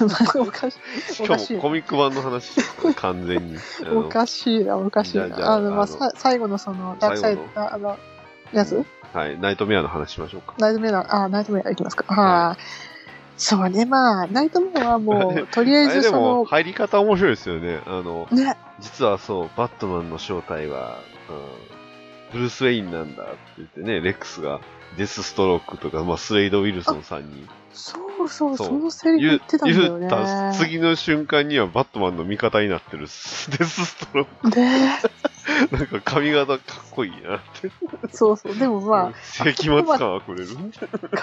[SPEAKER 4] てますよ。
[SPEAKER 5] おかし
[SPEAKER 4] し
[SPEAKER 5] お
[SPEAKER 4] か
[SPEAKER 5] かしい
[SPEAKER 4] もコミック版の話してるから完全に。あの
[SPEAKER 5] おかしいなおかしい
[SPEAKER 4] じゃあじゃあ
[SPEAKER 5] な。あのま
[SPEAKER 4] あの
[SPEAKER 5] あさ最後のそのダークサイド
[SPEAKER 4] 最
[SPEAKER 5] ああのやつ
[SPEAKER 4] はい、ナイトメアの話しましょうか。
[SPEAKER 5] ナイトメアあナイトメアいきますか。
[SPEAKER 4] は
[SPEAKER 5] はい。そうねまあナイトメアはもうとりあ
[SPEAKER 4] あ
[SPEAKER 5] え
[SPEAKER 4] れ
[SPEAKER 5] ず
[SPEAKER 4] で
[SPEAKER 5] そ
[SPEAKER 4] も
[SPEAKER 5] の
[SPEAKER 4] 入り方面白いですよね。あの、
[SPEAKER 5] ね
[SPEAKER 4] 実はそう、バットマンの正体は、うん、ブルース・ウェインなんだって言ってね、レックスがデス・ストロークとか、まあ、スレイド・ウィルソンさんに
[SPEAKER 5] そうそう
[SPEAKER 4] そう
[SPEAKER 5] そのセリフ
[SPEAKER 4] 言う
[SPEAKER 5] 言ってたんだよ
[SPEAKER 4] 言
[SPEAKER 5] ね。
[SPEAKER 4] った次の瞬間にはバットマンの味方になってるデス・ストロ
[SPEAKER 5] ね
[SPEAKER 4] ーク。なん か髪型かっこいいなって。
[SPEAKER 5] そうそうでもまあ
[SPEAKER 4] 世紀末感はくれる。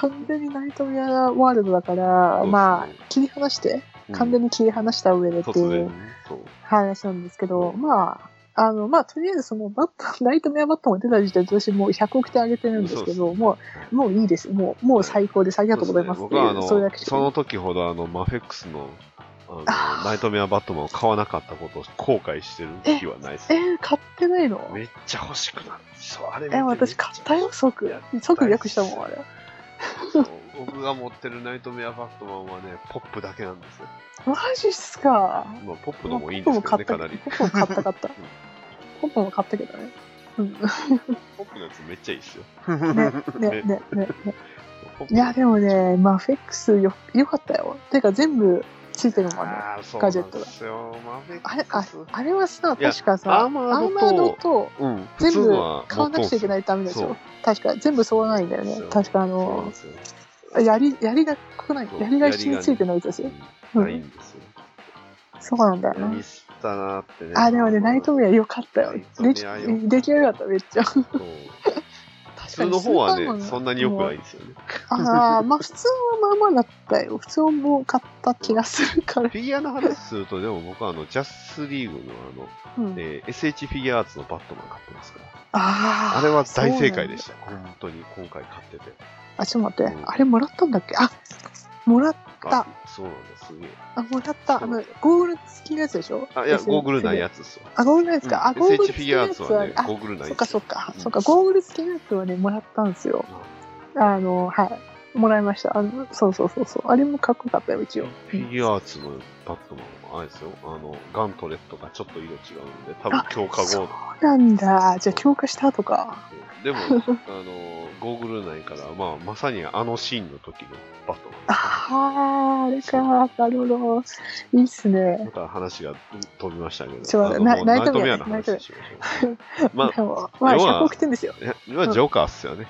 [SPEAKER 5] 完全にナイトメアワールドだから、
[SPEAKER 4] そう
[SPEAKER 5] ま
[SPEAKER 4] そう
[SPEAKER 5] あ切り離して完全
[SPEAKER 4] に
[SPEAKER 5] に切り離した上でって
[SPEAKER 4] 突然
[SPEAKER 5] いう
[SPEAKER 4] ね。そう。
[SPEAKER 5] 話なんですけど、まああのまあとりあえずそのバット ナイトメアバットも出た時点で私もう100億点あげてるんですけ
[SPEAKER 4] そう
[SPEAKER 5] どもうもういいですもうもう最高ですありがとうございますって
[SPEAKER 4] 僕はあ
[SPEAKER 5] いう
[SPEAKER 4] の
[SPEAKER 5] それだけ
[SPEAKER 4] その時ほどあのマフェックスのあ
[SPEAKER 5] あ
[SPEAKER 4] の
[SPEAKER 5] ー
[SPEAKER 4] ナイトメアバットマンを買わなかったことを後悔してる時はないです
[SPEAKER 5] え。ー、買ってないの
[SPEAKER 4] めっちゃ欲しくなる。そうあれ見て
[SPEAKER 5] えー、私買ったよ即即略したもんあれ
[SPEAKER 4] そう僕が持ってるナイトメアバットマンはね、ポップだけなんですよ。
[SPEAKER 5] マジっすか
[SPEAKER 4] まあ、ポップ
[SPEAKER 5] ポ
[SPEAKER 4] のもいいんですけどね、かなり。
[SPEAKER 5] ポップも買った買ったポップも買ったけどねうん
[SPEAKER 4] ポップのやつめっちゃいいですよ。
[SPEAKER 5] ね ねねねね
[SPEAKER 4] ポップ
[SPEAKER 5] いや、でもね、マフェックスよ、よかったよ。てか、全部ついてるもんね。
[SPEAKER 4] あーそう
[SPEAKER 5] ガジェッ
[SPEAKER 4] な
[SPEAKER 5] ト
[SPEAKER 4] んですよ。マフェ
[SPEAKER 5] あ
[SPEAKER 4] ッ
[SPEAKER 5] れ、
[SPEAKER 4] ク
[SPEAKER 5] あ
[SPEAKER 4] ス。
[SPEAKER 5] あれはさ、
[SPEAKER 4] いや
[SPEAKER 5] 確かさ、
[SPEAKER 4] アーマードと
[SPEAKER 5] アーマードと
[SPEAKER 4] うん、普
[SPEAKER 5] 全
[SPEAKER 4] 通
[SPEAKER 5] 部
[SPEAKER 4] のは。
[SPEAKER 5] 買わなくちゃいけないいとダメです
[SPEAKER 4] 持っ
[SPEAKER 5] よ。確か、全部そうはないんだよね
[SPEAKER 4] そう。
[SPEAKER 5] 確か、あ
[SPEAKER 4] そうなん
[SPEAKER 5] の
[SPEAKER 4] で、すよ
[SPEAKER 5] 槍、槍が来ない
[SPEAKER 4] そ、う
[SPEAKER 5] 槍が一緒についてないやつですよ。
[SPEAKER 4] う
[SPEAKER 5] うんん
[SPEAKER 4] ないんですよ。
[SPEAKER 5] そうなんだよ
[SPEAKER 4] 何
[SPEAKER 5] ね。
[SPEAKER 4] したなってね。
[SPEAKER 5] あ、でもね、ナイトメアよかったよ
[SPEAKER 4] ナイ。トメ
[SPEAKER 5] で
[SPEAKER 4] ア
[SPEAKER 5] き、
[SPEAKER 4] よかった
[SPEAKER 5] 出来上がった、めっちゃ。
[SPEAKER 4] そう
[SPEAKER 5] 確
[SPEAKER 4] 普
[SPEAKER 5] か
[SPEAKER 4] 通
[SPEAKER 5] に
[SPEAKER 4] の方は
[SPEAKER 5] スーパーマン
[SPEAKER 4] ね、
[SPEAKER 5] が
[SPEAKER 4] そんなに良くないんですよね。
[SPEAKER 5] ああ、まあ、普通はまあまあだったよ。普通はもう買った気がするから。
[SPEAKER 4] フィギュアの話すると、でも僕はあの、ジャスリーグのあの、
[SPEAKER 5] うん
[SPEAKER 4] えー SH フィギュアーツのバットマン買ってますから。
[SPEAKER 5] あー
[SPEAKER 4] あれは大正解でした。本当に今回買ってて。
[SPEAKER 5] あ、ちょっと待って
[SPEAKER 4] う。ん
[SPEAKER 5] あれもらったんだっけあ、もらっ
[SPEAKER 4] あ
[SPEAKER 5] た。
[SPEAKER 4] そうなんです。すげえ。
[SPEAKER 5] あ、もらった。あの、ゴーグル付きのやつでしょ
[SPEAKER 4] あ、いや、
[SPEAKER 5] 要する
[SPEAKER 4] ゴ
[SPEAKER 5] に
[SPEAKER 4] ーグルないやつですよ。
[SPEAKER 5] あ、ゴーグルないですか、あ、
[SPEAKER 4] うん
[SPEAKER 5] ゴーグ
[SPEAKER 4] SH
[SPEAKER 5] ル
[SPEAKER 4] フ
[SPEAKER 5] 付
[SPEAKER 4] ィ
[SPEAKER 5] き
[SPEAKER 4] ギ
[SPEAKER 5] の
[SPEAKER 4] ュア
[SPEAKER 5] や
[SPEAKER 4] ーツ
[SPEAKER 5] つ
[SPEAKER 4] は
[SPEAKER 5] は
[SPEAKER 4] ね、、
[SPEAKER 5] あ、
[SPEAKER 4] ゴーグルない
[SPEAKER 5] そっ
[SPEAKER 4] で
[SPEAKER 5] か
[SPEAKER 4] す
[SPEAKER 5] そ
[SPEAKER 4] よ
[SPEAKER 5] っか、そっか、ゴーグル付きのやつはね、もらったんですよ。あの、はい。もらいました。あの、そうそうそうそう。あれもかっこよかったよ、一応。
[SPEAKER 4] フィギュアーツのバットマンは、あれですよ、あの、ガントレットがちょっと色違うんで、多分強化
[SPEAKER 5] そ
[SPEAKER 4] 後
[SPEAKER 5] うなんだ。じゃあ強化したとか。
[SPEAKER 4] でも、あの、ゴーグルないから、まあ、まさにあのシーンの時のバットマン。
[SPEAKER 5] ああ、あれか。なるほど。いいっすね。
[SPEAKER 4] また話が飛びましたけど、
[SPEAKER 5] そうだ
[SPEAKER 4] あの
[SPEAKER 5] な
[SPEAKER 4] もう
[SPEAKER 5] ナイト
[SPEAKER 4] ナ
[SPEAKER 5] メ
[SPEAKER 4] イ
[SPEAKER 5] ア
[SPEAKER 4] トメアの話しましょう。ま
[SPEAKER 5] でもまあ、
[SPEAKER 4] 要は
[SPEAKER 5] 100億点ですよ。
[SPEAKER 4] あ、いやまあジョーカーっすよね。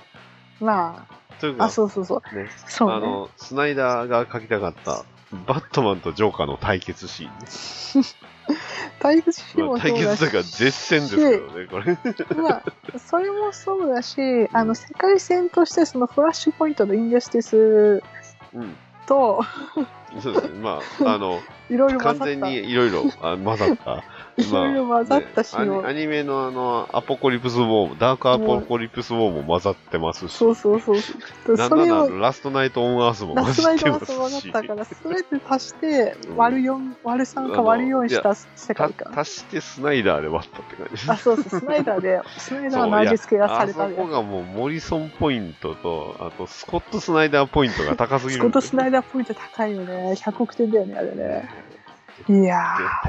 [SPEAKER 5] ま
[SPEAKER 4] という
[SPEAKER 5] あ、
[SPEAKER 4] か
[SPEAKER 5] あ、、そうそうそう。
[SPEAKER 4] ね、
[SPEAKER 5] そう
[SPEAKER 4] あ
[SPEAKER 5] ね。
[SPEAKER 4] の、スナイダーが書きたかった、バットマンとジョーカーの対決シーンね。
[SPEAKER 5] 対決し
[SPEAKER 4] ま
[SPEAKER 5] も
[SPEAKER 4] あ、
[SPEAKER 5] そう
[SPEAKER 4] 対
[SPEAKER 5] だ
[SPEAKER 4] 決
[SPEAKER 5] し
[SPEAKER 4] だから絶戦ですけどね、これ。
[SPEAKER 5] まあ、それもそうだし、あの、世界線として、そのフラッシュポイントのインジャスティス
[SPEAKER 4] うん。
[SPEAKER 5] と、
[SPEAKER 4] そうですね。まあ、あの、
[SPEAKER 5] いろいろ混
[SPEAKER 4] 完
[SPEAKER 5] ざった。
[SPEAKER 4] 全にいろいろあ混ざった。
[SPEAKER 5] いろいろ混ざったし
[SPEAKER 4] まあね
[SPEAKER 5] を
[SPEAKER 4] アニアニメのあの、アポコリプスウォーも、ダークアポコリプスウォーも混ざってますし、
[SPEAKER 5] そうそうそう。
[SPEAKER 4] な
[SPEAKER 5] そ
[SPEAKER 4] ん
[SPEAKER 5] れ
[SPEAKER 4] な
[SPEAKER 5] を
[SPEAKER 4] らラストナイトオンアースも混
[SPEAKER 5] ラストナ
[SPEAKER 4] ざっ
[SPEAKER 5] イ
[SPEAKER 4] て
[SPEAKER 5] ト
[SPEAKER 4] ま
[SPEAKER 5] マスも
[SPEAKER 4] す
[SPEAKER 5] 分
[SPEAKER 4] し。
[SPEAKER 5] かったから、すべて足して
[SPEAKER 4] うん、
[SPEAKER 5] 割る四割る3か割る4した世界
[SPEAKER 4] た
[SPEAKER 5] 観。
[SPEAKER 4] 足してスナイダーで割ったって感じです
[SPEAKER 5] あ、そうそう、スナイダー で、スナイダーの
[SPEAKER 4] そういや
[SPEAKER 5] 味付けがさ
[SPEAKER 4] あ
[SPEAKER 5] れ
[SPEAKER 4] そ
[SPEAKER 5] たみたい
[SPEAKER 4] こ
[SPEAKER 5] な
[SPEAKER 4] がもうモリソンポイントと、あとスコット・スナイダーポイントが高すぎ
[SPEAKER 5] ス
[SPEAKER 4] る
[SPEAKER 5] コ
[SPEAKER 4] んで
[SPEAKER 5] ット・
[SPEAKER 4] す
[SPEAKER 5] ス
[SPEAKER 4] よ。
[SPEAKER 5] ナイダーポイント高いよね。100億点だよね、あれね。いや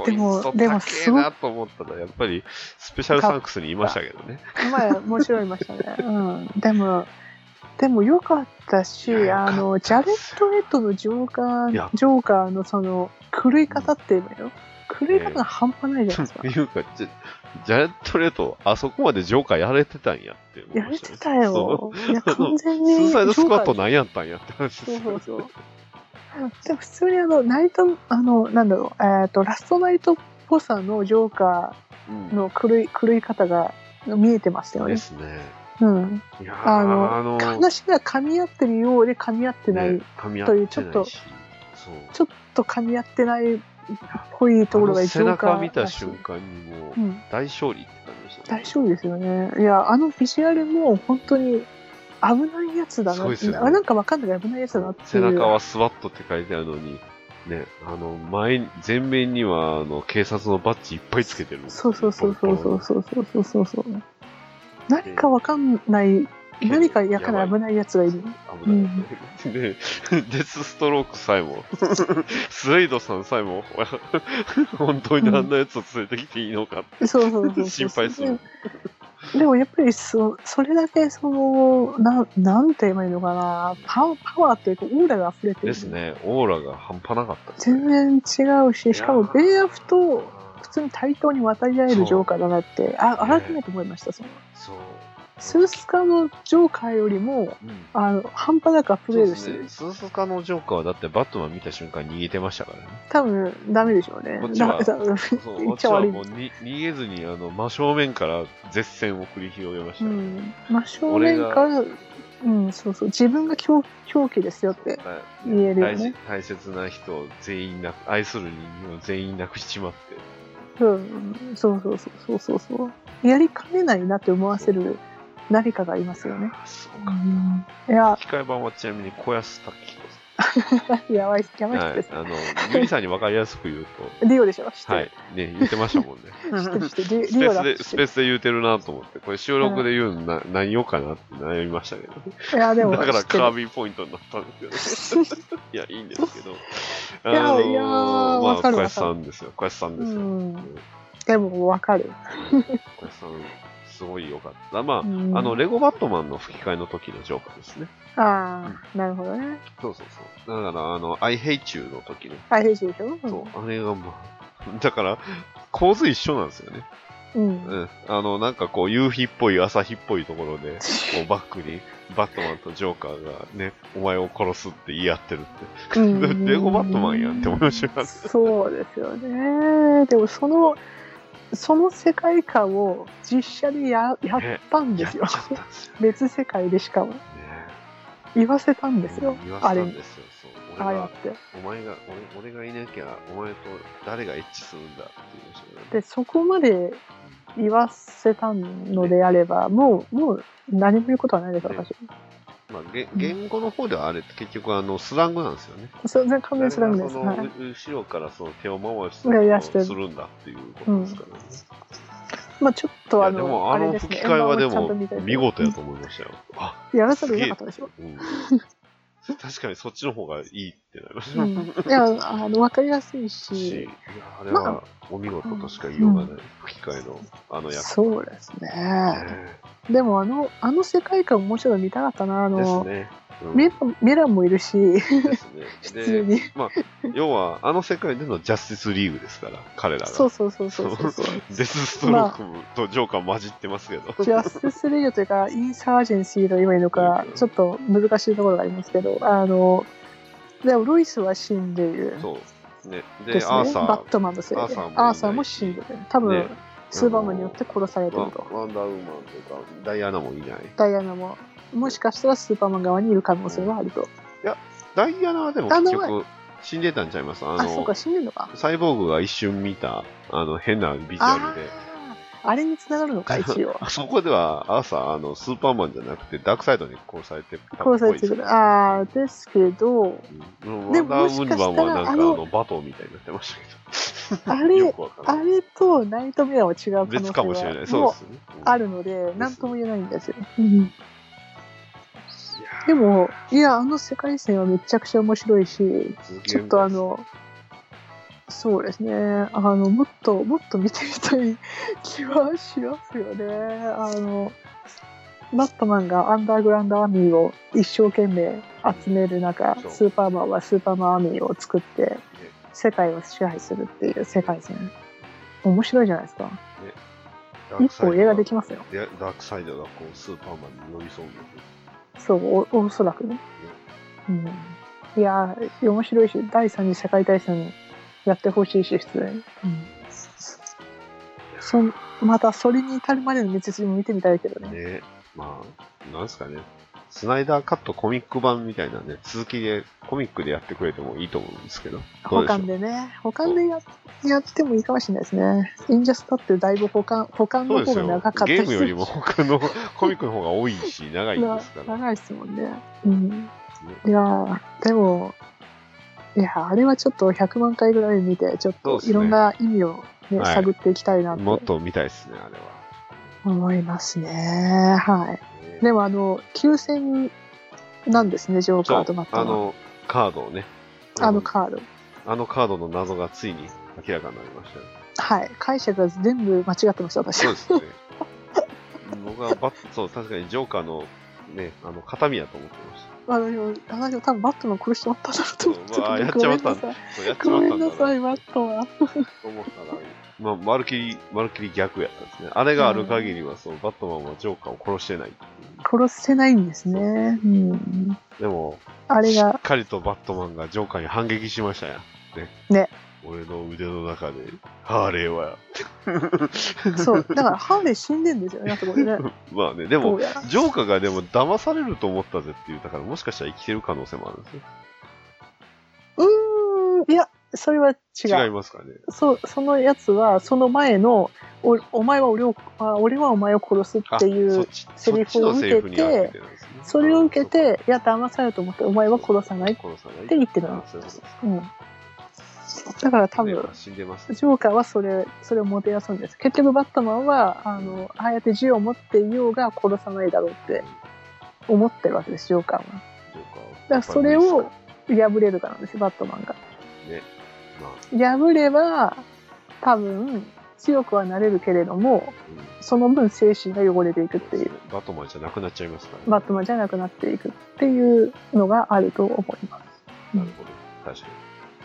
[SPEAKER 5] ー、
[SPEAKER 4] で
[SPEAKER 5] でも、でも、す
[SPEAKER 4] す
[SPEAKER 5] ご
[SPEAKER 4] ご
[SPEAKER 5] く
[SPEAKER 4] い。なと思ったら、やっぱりスペシャルサンクスにいましたけどね。
[SPEAKER 5] 前もちろんいましたね。うん。でも、でも良かった
[SPEAKER 4] いや良
[SPEAKER 5] し、
[SPEAKER 4] かった
[SPEAKER 5] あの、ジャレット・レッドのジョーカ
[SPEAKER 4] いや
[SPEAKER 5] ー、ジョーカーのその、狂い方って言えばいいの狂い方が半端ないじゃないですか
[SPEAKER 4] と。いうか、ジャジャレット・レト、あそこまでジョーカーやれてたんやって思い
[SPEAKER 5] や
[SPEAKER 4] ま
[SPEAKER 5] れ
[SPEAKER 4] したね
[SPEAKER 5] てたよ。いや、完全
[SPEAKER 4] そう。
[SPEAKER 5] に。
[SPEAKER 4] スーサイドスクワットな
[SPEAKER 5] な
[SPEAKER 4] んやったんやって話で
[SPEAKER 5] そう
[SPEAKER 4] す
[SPEAKER 5] そう
[SPEAKER 4] よ。
[SPEAKER 5] そう。でも普通にあの、ナイト、あの、なんだろう、えっ、と、ラストナイトっぽさのジョーカ
[SPEAKER 4] うん
[SPEAKER 5] ーの狂い、狂い方が見えてましたよ
[SPEAKER 4] で
[SPEAKER 5] ね。
[SPEAKER 4] すね。
[SPEAKER 5] うん。
[SPEAKER 4] いやー
[SPEAKER 5] あの
[SPEAKER 4] あの
[SPEAKER 5] 話が噛み合ってるようで噛み合ってない、
[SPEAKER 4] ね噛み合ってないし
[SPEAKER 5] というちょっと
[SPEAKER 4] そう。
[SPEAKER 5] ちょっと噛み合ってないっぽいところ
[SPEAKER 4] あ
[SPEAKER 5] が
[SPEAKER 4] の
[SPEAKER 5] ジ
[SPEAKER 4] 背
[SPEAKER 5] ョーカー
[SPEAKER 4] 中見た
[SPEAKER 5] らしい
[SPEAKER 4] 瞬間にもう
[SPEAKER 5] う、ん。
[SPEAKER 4] 大勝利って感じでしたね。
[SPEAKER 5] 大丈夫ですよね。いや、あのビジュアルも本当に危ないやつだ
[SPEAKER 4] す
[SPEAKER 5] な。
[SPEAKER 4] ごいですよね
[SPEAKER 5] あなんかわかんないけど危ないやつだなっていう。
[SPEAKER 4] 背中はスワットって書いてあるのに、ね、あの、前に、前面には、あの、警察のバッジいっぱいつけてる。
[SPEAKER 5] そうそうそうそうそう
[SPEAKER 4] そ
[SPEAKER 5] そうそうそうそうそう。何かわかんない、何かやから危ないやつがいる。
[SPEAKER 4] 危ない。で、デスストロークさえ も、スレイドさんさえも、 本当にあんなやつを連れてきていいのかって
[SPEAKER 5] そうそうそうそう。
[SPEAKER 4] 心配する。
[SPEAKER 5] で。でもやっぱりそそれだけそのななんて言えばいいのかなパパワーというかオーラが溢れてる。
[SPEAKER 4] です。ね、オーラが半端なかったですね。
[SPEAKER 5] 全然違うし、しかもベイアフと
[SPEAKER 4] あ
[SPEAKER 5] 普通に対等に渡り合えるジョーカーだなってあ
[SPEAKER 4] ね
[SPEAKER 5] 改めて思いました。その
[SPEAKER 4] ーそう。
[SPEAKER 5] スースカのジョーカーよりも
[SPEAKER 4] うん
[SPEAKER 5] あの半端なくアップ
[SPEAKER 4] そう
[SPEAKER 5] デー
[SPEAKER 4] で
[SPEAKER 5] トして
[SPEAKER 4] す
[SPEAKER 5] る。
[SPEAKER 4] ね。スースカのジョーカーはだってバットマン見た瞬間逃げてましたからね。
[SPEAKER 5] 多分ダメでしょうね。
[SPEAKER 4] こっちは
[SPEAKER 5] だ多分
[SPEAKER 4] そう、
[SPEAKER 5] 言っ
[SPEAKER 4] 私
[SPEAKER 5] ち ゃ
[SPEAKER 4] は
[SPEAKER 5] 悪い
[SPEAKER 4] もうに逃げずに、あの、真正面から絶戦を繰り広げまし
[SPEAKER 5] う
[SPEAKER 4] たよ、
[SPEAKER 5] ん、真正面から、うん、そうそう、自分が狂狂気ですよって。
[SPEAKER 4] だ
[SPEAKER 5] 言えるよね
[SPEAKER 4] 大事大切な人を全員なく、愛する人間を全員なくしちまって。
[SPEAKER 5] うん、そうそうそうそうそうそう。やりかねないなって思わせる何かがいますよね。
[SPEAKER 4] あーすご
[SPEAKER 5] う
[SPEAKER 4] かっ
[SPEAKER 5] ん、い
[SPEAKER 4] た。
[SPEAKER 5] や、
[SPEAKER 4] 機械版はちなみに小安拓人
[SPEAKER 5] やばい、
[SPEAKER 4] さ
[SPEAKER 5] や
[SPEAKER 4] ん。
[SPEAKER 5] ばい人
[SPEAKER 4] はい
[SPEAKER 5] です。。
[SPEAKER 4] あの、ゆりさんに分かりやすく言うと、
[SPEAKER 5] リオでしょ知 って
[SPEAKER 4] は
[SPEAKER 5] る
[SPEAKER 4] い。。ね、言ってましたもんね。
[SPEAKER 5] 知 ってる、知ってる。
[SPEAKER 4] スペ
[SPEAKER 5] リリオ
[SPEAKER 4] ー
[SPEAKER 5] だ
[SPEAKER 4] ス
[SPEAKER 5] って
[SPEAKER 4] で、
[SPEAKER 5] 知っ
[SPEAKER 4] スペ
[SPEAKER 5] て
[SPEAKER 4] ー
[SPEAKER 5] る。
[SPEAKER 4] スで言うてるなと思って、これ収録で言うのな、何言おうかなって悩みましたけど。
[SPEAKER 5] いや、でも、
[SPEAKER 4] だから
[SPEAKER 5] 知ってる
[SPEAKER 4] カービィポイントになったんですけど、いや、いいんですけど、あ
[SPEAKER 5] や いやー
[SPEAKER 4] まあ、
[SPEAKER 5] わか
[SPEAKER 4] 小
[SPEAKER 5] るわかる
[SPEAKER 4] 安さんですよ、小安さんです
[SPEAKER 5] う
[SPEAKER 4] よ。
[SPEAKER 5] ん。でも、わかる。
[SPEAKER 4] 小安さん、すごい良かった。まあ、
[SPEAKER 5] うん
[SPEAKER 4] あの、レゴバットマンの吹き替えの時のジョーカーですね。
[SPEAKER 5] ああ、なるほどね。
[SPEAKER 4] そうそうそう。だから、あの、I hate you の時の、
[SPEAKER 5] 大変でしょ
[SPEAKER 4] そう、あれがまあ、だから、構図一緒なんですよね。
[SPEAKER 5] うん。
[SPEAKER 4] うん。あの、なんかこう、夕日っぽい、朝日っぽいところで、こう、バックに、バットマンとジョーカーがね、お前を殺すって言い合ってるって。
[SPEAKER 5] うん
[SPEAKER 4] レゴバットマンやんって思いましたよ
[SPEAKER 5] そうですよねでもそのその世界観を実写でややったんですよ
[SPEAKER 4] やっちゃったんですよ
[SPEAKER 5] 別世界でしかも
[SPEAKER 4] ね。
[SPEAKER 5] 言わせたんですよ
[SPEAKER 4] 言わ
[SPEAKER 5] あ
[SPEAKER 4] せ
[SPEAKER 5] れ
[SPEAKER 4] たん
[SPEAKER 5] に
[SPEAKER 4] ですよ。そう
[SPEAKER 5] ああ
[SPEAKER 4] 俺
[SPEAKER 5] や
[SPEAKER 4] が
[SPEAKER 5] っ、て
[SPEAKER 4] お前が俺、俺がいなきゃ、お前と誰がエッチするんだっていう人がね
[SPEAKER 5] でそこまで言わせたのであればもうもう何も言うことはないです
[SPEAKER 4] ね
[SPEAKER 5] 私
[SPEAKER 4] まあ、げ言語の方ではあれって結局あのスラングなんですよね。
[SPEAKER 5] 全然関連するんで
[SPEAKER 4] 誰が
[SPEAKER 5] す
[SPEAKER 4] そ
[SPEAKER 5] ね
[SPEAKER 4] の、
[SPEAKER 5] はいう
[SPEAKER 4] 後ろからその手を回して
[SPEAKER 5] いやいやして
[SPEAKER 4] するんだっていうことですからね。
[SPEAKER 5] まあちょっとあ
[SPEAKER 4] いや
[SPEAKER 5] の
[SPEAKER 4] でもあ
[SPEAKER 5] れ
[SPEAKER 4] の
[SPEAKER 5] です
[SPEAKER 4] 吹
[SPEAKER 5] ね
[SPEAKER 4] き替えはで
[SPEAKER 5] 円
[SPEAKER 4] も
[SPEAKER 5] 盤ちゃんと見たい
[SPEAKER 4] 見事やと思いましたよ。あ
[SPEAKER 5] やらざるを得なかったでしょ
[SPEAKER 4] うん確かにそっちの方がいいってなりまし
[SPEAKER 5] うん、いや、あの、わかりやすい
[SPEAKER 4] たし、い
[SPEAKER 5] し
[SPEAKER 4] や、あれはお見事としか言いようがない。吹き替えのあの役。
[SPEAKER 5] そうですね。
[SPEAKER 4] ね
[SPEAKER 5] でも、あの、あの世界観ももちろん見たかったな、あ
[SPEAKER 4] です
[SPEAKER 5] の、
[SPEAKER 4] ね。うん
[SPEAKER 5] メラメランもいるし、
[SPEAKER 4] です
[SPEAKER 5] 普
[SPEAKER 4] ね。
[SPEAKER 5] 通
[SPEAKER 4] で、
[SPEAKER 5] に。
[SPEAKER 4] まあ、要は、あの世界でのジャスティスリーグですから、彼らが。
[SPEAKER 5] そうそうそうそうそうそう。
[SPEAKER 4] デスストロークもとジョーカー混じってますけど。
[SPEAKER 5] ジャスティスリーグというか、インサージェンシーと言えばいいのか、ちょっと難しいところがありますけど、あの、でもロイスは死んでいる。
[SPEAKER 4] そう。ね。で、
[SPEAKER 5] ですね。
[SPEAKER 4] アーサー。
[SPEAKER 5] バットマンのせいで。
[SPEAKER 4] アー
[SPEAKER 5] ア
[SPEAKER 4] サーもいない
[SPEAKER 5] ーサーも死んでる。多分、
[SPEAKER 4] ね
[SPEAKER 5] スーパーマンによって殺されてる
[SPEAKER 4] ワ
[SPEAKER 5] と。
[SPEAKER 4] ワンダーウーマンとか、ダイアナもいない。
[SPEAKER 5] ダイアナも、もしかしたらスーパーマン側にいる可能性はあると。
[SPEAKER 4] ダイアナはでも
[SPEAKER 5] あ
[SPEAKER 4] 結
[SPEAKER 5] の
[SPEAKER 4] 局、死んでたんちゃいますあ
[SPEAKER 5] あそう
[SPEAKER 4] の
[SPEAKER 5] か、、死んでるのか。
[SPEAKER 4] サイボーグが一瞬見た、あの、変なビジュア
[SPEAKER 5] あ
[SPEAKER 4] ルで。
[SPEAKER 5] あ、あれに繋がるの か、一応。
[SPEAKER 4] あそこでは、朝、あの、スーパーマンじゃなくて、ダークサイドに殺されてた
[SPEAKER 5] 殺されてくる。ああ、ですけど、
[SPEAKER 4] うんワ
[SPEAKER 5] で
[SPEAKER 4] ン
[SPEAKER 5] も
[SPEAKER 4] ダーウーマンはなんか、あ
[SPEAKER 5] もしかしたらあの
[SPEAKER 4] の、バトンみたいになってましたけど。
[SPEAKER 5] あれ
[SPEAKER 4] よくわか
[SPEAKER 5] あ
[SPEAKER 4] んない
[SPEAKER 5] れとナイトメアは違う可能性は
[SPEAKER 4] 別かもしれない。そう
[SPEAKER 5] も
[SPEAKER 4] ですよね。うん
[SPEAKER 5] あるので、なんとも言えないんですよ。うん
[SPEAKER 4] いやー
[SPEAKER 5] でも、いや、あの世界線はめちゃくちゃ面白いし、
[SPEAKER 4] 続け
[SPEAKER 5] ち
[SPEAKER 4] る
[SPEAKER 5] ょっ
[SPEAKER 4] んだ
[SPEAKER 5] とあの、そうですね、あの、もっと、もっと見てみたい気はしますよね。あの、バットマンがアンダーグラウンドアーミーを一生懸命集める中
[SPEAKER 4] そう、
[SPEAKER 5] スーパーマンはスーパーマンアーミーを作って、世界を支配するっていう世界線。面白いじゃないですか。
[SPEAKER 4] ダーク
[SPEAKER 5] 一
[SPEAKER 4] サイド
[SPEAKER 5] 歩
[SPEAKER 4] が
[SPEAKER 5] 映画できますよ。
[SPEAKER 4] でダークサイドがこうスーパーマンに寄り添うんだ
[SPEAKER 5] そう、おおそらくね。うん、いやー、面白いし、第三次世界大戦やってほしいし、普通に。うん、そんまた、それに至るまでの道筋も見てみたいけど
[SPEAKER 4] けど
[SPEAKER 5] ね。
[SPEAKER 4] ね。まあ、なんですかね。スナイダーカットコミック版みたいなね、続きでコミックでやってくれてもいいと思うんですけど。ど
[SPEAKER 5] 保
[SPEAKER 4] うでしょ
[SPEAKER 5] 管
[SPEAKER 4] う
[SPEAKER 5] でね。保管でややってもいいかもしれないですね。インジャスタってだいぶ保管、保管
[SPEAKER 4] そうで
[SPEAKER 5] の方
[SPEAKER 4] す
[SPEAKER 5] が
[SPEAKER 4] よ。
[SPEAKER 5] 長かった
[SPEAKER 4] ゲ
[SPEAKER 5] り
[SPEAKER 4] ームよりも他のコミックの方が多いし、長いですか
[SPEAKER 5] な
[SPEAKER 4] ら。
[SPEAKER 5] 長いですもんね。うん。
[SPEAKER 4] ね
[SPEAKER 5] いやー、でも、いやー、あれはちょっと100万回ぐらい見て、ちょっ
[SPEAKER 4] そうです
[SPEAKER 5] と
[SPEAKER 4] ね
[SPEAKER 5] いろんな意味を、ね
[SPEAKER 4] はい
[SPEAKER 5] 探っていきたいな
[SPEAKER 4] もっ
[SPEAKER 5] と
[SPEAKER 4] と見たいですね、あれは。
[SPEAKER 5] 思いますね。はい。
[SPEAKER 4] ね
[SPEAKER 5] でもあの休戦なんですねジョーカーと
[SPEAKER 4] そう
[SPEAKER 5] バット
[SPEAKER 4] あ
[SPEAKER 5] マン
[SPEAKER 4] の、カードをね。
[SPEAKER 5] あのカード
[SPEAKER 4] あのカードの謎がついに明らかになりま したね。
[SPEAKER 5] はい解釈が全部間違ってました私
[SPEAKER 4] そうですね。僕はバッそう、確かにジョーカーのね、あの、形見やと思ってまし
[SPEAKER 5] 私も私も多分バットマン殺しちまっただろうと思って
[SPEAKER 4] うわー
[SPEAKER 5] ちょ
[SPEAKER 4] やっ
[SPEAKER 5] っ
[SPEAKER 4] ちまった
[SPEAKER 5] と
[SPEAKER 4] た。そう、やっちま
[SPEAKER 5] ご
[SPEAKER 4] っ
[SPEAKER 5] め
[SPEAKER 4] た
[SPEAKER 5] ん
[SPEAKER 4] んだ
[SPEAKER 5] なさ
[SPEAKER 4] ない
[SPEAKER 5] ごめんなさいバットマン
[SPEAKER 4] と思ったら、まあ、まるきり、まるきり逆やったんですね。あれがある限りは、そう、バットマンはジョーカーを殺してないっていう
[SPEAKER 5] 殺せないんですねうん
[SPEAKER 4] でも、
[SPEAKER 5] あれ
[SPEAKER 4] しっ
[SPEAKER 5] が
[SPEAKER 4] かりとバットマンがジョーカーに反撃しましたやん。ね。
[SPEAKER 5] ね
[SPEAKER 4] 俺の腕の中で、ハーレーは。
[SPEAKER 5] そうだからハーレー死んでんですよねあそこでね
[SPEAKER 4] まあね、で
[SPEAKER 5] ど
[SPEAKER 4] も
[SPEAKER 5] う、やら
[SPEAKER 4] ジョーカーがでも騙されると思ったぜって言ったから、もしかしたら生きてる可能性もあるんですよ。
[SPEAKER 5] うーんいやそれは違う
[SPEAKER 4] 違いますからね。
[SPEAKER 5] そうそのやつはその前のおお前は俺をあ俺はお前を殺す
[SPEAKER 4] あ
[SPEAKER 5] っていう
[SPEAKER 4] そ
[SPEAKER 5] セ
[SPEAKER 4] っ
[SPEAKER 5] リ
[SPEAKER 4] ち
[SPEAKER 5] フを
[SPEAKER 4] の
[SPEAKER 5] 受
[SPEAKER 4] セ
[SPEAKER 5] け
[SPEAKER 4] リフ
[SPEAKER 5] て
[SPEAKER 4] に合わせてなんですね
[SPEAKER 5] それを受け、
[SPEAKER 4] あ
[SPEAKER 5] て、いや、騙されると思って、お前は殺さないっ
[SPEAKER 4] 殺さないって
[SPEAKER 5] 言ってるの。
[SPEAKER 4] そういうことです
[SPEAKER 5] うん。だから多
[SPEAKER 4] ね
[SPEAKER 5] 分
[SPEAKER 4] まあ、死んでます、
[SPEAKER 5] ジョーカーはそれ、それをもてあそんです。結局、バットマンは、あの、ああやって銃を持っていようが殺さないだろうって思ってるわけです、ジョーカーは。だ
[SPEAKER 4] ジョーカーは
[SPEAKER 5] からそれを、破れるかなんです、バットマンが。
[SPEAKER 4] ねまあ
[SPEAKER 5] 破れば、多分、強くはなれるけれども、
[SPEAKER 4] うん
[SPEAKER 5] その分精神が汚れていくっ
[SPEAKER 4] そう
[SPEAKER 5] て
[SPEAKER 4] です
[SPEAKER 5] い
[SPEAKER 4] ね
[SPEAKER 5] う、
[SPEAKER 4] バットマンじゃなくなっちゃいますから、
[SPEAKER 5] バットマンじゃなくなっていくっていうのがあると思います。
[SPEAKER 4] なるほど確か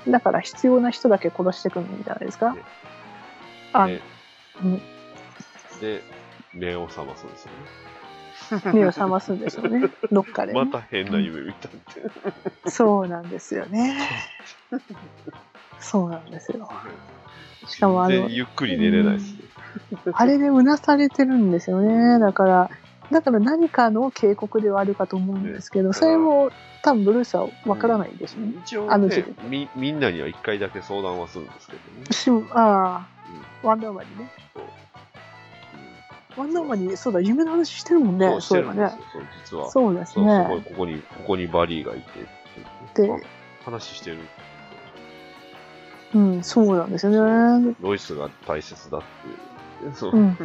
[SPEAKER 5] だから必要な人だけ殺してくんじゃないですか。
[SPEAKER 4] ね
[SPEAKER 5] あ、
[SPEAKER 4] ね
[SPEAKER 5] うん
[SPEAKER 4] にで目を覚ますんですよ
[SPEAKER 5] 目を覚ますんですよ ね。どっかで
[SPEAKER 4] ね
[SPEAKER 5] ね、
[SPEAKER 4] また変な夢見たって、
[SPEAKER 5] そうなんです よね。そうなんですよ。しかもあ
[SPEAKER 4] 全
[SPEAKER 5] の
[SPEAKER 4] 然、ゆっくり寝れないですね、
[SPEAKER 5] あれでうなされてるんですよね。だから、だから何かの警告ではあるかと思うんですけど、
[SPEAKER 4] ね
[SPEAKER 5] それも多分ブルースはわからないでしょうね。
[SPEAKER 4] 一応
[SPEAKER 5] あの
[SPEAKER 4] ね
[SPEAKER 5] 時期
[SPEAKER 4] みみんなには一回だけ相談はするんですけどね、
[SPEAKER 5] しあ
[SPEAKER 4] うん
[SPEAKER 5] あ、ワンダーマンにね。
[SPEAKER 4] うん
[SPEAKER 5] ワンダーマンに、そうだ、夢の話してるもんね。
[SPEAKER 4] そうして
[SPEAKER 5] そうい
[SPEAKER 4] る
[SPEAKER 5] え
[SPEAKER 4] ん
[SPEAKER 5] ば
[SPEAKER 4] ですよ。
[SPEAKER 5] ね
[SPEAKER 4] そう実は
[SPEAKER 5] そうです
[SPEAKER 4] そうすごいここ
[SPEAKER 5] ね。
[SPEAKER 4] にここにバリーがいて
[SPEAKER 5] で
[SPEAKER 4] あ話してる
[SPEAKER 5] うん、そうなんですよね。
[SPEAKER 4] ロイスが大切だっていうそう、
[SPEAKER 5] うん。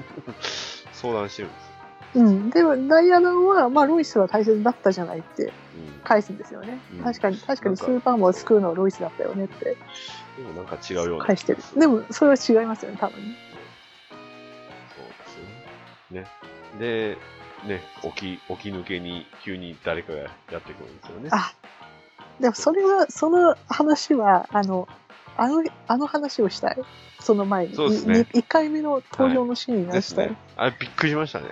[SPEAKER 4] 相談してるんです
[SPEAKER 5] うん。でも、ダイアナは、まあ、ロイスは大切だったじゃないって
[SPEAKER 4] うん
[SPEAKER 5] 返すんですよね
[SPEAKER 4] うん。
[SPEAKER 5] 確かに、確か
[SPEAKER 4] なん
[SPEAKER 5] に
[SPEAKER 4] か
[SPEAKER 5] スーパーマンを救うのはロイスだったよねって
[SPEAKER 4] でもなんか違うような。
[SPEAKER 5] 返してる。でも、それは違いますよね、多分ね。
[SPEAKER 4] そうですね。ね。で、ね、起き、起き抜けに急に誰かがやってくるんですよね。
[SPEAKER 5] あでもそれはその話はあのあのあの話をしたいその前に
[SPEAKER 4] そうですね
[SPEAKER 5] 1回目の登場のシーンに
[SPEAKER 4] で
[SPEAKER 5] 話し
[SPEAKER 4] す
[SPEAKER 5] たい、
[SPEAKER 4] ね。あれ、びっくりしましたね。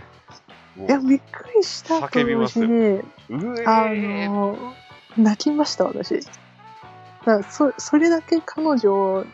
[SPEAKER 4] もう
[SPEAKER 5] いやびっくりしたと
[SPEAKER 4] 叫び
[SPEAKER 5] 同
[SPEAKER 4] ます
[SPEAKER 5] 時
[SPEAKER 4] よ
[SPEAKER 5] に
[SPEAKER 4] うえ
[SPEAKER 5] あ
[SPEAKER 4] ー
[SPEAKER 5] の泣きました私だからそそれだけ彼女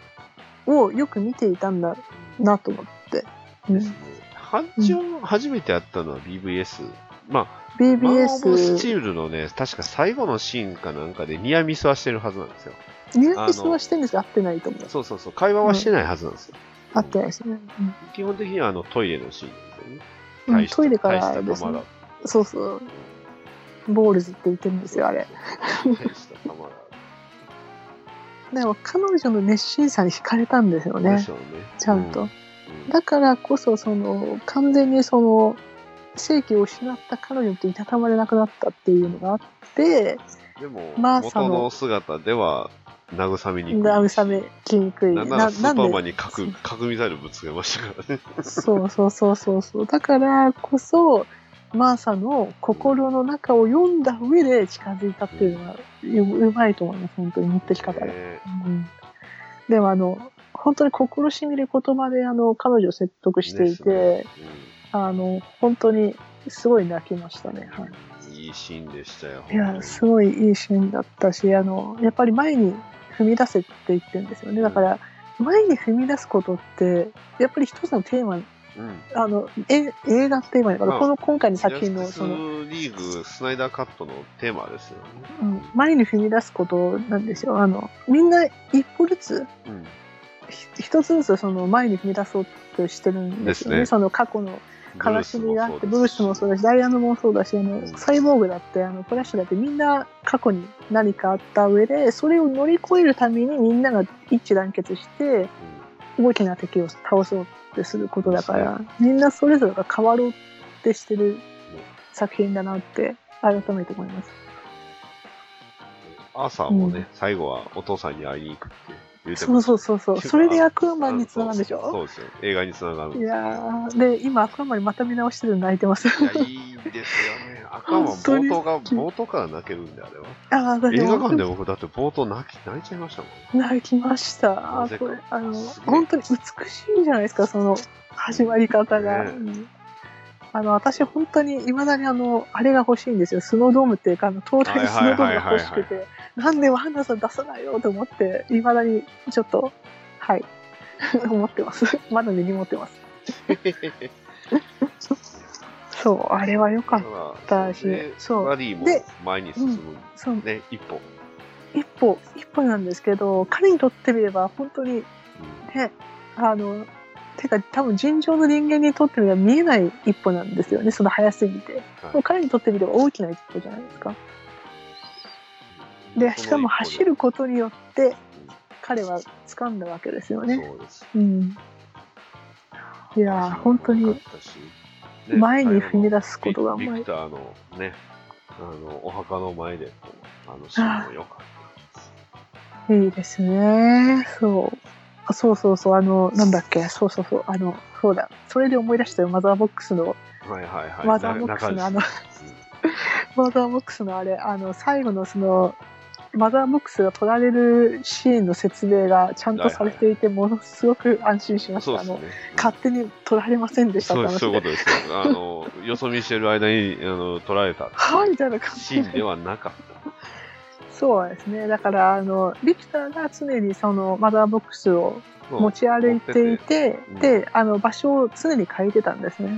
[SPEAKER 5] をよく見ていたんだなと思って、う
[SPEAKER 4] ですね
[SPEAKER 5] ん、
[SPEAKER 4] ハンチョン初めて会ったのは BVS。まあ、マン・オブ・スチ
[SPEAKER 5] BBS
[SPEAKER 4] ールのね、確か最後のシーンかなんかでニアミスはしてるはずなんですよ。
[SPEAKER 5] ニュース
[SPEAKER 4] あの
[SPEAKER 5] はしてるんですが合ってないと思う
[SPEAKER 4] そうそうそう、会話はしてないはずなんですよ。
[SPEAKER 5] 合ってないですね、うん
[SPEAKER 4] 基本的にはあのトイレのシーンですよね。
[SPEAKER 5] うん
[SPEAKER 4] 大した
[SPEAKER 5] トイレから
[SPEAKER 4] 大した
[SPEAKER 5] です
[SPEAKER 4] 玉
[SPEAKER 5] ね
[SPEAKER 4] だ。
[SPEAKER 5] そうそうボールズって言ってるんですよあれ
[SPEAKER 4] 大した玉だ。
[SPEAKER 5] でも彼女の熱心さに惹かれたんですよ
[SPEAKER 4] で
[SPEAKER 5] ね
[SPEAKER 4] しょうね。
[SPEAKER 5] ちゃんと、
[SPEAKER 4] うん。
[SPEAKER 5] だからこそその完全にその正気を失った彼女といたたまれなくなったっていうのがあって
[SPEAKER 4] でも、
[SPEAKER 5] マーサ
[SPEAKER 4] 元
[SPEAKER 5] の
[SPEAKER 4] の姿では慰めにくい。
[SPEAKER 5] 慰めきにくい
[SPEAKER 4] なんならスーパーマン
[SPEAKER 5] ん
[SPEAKER 4] に核核ミサイルぶつけましたからね。
[SPEAKER 5] でそうそうそうそうそうだからこそマーサの心の中を読んだ上で近づいたっていうのがううまいと思います本当に持ってき方 が。
[SPEAKER 4] ね
[SPEAKER 5] うんでもあの本当に心しみる言葉であの彼女を説得していて、
[SPEAKER 4] ですね
[SPEAKER 5] あの本当にすごい泣きましたね、はい、
[SPEAKER 4] うんいいシーンでしたよ。
[SPEAKER 5] いやすごいいいシーンだったしあのやっぱり前に踏み出せって言ってるんですよねだから前に踏み出すことってやっぱり一つのテーマ
[SPEAKER 4] うん。
[SPEAKER 5] あのえ映画テーマだから、
[SPEAKER 4] まあ
[SPEAKER 5] この今回の作
[SPEAKER 4] 作
[SPEAKER 5] 品
[SPEAKER 4] 品
[SPEAKER 5] の
[SPEAKER 4] の
[SPEAKER 5] そ
[SPEAKER 4] そ
[SPEAKER 5] の、
[SPEAKER 4] のリーグスナイダーカットのテーマですよね。
[SPEAKER 5] うん前に踏み出すことなんですよあのみんな一歩ずつ
[SPEAKER 4] うん。
[SPEAKER 5] ひ一つずつその前に踏み出そうとしてるんですよ
[SPEAKER 4] で
[SPEAKER 5] ね
[SPEAKER 4] すね
[SPEAKER 5] その過去の悲しみがあってブルースもそう
[SPEAKER 4] だ
[SPEAKER 5] だしダイアナもそうだしあの、
[SPEAKER 4] うん
[SPEAKER 5] サイボーグだってあのフラッシュだってみんな過去に何かあった上でそれを乗り越えるためにみんなが一致団結して大きな敵を倒そうってすることだから、みんなそれぞれが変わろうってしてる作品だなって改めて思います。
[SPEAKER 4] アーサーもね、
[SPEAKER 5] うん
[SPEAKER 4] 最後はお父さんに会いに行くって言って
[SPEAKER 5] そうそうそうそうそれで悪
[SPEAKER 4] マ
[SPEAKER 5] 魔につながるでしょ
[SPEAKER 4] そうですよ。映画につながる。
[SPEAKER 5] いやーで今悪魔にまた見直してるの泣いてます
[SPEAKER 4] いや、いいですよね。赤は
[SPEAKER 5] 本当
[SPEAKER 4] 冒
[SPEAKER 5] に
[SPEAKER 4] 頭が、冒頭から泣けるんで、あれは。
[SPEAKER 5] あーだって
[SPEAKER 4] 映画館で僕、だって冒頭泣き、泣いちゃいましたもん。
[SPEAKER 5] 泣きました。
[SPEAKER 4] な
[SPEAKER 5] あ
[SPEAKER 4] ぜか
[SPEAKER 5] これあの
[SPEAKER 4] すげえ
[SPEAKER 5] 本当に美しいじゃないですかその始まり方が。
[SPEAKER 4] ねえ
[SPEAKER 5] うんあの私本当にいまだにあのあれが欲しいんですよスノードームっていうかあの東大スノードームが欲しく
[SPEAKER 4] は
[SPEAKER 5] てなんでワンダさん出さないよと思っていまだにちょっとはい 思ってますまだ根に持ってます そうあれは良かっ
[SPEAKER 4] だ
[SPEAKER 5] たし
[SPEAKER 4] で
[SPEAKER 5] そう
[SPEAKER 4] ラリーも
[SPEAKER 5] で
[SPEAKER 4] 前に進む、
[SPEAKER 5] たそう
[SPEAKER 4] ね、一歩。
[SPEAKER 5] 一歩一歩なんですけど彼にとってみれば本当に
[SPEAKER 4] うん
[SPEAKER 5] ね、あの、てか多分尋常の人間にとってみれば見えない一歩なんですよね、その早すぎて。
[SPEAKER 4] はい
[SPEAKER 5] でも彼にとってみれば大きな一歩じゃないですか。で、しかも走。ることによって彼は掴んだわけですよ
[SPEAKER 4] そ
[SPEAKER 5] ね。
[SPEAKER 4] うです。
[SPEAKER 5] うん。いやー、本当に。前に踏み出すことが
[SPEAKER 4] うま
[SPEAKER 5] う
[SPEAKER 4] い。ビ
[SPEAKER 5] まい
[SPEAKER 4] ビクターのね、あの、お墓の前でこう、あの、シーンも良かったです。
[SPEAKER 5] いいですね。そう。あそうそうそう、あの、なんだっけ、そうそうそう、あの、そうだ。それで思い出したよ、マザーボックスの、
[SPEAKER 4] はいはいはい。
[SPEAKER 5] マザーボックスの
[SPEAKER 4] な
[SPEAKER 5] あの、マザーボックスのあれ、あの、最後のその、マザーボックスが取られるシーンの説明がちゃんとされていて、ものすごく安心しまし
[SPEAKER 4] そ
[SPEAKER 5] た。
[SPEAKER 4] うで
[SPEAKER 5] あ
[SPEAKER 4] す
[SPEAKER 5] の
[SPEAKER 4] ね。
[SPEAKER 5] 勝手に取られませんでしたっ
[SPEAKER 4] そ
[SPEAKER 5] て
[SPEAKER 4] うです
[SPEAKER 5] 話
[SPEAKER 4] そういうこ
[SPEAKER 5] で。
[SPEAKER 4] とですよ。あの、よそ見してる間に、あの、取られ た。
[SPEAKER 5] はぁみたいな感
[SPEAKER 4] シ
[SPEAKER 5] じ
[SPEAKER 4] ーンで
[SPEAKER 5] で。
[SPEAKER 4] はなかっ
[SPEAKER 5] そうですね。だから、あの、ビクターが常にそのマザーボックスを
[SPEAKER 4] た。
[SPEAKER 5] 持ち歩いていて、
[SPEAKER 4] 持ってて
[SPEAKER 5] で、あの、場所を常に変えてたんですね。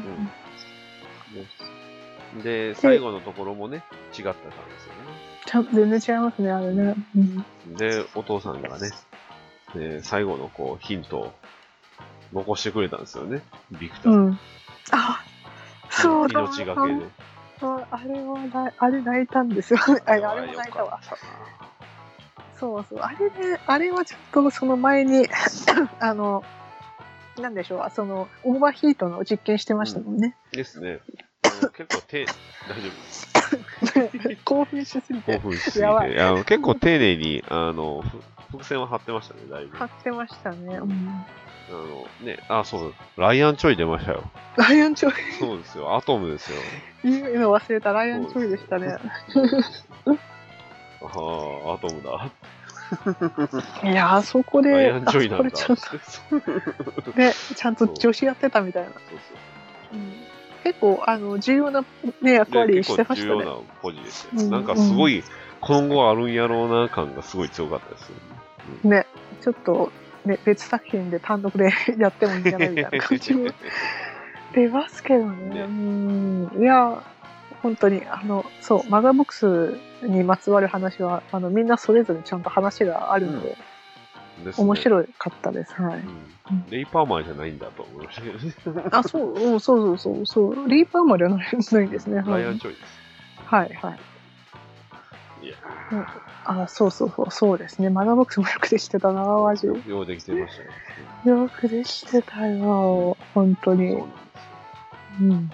[SPEAKER 4] うんで、最後のところもね、違ってたんですよ
[SPEAKER 5] ちゃん全然違いますね、あれね。うん
[SPEAKER 4] ね。で、お父さんがね、で最後のこう、ヒントを残してくれたんですよね。ビクタ
[SPEAKER 5] う
[SPEAKER 4] ー。
[SPEAKER 5] ん。あ、そうだ。
[SPEAKER 4] 命がけで。
[SPEAKER 5] ああれはな、あれ泣いたんですよ。ああれも泣いたわ。そうそう。あれね、あれはちょっとその前に、 あの、なんでしょう、その、オーバーヒートの実験してましたもんね。
[SPEAKER 4] ですね。結構丁、大丈夫
[SPEAKER 5] 興奮しすぎ
[SPEAKER 4] 興
[SPEAKER 5] て
[SPEAKER 4] 奮しすぎて。
[SPEAKER 5] やばい
[SPEAKER 4] いや結構丁寧に、あの、ふ伏線は張ってましたね、だいぶ。
[SPEAKER 5] 買
[SPEAKER 4] あ
[SPEAKER 5] ってましたね。うん、
[SPEAKER 4] の、ね、あ、そうだ。ライアンチョイ出ましたよ。
[SPEAKER 5] ライアンチョイ、
[SPEAKER 4] そうですよ。アトムですよ。
[SPEAKER 5] 言うの忘れたライアンチョイでしたね。
[SPEAKER 4] ああ、アトムだ。
[SPEAKER 5] いや、あそこ
[SPEAKER 4] ライ
[SPEAKER 5] で、
[SPEAKER 4] アンチ
[SPEAKER 5] あそ
[SPEAKER 4] ョイなん
[SPEAKER 5] こ
[SPEAKER 4] だ。
[SPEAKER 5] で
[SPEAKER 4] そ
[SPEAKER 5] ち
[SPEAKER 4] う
[SPEAKER 5] ゃん
[SPEAKER 4] そう
[SPEAKER 5] と、ね、ちゃんと女子やってたみたいな。
[SPEAKER 4] そう
[SPEAKER 5] うん結構、あの、重要な、ね、役
[SPEAKER 4] で
[SPEAKER 5] 割
[SPEAKER 4] 結
[SPEAKER 5] して
[SPEAKER 4] 構
[SPEAKER 5] まし
[SPEAKER 4] 重
[SPEAKER 5] たね。
[SPEAKER 4] 要なポジです
[SPEAKER 5] う
[SPEAKER 4] ね。
[SPEAKER 5] ん
[SPEAKER 4] なんかすごい、今後あるんやろうな感がすごい強かったですよね。
[SPEAKER 5] ね、ちょっと、ね、別作品で単独で やってもいいんじゃないみたいな感 じも出ますけどね。
[SPEAKER 4] ね
[SPEAKER 5] うん。いや、本当に、あの、そう、マザーボックスにまつわる話は、あの、みんなそれぞれちゃんと話があるので、
[SPEAKER 4] ですね。
[SPEAKER 5] 面白かったです。はいう
[SPEAKER 4] んレイパーマンじゃないんだと思いましたけどね。
[SPEAKER 5] あ、そう、うんそうそうそう、そう、リーパーまではないないんですね。は
[SPEAKER 4] ラ
[SPEAKER 5] い、
[SPEAKER 4] イア
[SPEAKER 5] は
[SPEAKER 4] ン
[SPEAKER 5] い
[SPEAKER 4] チョイで、
[SPEAKER 5] はい。
[SPEAKER 4] す。いや
[SPEAKER 5] あ、そうそうそう、そうですね。マザーボックスもよくできてたな、マジ。
[SPEAKER 4] ー、ようできてましたね。
[SPEAKER 5] よくできてたよ、本当
[SPEAKER 4] そうな。
[SPEAKER 5] に
[SPEAKER 4] んですよ。
[SPEAKER 5] うん。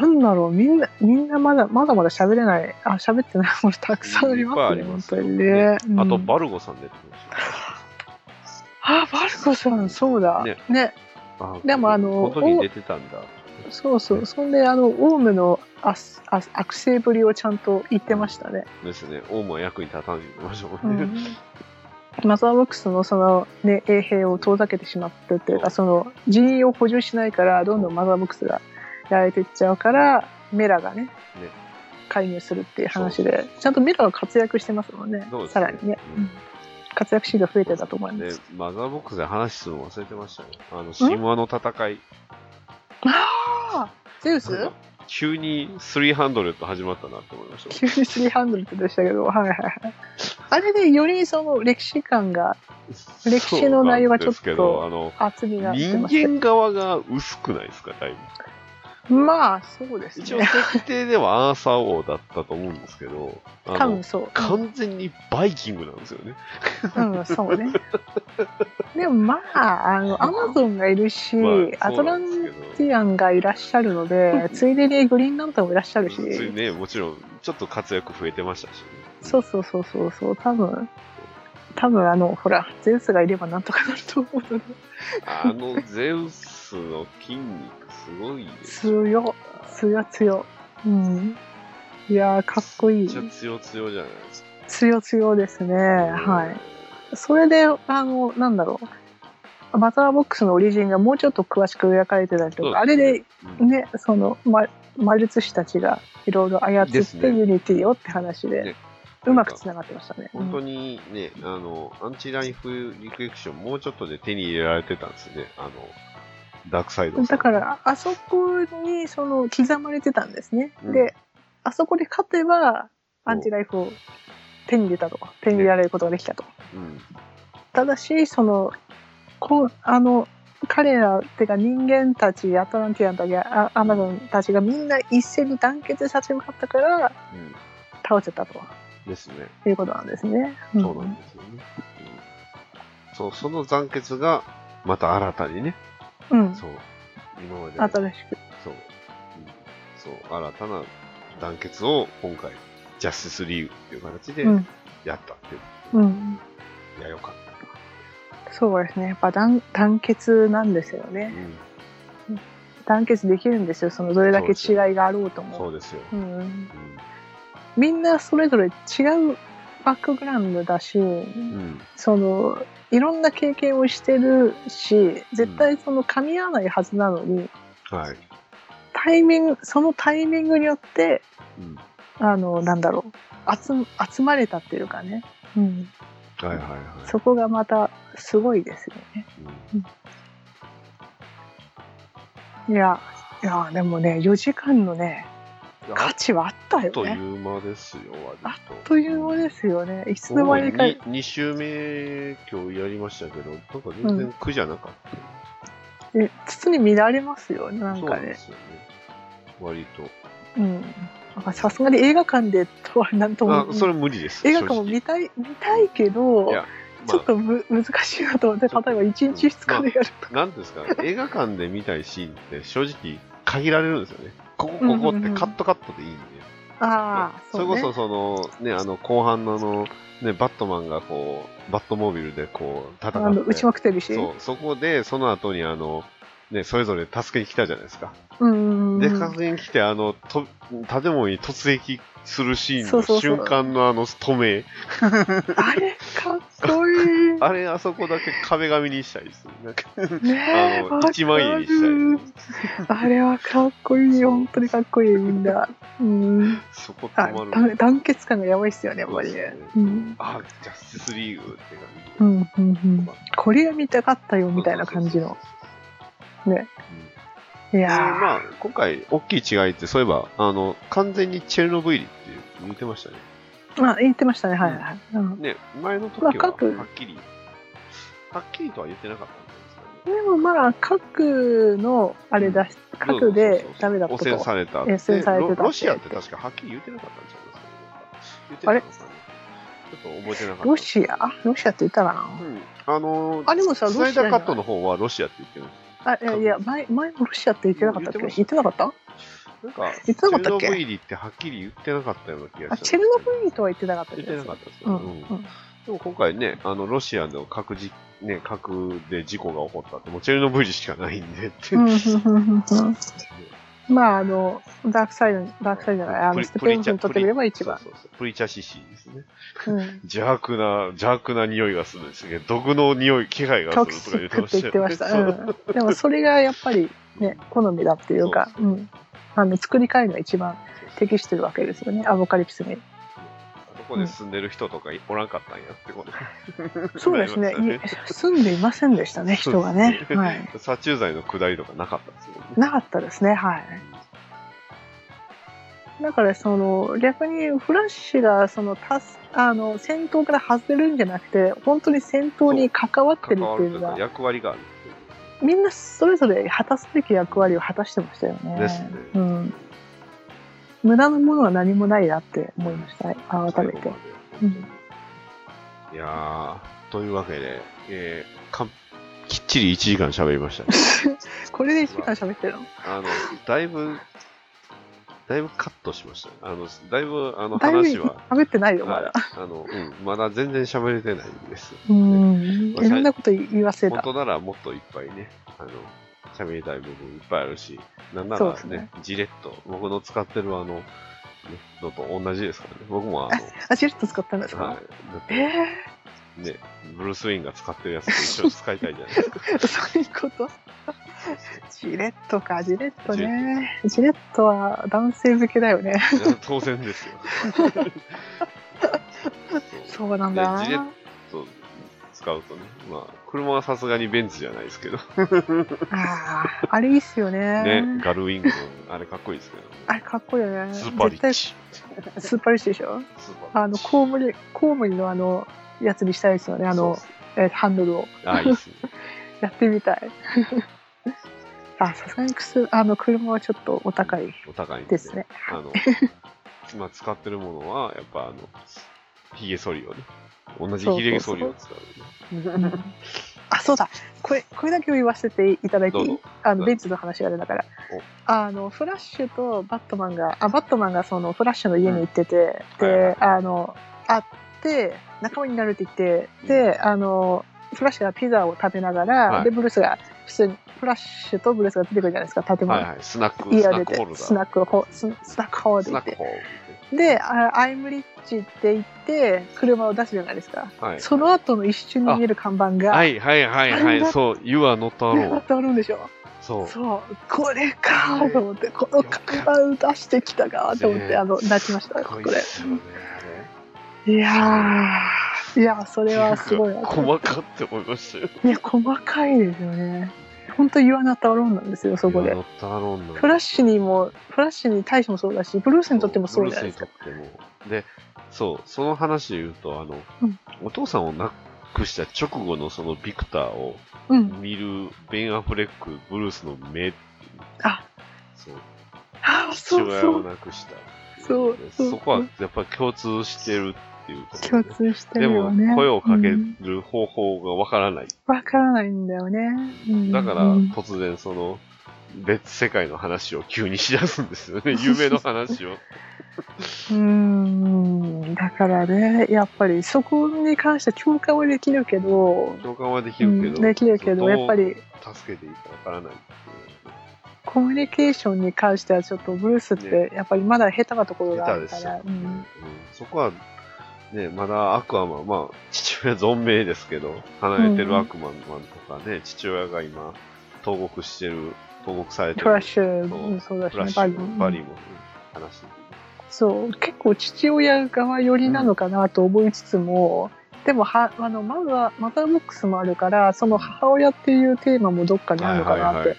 [SPEAKER 5] なんだろう、みんな、みんなまだ、まだまだ喋れない、あ、喋ってないもの たくさんあります
[SPEAKER 4] いっぱいあり
[SPEAKER 5] ね、
[SPEAKER 4] ま
[SPEAKER 5] 本
[SPEAKER 4] す
[SPEAKER 5] 当にね。うん
[SPEAKER 4] あと、バルゴさん出てましたよ。
[SPEAKER 5] あ、バルコさん、そうだ。
[SPEAKER 4] ね
[SPEAKER 5] ね。
[SPEAKER 4] あ
[SPEAKER 5] でもあの
[SPEAKER 4] この時に出てたんだ。
[SPEAKER 5] そうそう。そんで、あの、オウムのあすあ悪性ぶりをちゃんと言ってましたね。
[SPEAKER 4] ですね。オウムは役に立たんでましょう
[SPEAKER 5] う
[SPEAKER 4] ね。
[SPEAKER 5] んマザーボックスのその、ね、衛兵を遠ざけてしまってっていうか、その人員を補充しないから、どんどんマザーボックスがやられていっちゃうから、メラがね、介入するっていう話で、ちゃんとメラは活躍してますもんね
[SPEAKER 4] そうで、すね
[SPEAKER 5] さらにね。
[SPEAKER 4] うん
[SPEAKER 5] うん活躍シーンが増えてたと思いま。
[SPEAKER 4] ですマザーボックスで話すの忘れてましたよ。あの、神話の戦い。
[SPEAKER 5] ああゼウ
[SPEAKER 4] なん
[SPEAKER 5] ス
[SPEAKER 4] か急に300始まったなって思いました。
[SPEAKER 5] 急にスリーハンドルってでしたけど、はいはいはい。あれでよりその歴史感が歴史の内容がちょっと
[SPEAKER 4] そうなんですけどあの、
[SPEAKER 5] 厚みが出て
[SPEAKER 4] 人
[SPEAKER 5] まし
[SPEAKER 4] 間側が薄くないですか、だいぶ。
[SPEAKER 5] た。まあ、そうです
[SPEAKER 4] 一応、
[SPEAKER 5] ね。
[SPEAKER 4] 設定ではアーサー王だったと思うんですけど、あ
[SPEAKER 5] 多
[SPEAKER 4] の
[SPEAKER 5] 分、そう。
[SPEAKER 4] 完全にバイキングなんですよね。
[SPEAKER 5] うん、そうね。でもまあ、あの、アマゾンがいるし、ア
[SPEAKER 4] そ
[SPEAKER 5] ト
[SPEAKER 4] うな
[SPEAKER 5] ラ
[SPEAKER 4] ん
[SPEAKER 5] ン
[SPEAKER 4] ですけど
[SPEAKER 5] ティアンがいらっしゃるので、ついでにグリーンランタンもいらっしゃるし、
[SPEAKER 4] 普通にね、もちろん、ちょっと活躍増えてましたし、ね。
[SPEAKER 5] そうそうそうそうそう、多分多分あの、ほら、ゼウスがいればなんとかなると思うので、
[SPEAKER 4] あのゼウスの筋肉すごいです。
[SPEAKER 5] 強、強強。うん。いやー、かっこい
[SPEAKER 4] め
[SPEAKER 5] い
[SPEAKER 4] っち。ゃ強強じゃないですか。
[SPEAKER 5] 強強ですね。はい。それで、あの、なんだろう。マザーボックスのオリジンがもうちょっと詳しく描かれてたりと
[SPEAKER 4] そうですね
[SPEAKER 5] か、あれで
[SPEAKER 4] うん。
[SPEAKER 5] ね、その、ま、魔術師たちがいろいろ操っ
[SPEAKER 4] で
[SPEAKER 5] て、
[SPEAKER 4] すね
[SPEAKER 5] ユニティをって話で、
[SPEAKER 4] ね
[SPEAKER 5] うまくつながってましたね。
[SPEAKER 4] 本当
[SPEAKER 5] に。
[SPEAKER 4] にね、あの、アンチライフリクエクション、もうちょっとで手に入れられてたんですね。あの、ダークサイドさ
[SPEAKER 5] だ
[SPEAKER 4] ん
[SPEAKER 5] から、あそこに、その、刻まれてたんですね。
[SPEAKER 4] うん
[SPEAKER 5] で、あそこで勝てば、アンチライフを手に入れたと。手に入れられることができたと。
[SPEAKER 4] うん。
[SPEAKER 5] ただし、その、こう、あの、彼ら、てか人間たち、アトランティアンたち、あアマゾンたちがみんな一斉に団結して立ち向かったから、倒せたと
[SPEAKER 4] うん。ですね。
[SPEAKER 5] いうことなんですね。
[SPEAKER 4] そうなんですよね。うんそう、その残血が、また新たにね、
[SPEAKER 5] うん。
[SPEAKER 4] そう、今まで、
[SPEAKER 5] 新しく。
[SPEAKER 4] そう、うんそう、新たな団結を今回、ジャスティスリーグっていう形で
[SPEAKER 5] うん。
[SPEAKER 4] やったっていう。
[SPEAKER 5] うん。
[SPEAKER 4] いや、よかった。
[SPEAKER 5] そうですね。やっぱ団団結なんですよ
[SPEAKER 4] う
[SPEAKER 5] ね。
[SPEAKER 4] ん、
[SPEAKER 5] 団結できるんですよ。そのどれだけ違いがあろうと
[SPEAKER 4] そ
[SPEAKER 5] も。
[SPEAKER 4] うですよ。
[SPEAKER 5] うん。
[SPEAKER 4] うん
[SPEAKER 5] みんなそれぞれ違うバックグラウンドだし、
[SPEAKER 4] うん、
[SPEAKER 5] そのいろんな経験をしてるし絶対その噛み合わないはずなのに、
[SPEAKER 4] はい。
[SPEAKER 5] タイミングそのタイミングによって
[SPEAKER 4] うん
[SPEAKER 5] あのなんだろう集集まれたっていうかね、うん、
[SPEAKER 4] はいはいはい。
[SPEAKER 5] そこがまたすごいですよね。
[SPEAKER 4] うん
[SPEAKER 5] いやいやでもね4時間のね価値はあった
[SPEAKER 4] あっ
[SPEAKER 5] よ
[SPEAKER 4] とい
[SPEAKER 5] ね。
[SPEAKER 4] う間ですよ、割と。。
[SPEAKER 5] あっという間ですすよね。いつの
[SPEAKER 4] もう
[SPEAKER 5] 間にか
[SPEAKER 4] に2週目今日やりましたけど、なんか全然苦じゃなかった。
[SPEAKER 5] え筒に乱れますよねなん
[SPEAKER 4] そうな
[SPEAKER 5] か
[SPEAKER 4] んで
[SPEAKER 5] ね。
[SPEAKER 4] すよね。割と。
[SPEAKER 5] うんなんかさすがに映画館でとはなんと
[SPEAKER 4] あ
[SPEAKER 5] も、
[SPEAKER 4] それ無理です。
[SPEAKER 5] 映画館も
[SPEAKER 4] 正直
[SPEAKER 5] 見たい見たいけど、
[SPEAKER 4] いやま
[SPEAKER 5] ちょっとむ難しいなと思って、例えば1日2日でやると
[SPEAKER 4] あ、なんですか、映画館で見たいシーンって正直限られるんですよね。ここ、ここってカットカットでいいんだよ。
[SPEAKER 5] ああ、
[SPEAKER 4] それこそ、その、ね、あの、後半のあの、ね、バットマンがこう、バットモービルでこう、戦
[SPEAKER 5] あの
[SPEAKER 4] っ
[SPEAKER 5] 打
[SPEAKER 4] て。
[SPEAKER 5] ちまくってるし。
[SPEAKER 4] そう、そこで、その後にあの、ね、それぞれ助けに来たじゃないですか。
[SPEAKER 5] うんうんうん。
[SPEAKER 4] で、確認来て、あの、と建物に突撃するシーン
[SPEAKER 5] そうそ
[SPEAKER 4] の
[SPEAKER 5] うそう
[SPEAKER 4] 瞬間のあの、透明。
[SPEAKER 5] あれ、かっこい い。
[SPEAKER 4] あれ、あそこだけ壁紙にしたりする。なんか、
[SPEAKER 5] ねえ
[SPEAKER 4] あの、一枚絵にしたりする。
[SPEAKER 5] わかるあれはかっこいい。本当にかっこいい、みんな。うん。
[SPEAKER 4] そこ
[SPEAKER 5] あ
[SPEAKER 4] 止まる。
[SPEAKER 5] だ団結感がやばいっすよね、やっぱりね。うん。
[SPEAKER 4] あ、ジャスティスリーグって
[SPEAKER 5] う
[SPEAKER 4] 感
[SPEAKER 5] ん、うん、うん。これは見たかったよ、
[SPEAKER 4] じ。
[SPEAKER 5] みたいな感じの。ね。
[SPEAKER 4] うん
[SPEAKER 5] い
[SPEAKER 4] で
[SPEAKER 5] や
[SPEAKER 4] まあ、今回、大きい違いって、そういえば、あの、完全にチェルノブイリっていう似てましたね。
[SPEAKER 5] ー、まあ、言ってましたね、はいはい。うん、で
[SPEAKER 4] ね、前の時
[SPEAKER 5] ま
[SPEAKER 4] は、
[SPEAKER 5] あ各
[SPEAKER 4] はっきり、はっきりとは言ってなかったんですかね。
[SPEAKER 5] もまあ、核の、あれだし、核でダメだった
[SPEAKER 4] 汚染
[SPEAKER 5] と。
[SPEAKER 4] された。
[SPEAKER 5] え汚染されてた
[SPEAKER 4] で
[SPEAKER 5] って
[SPEAKER 4] ロロシアって確かはっきり言ってなかったんじゃないですか。言ってたんですかね。ちょっと覚えてなかった。
[SPEAKER 5] ロシアロシアって言ったかな
[SPEAKER 4] うん。あのー、
[SPEAKER 5] あでもさ
[SPEAKER 4] スナイダ
[SPEAKER 5] ロシアじゃな
[SPEAKER 4] ー
[SPEAKER 5] い
[SPEAKER 4] カットの方はロシアって言ってます。
[SPEAKER 5] あ、いやいや、前、前もロシアって言ってなかったっけ
[SPEAKER 4] 言ってました
[SPEAKER 5] 言ってなかった
[SPEAKER 4] なんか、
[SPEAKER 5] 言ってなかったっ
[SPEAKER 4] チ
[SPEAKER 5] け
[SPEAKER 4] ェルノブイリってはっきり言ってなかったような気が
[SPEAKER 5] あ、
[SPEAKER 4] した。
[SPEAKER 5] チェルノブイリとは言ってなかった
[SPEAKER 4] 言
[SPEAKER 5] で
[SPEAKER 4] っ
[SPEAKER 5] す
[SPEAKER 4] てな
[SPEAKER 5] ね
[SPEAKER 4] かったです
[SPEAKER 5] う
[SPEAKER 4] ね。
[SPEAKER 5] ん、
[SPEAKER 4] う
[SPEAKER 5] うんん。
[SPEAKER 4] でも今回ね、あの、ロシアの核じ、ね、核で事故が起こったって、もうチェルノブイリしかないんでって。
[SPEAKER 5] うんうんうんうんうんまああのダークサイドにダークサイドじゃないあ
[SPEAKER 4] プ
[SPEAKER 5] の
[SPEAKER 4] リ
[SPEAKER 5] ステペン
[SPEAKER 4] プ
[SPEAKER 5] ス
[SPEAKER 4] リ
[SPEAKER 5] にとってみれば一番
[SPEAKER 4] そうそうそうプリチャシシーですね。
[SPEAKER 5] うん
[SPEAKER 4] 邪悪な、邪悪な匂いがするんですけど、毒の匂い、気配が
[SPEAKER 5] トキ
[SPEAKER 4] す
[SPEAKER 5] シ
[SPEAKER 4] る
[SPEAKER 5] ッ
[SPEAKER 4] とか
[SPEAKER 5] クって言ってました、
[SPEAKER 4] よね
[SPEAKER 5] うん、でもそれがやっぱりね好みだっていうか
[SPEAKER 4] そうそう
[SPEAKER 5] うん、あの作り変えるのが一番
[SPEAKER 4] そうそう
[SPEAKER 5] 適してるわけですよねアボカリプスに
[SPEAKER 4] どこで住んでる人とかおらんかったんやってこと。
[SPEAKER 5] そうですね
[SPEAKER 4] なりまし
[SPEAKER 5] い住んでいませんでしたね人がね
[SPEAKER 4] そうですね
[SPEAKER 5] はい
[SPEAKER 4] た殺虫剤の下りとかなかったですよね。
[SPEAKER 5] なかったですねはいだからその逆にフラッシュがそのたすあの戦闘から外れるんじゃなくて本当に戦闘に関わってる
[SPEAKER 4] 関わ
[SPEAKER 5] ってい
[SPEAKER 4] る
[SPEAKER 5] う
[SPEAKER 4] とい
[SPEAKER 5] の
[SPEAKER 4] うか
[SPEAKER 5] が
[SPEAKER 4] 役割があるっていう。
[SPEAKER 5] みんなそれぞれ果たすべき役割を果たしてましたよね。
[SPEAKER 4] ですね
[SPEAKER 5] うん、無駄なものは何もないなって思いました、改め
[SPEAKER 4] 最後
[SPEAKER 5] て
[SPEAKER 4] ま。で
[SPEAKER 5] う
[SPEAKER 4] いやー、というわけで、えーかんきっちり1時間喋りました ね。
[SPEAKER 5] これで1時間喋ってるの
[SPEAKER 4] あの、だいぶ、だいぶカットしましたね。あの、だいぶ、あの
[SPEAKER 5] だいぶ
[SPEAKER 4] 話は、
[SPEAKER 5] 喋ってないよ、 ま
[SPEAKER 4] は
[SPEAKER 5] だ
[SPEAKER 4] い。あの、うん、まだ全然喋れてないんです。
[SPEAKER 5] うん。
[SPEAKER 4] まあ
[SPEAKER 5] いろんなこと言わせ
[SPEAKER 4] 本
[SPEAKER 5] た。
[SPEAKER 4] 当ならもっといっぱいね、あの、喋りたい部分いっぱいあるし、なんな
[SPEAKER 5] そう
[SPEAKER 4] ら
[SPEAKER 5] です
[SPEAKER 4] ね
[SPEAKER 5] ね、
[SPEAKER 4] じれっと、僕の使ってるあの、ねのと同じですからね。僕もあ
[SPEAKER 5] あ
[SPEAKER 4] の、、
[SPEAKER 5] あジェット使ったんですか、
[SPEAKER 4] はい、だって
[SPEAKER 5] え
[SPEAKER 4] ね、ブルース・ウィンが使ってるやつと一緒に使いたいじゃないですか。
[SPEAKER 5] え そういうことジレットか、ジレットね。ジレットは男性向けだよね。
[SPEAKER 4] いや当然ですよ。そう
[SPEAKER 5] そうなんだな。
[SPEAKER 4] ねジレッそう使うとね、まあ、車はさすがにベンツじゃないですけど、
[SPEAKER 5] ああ、あれいいっすよね。
[SPEAKER 4] ね、ガルウィングのあれかっこいいですけど、
[SPEAKER 5] あれかっこいいよね。
[SPEAKER 4] スーパーリッチ。
[SPEAKER 5] 絶
[SPEAKER 4] ス
[SPEAKER 5] 対スーパーリッチでしょ
[SPEAKER 4] ーパー
[SPEAKER 5] あ
[SPEAKER 4] リッ
[SPEAKER 5] の、
[SPEAKER 4] チ
[SPEAKER 5] コウモリ、コウモリのあの、やつにしたいですよね。あの
[SPEAKER 4] そう、
[SPEAKER 5] えーハンドルを。
[SPEAKER 4] あ、いいですね。
[SPEAKER 5] やってみたい。 あ、さすがにくす、あの、車はちょっとお高い
[SPEAKER 4] お互いに、
[SPEAKER 5] ですね。
[SPEAKER 4] あの、今使ってるものは、やっぱあの、ヒゲ剃りをね、同じヒゲ剃りを使うね、
[SPEAKER 5] あ、そうだ。これ、これだけを言わせていただいてい
[SPEAKER 4] どう
[SPEAKER 5] い
[SPEAKER 4] ぞ
[SPEAKER 5] あの、ベンツの話が出たから。あの、フラッシュとバットマンが、あ、バットマンがその、フラッシュの家に行ってて、
[SPEAKER 4] うんはいはい
[SPEAKER 5] で、あの、会って、仲間になるって言って、で、あの、フラッシュがピザを食べながら、
[SPEAKER 4] はい
[SPEAKER 5] で、ブルースが、普通に、フラッシュとブルースが出てくるじゃないですか、建物
[SPEAKER 4] はいはい、スナック、
[SPEAKER 5] 家
[SPEAKER 4] ス
[SPEAKER 5] を
[SPEAKER 4] ナッ
[SPEAKER 5] 出
[SPEAKER 4] クホルダ
[SPEAKER 5] て、
[SPEAKER 4] ー。
[SPEAKER 5] スナックホ、ススナックホール
[SPEAKER 4] ス
[SPEAKER 5] で行
[SPEAKER 4] ナ
[SPEAKER 5] っ
[SPEAKER 4] ック
[SPEAKER 5] て。
[SPEAKER 4] ホール
[SPEAKER 5] で、あアイムリッチって言って、車を出すじゃないですか。
[SPEAKER 4] はい。
[SPEAKER 5] その後の一瞬に見える看板が、
[SPEAKER 4] はいはいはいは
[SPEAKER 5] あ
[SPEAKER 4] い、
[SPEAKER 5] れ
[SPEAKER 4] そう、You are not
[SPEAKER 5] ねあ
[SPEAKER 4] alone
[SPEAKER 5] っ。てあるんでしょ。
[SPEAKER 4] そう。
[SPEAKER 5] そう、これかと思って、この看板出してきたかと思っ
[SPEAKER 4] ね
[SPEAKER 5] て、あの、泣きました、
[SPEAKER 4] かっ
[SPEAKER 5] こ
[SPEAKER 4] こいいっ
[SPEAKER 5] れ。
[SPEAKER 4] すよね。
[SPEAKER 5] いやー、いや、そ
[SPEAKER 4] あ
[SPEAKER 5] れはすご
[SPEAKER 4] っ
[SPEAKER 5] い
[SPEAKER 4] て
[SPEAKER 5] な
[SPEAKER 4] うか。細かって思いましたよ。
[SPEAKER 5] いや、細かいですよね。本当言わなたろうなんです よ、そこ
[SPEAKER 4] You
[SPEAKER 5] で
[SPEAKER 4] are。not alone なんだ
[SPEAKER 5] フラッシュにも、フラッシュに対してもそうだし、ブルースにとってもそうじゃないですか。
[SPEAKER 4] ブルースにとっても。で、そう、その話で言うと、あの、
[SPEAKER 5] うん
[SPEAKER 4] お父さんを亡くした直後のそのビクターを
[SPEAKER 5] うん。
[SPEAKER 4] 見るベン・アフレック、ブルースの目っていう
[SPEAKER 5] あ、
[SPEAKER 4] そう、
[SPEAKER 5] あ、
[SPEAKER 4] 父
[SPEAKER 5] そう
[SPEAKER 4] 親
[SPEAKER 5] そ
[SPEAKER 4] を
[SPEAKER 5] う。
[SPEAKER 4] 亡くしたってい
[SPEAKER 5] そう
[SPEAKER 4] で
[SPEAKER 5] そう
[SPEAKER 4] そこはやっぱり共通してるっていうところ
[SPEAKER 5] 共
[SPEAKER 4] で、
[SPEAKER 5] 通して
[SPEAKER 4] で
[SPEAKER 5] るよ
[SPEAKER 4] も
[SPEAKER 5] ね。
[SPEAKER 4] 声をかけ
[SPEAKER 5] うん
[SPEAKER 4] る方法がわからない。
[SPEAKER 5] わからないんだよね。うん
[SPEAKER 4] だから、突然その、別世界の話を急にしだすんです よね。夢の話を。
[SPEAKER 5] うーんだからねやっぱりそこに関しては共感はできるけど
[SPEAKER 4] 共感はでき
[SPEAKER 5] う
[SPEAKER 4] るけ
[SPEAKER 5] ん
[SPEAKER 4] ど。
[SPEAKER 5] できるけどやっぱ。り
[SPEAKER 4] 助けていいかわからないっていう。
[SPEAKER 5] コミュニケーションに関してはちょっとブルースってやっぱりまだ下手なところがあ
[SPEAKER 4] 下手
[SPEAKER 5] る
[SPEAKER 4] で
[SPEAKER 5] か
[SPEAKER 4] す
[SPEAKER 5] ら、
[SPEAKER 4] よ、
[SPEAKER 5] う
[SPEAKER 4] うん
[SPEAKER 5] ん、
[SPEAKER 4] そこは、ね、まだアクアマン、まあ、父親存命ですけど、離れてるアクアマンとかね、父親が今、投獄してる、投獄されてる。
[SPEAKER 5] トラッシュ
[SPEAKER 4] そう
[SPEAKER 5] もそうだし
[SPEAKER 4] フラッ
[SPEAKER 5] ね
[SPEAKER 4] シ
[SPEAKER 5] バリ
[SPEAKER 4] ュ
[SPEAKER 5] ー
[SPEAKER 4] もバリーも、うん話して
[SPEAKER 5] そう結構父親側寄りなのかなと思いつつも、でもはあのまずはマザーボックスもあるからその母親っていうテーマもどっかにあるのか
[SPEAKER 4] はい
[SPEAKER 5] な
[SPEAKER 4] は
[SPEAKER 5] っ
[SPEAKER 4] いは
[SPEAKER 5] て
[SPEAKER 4] い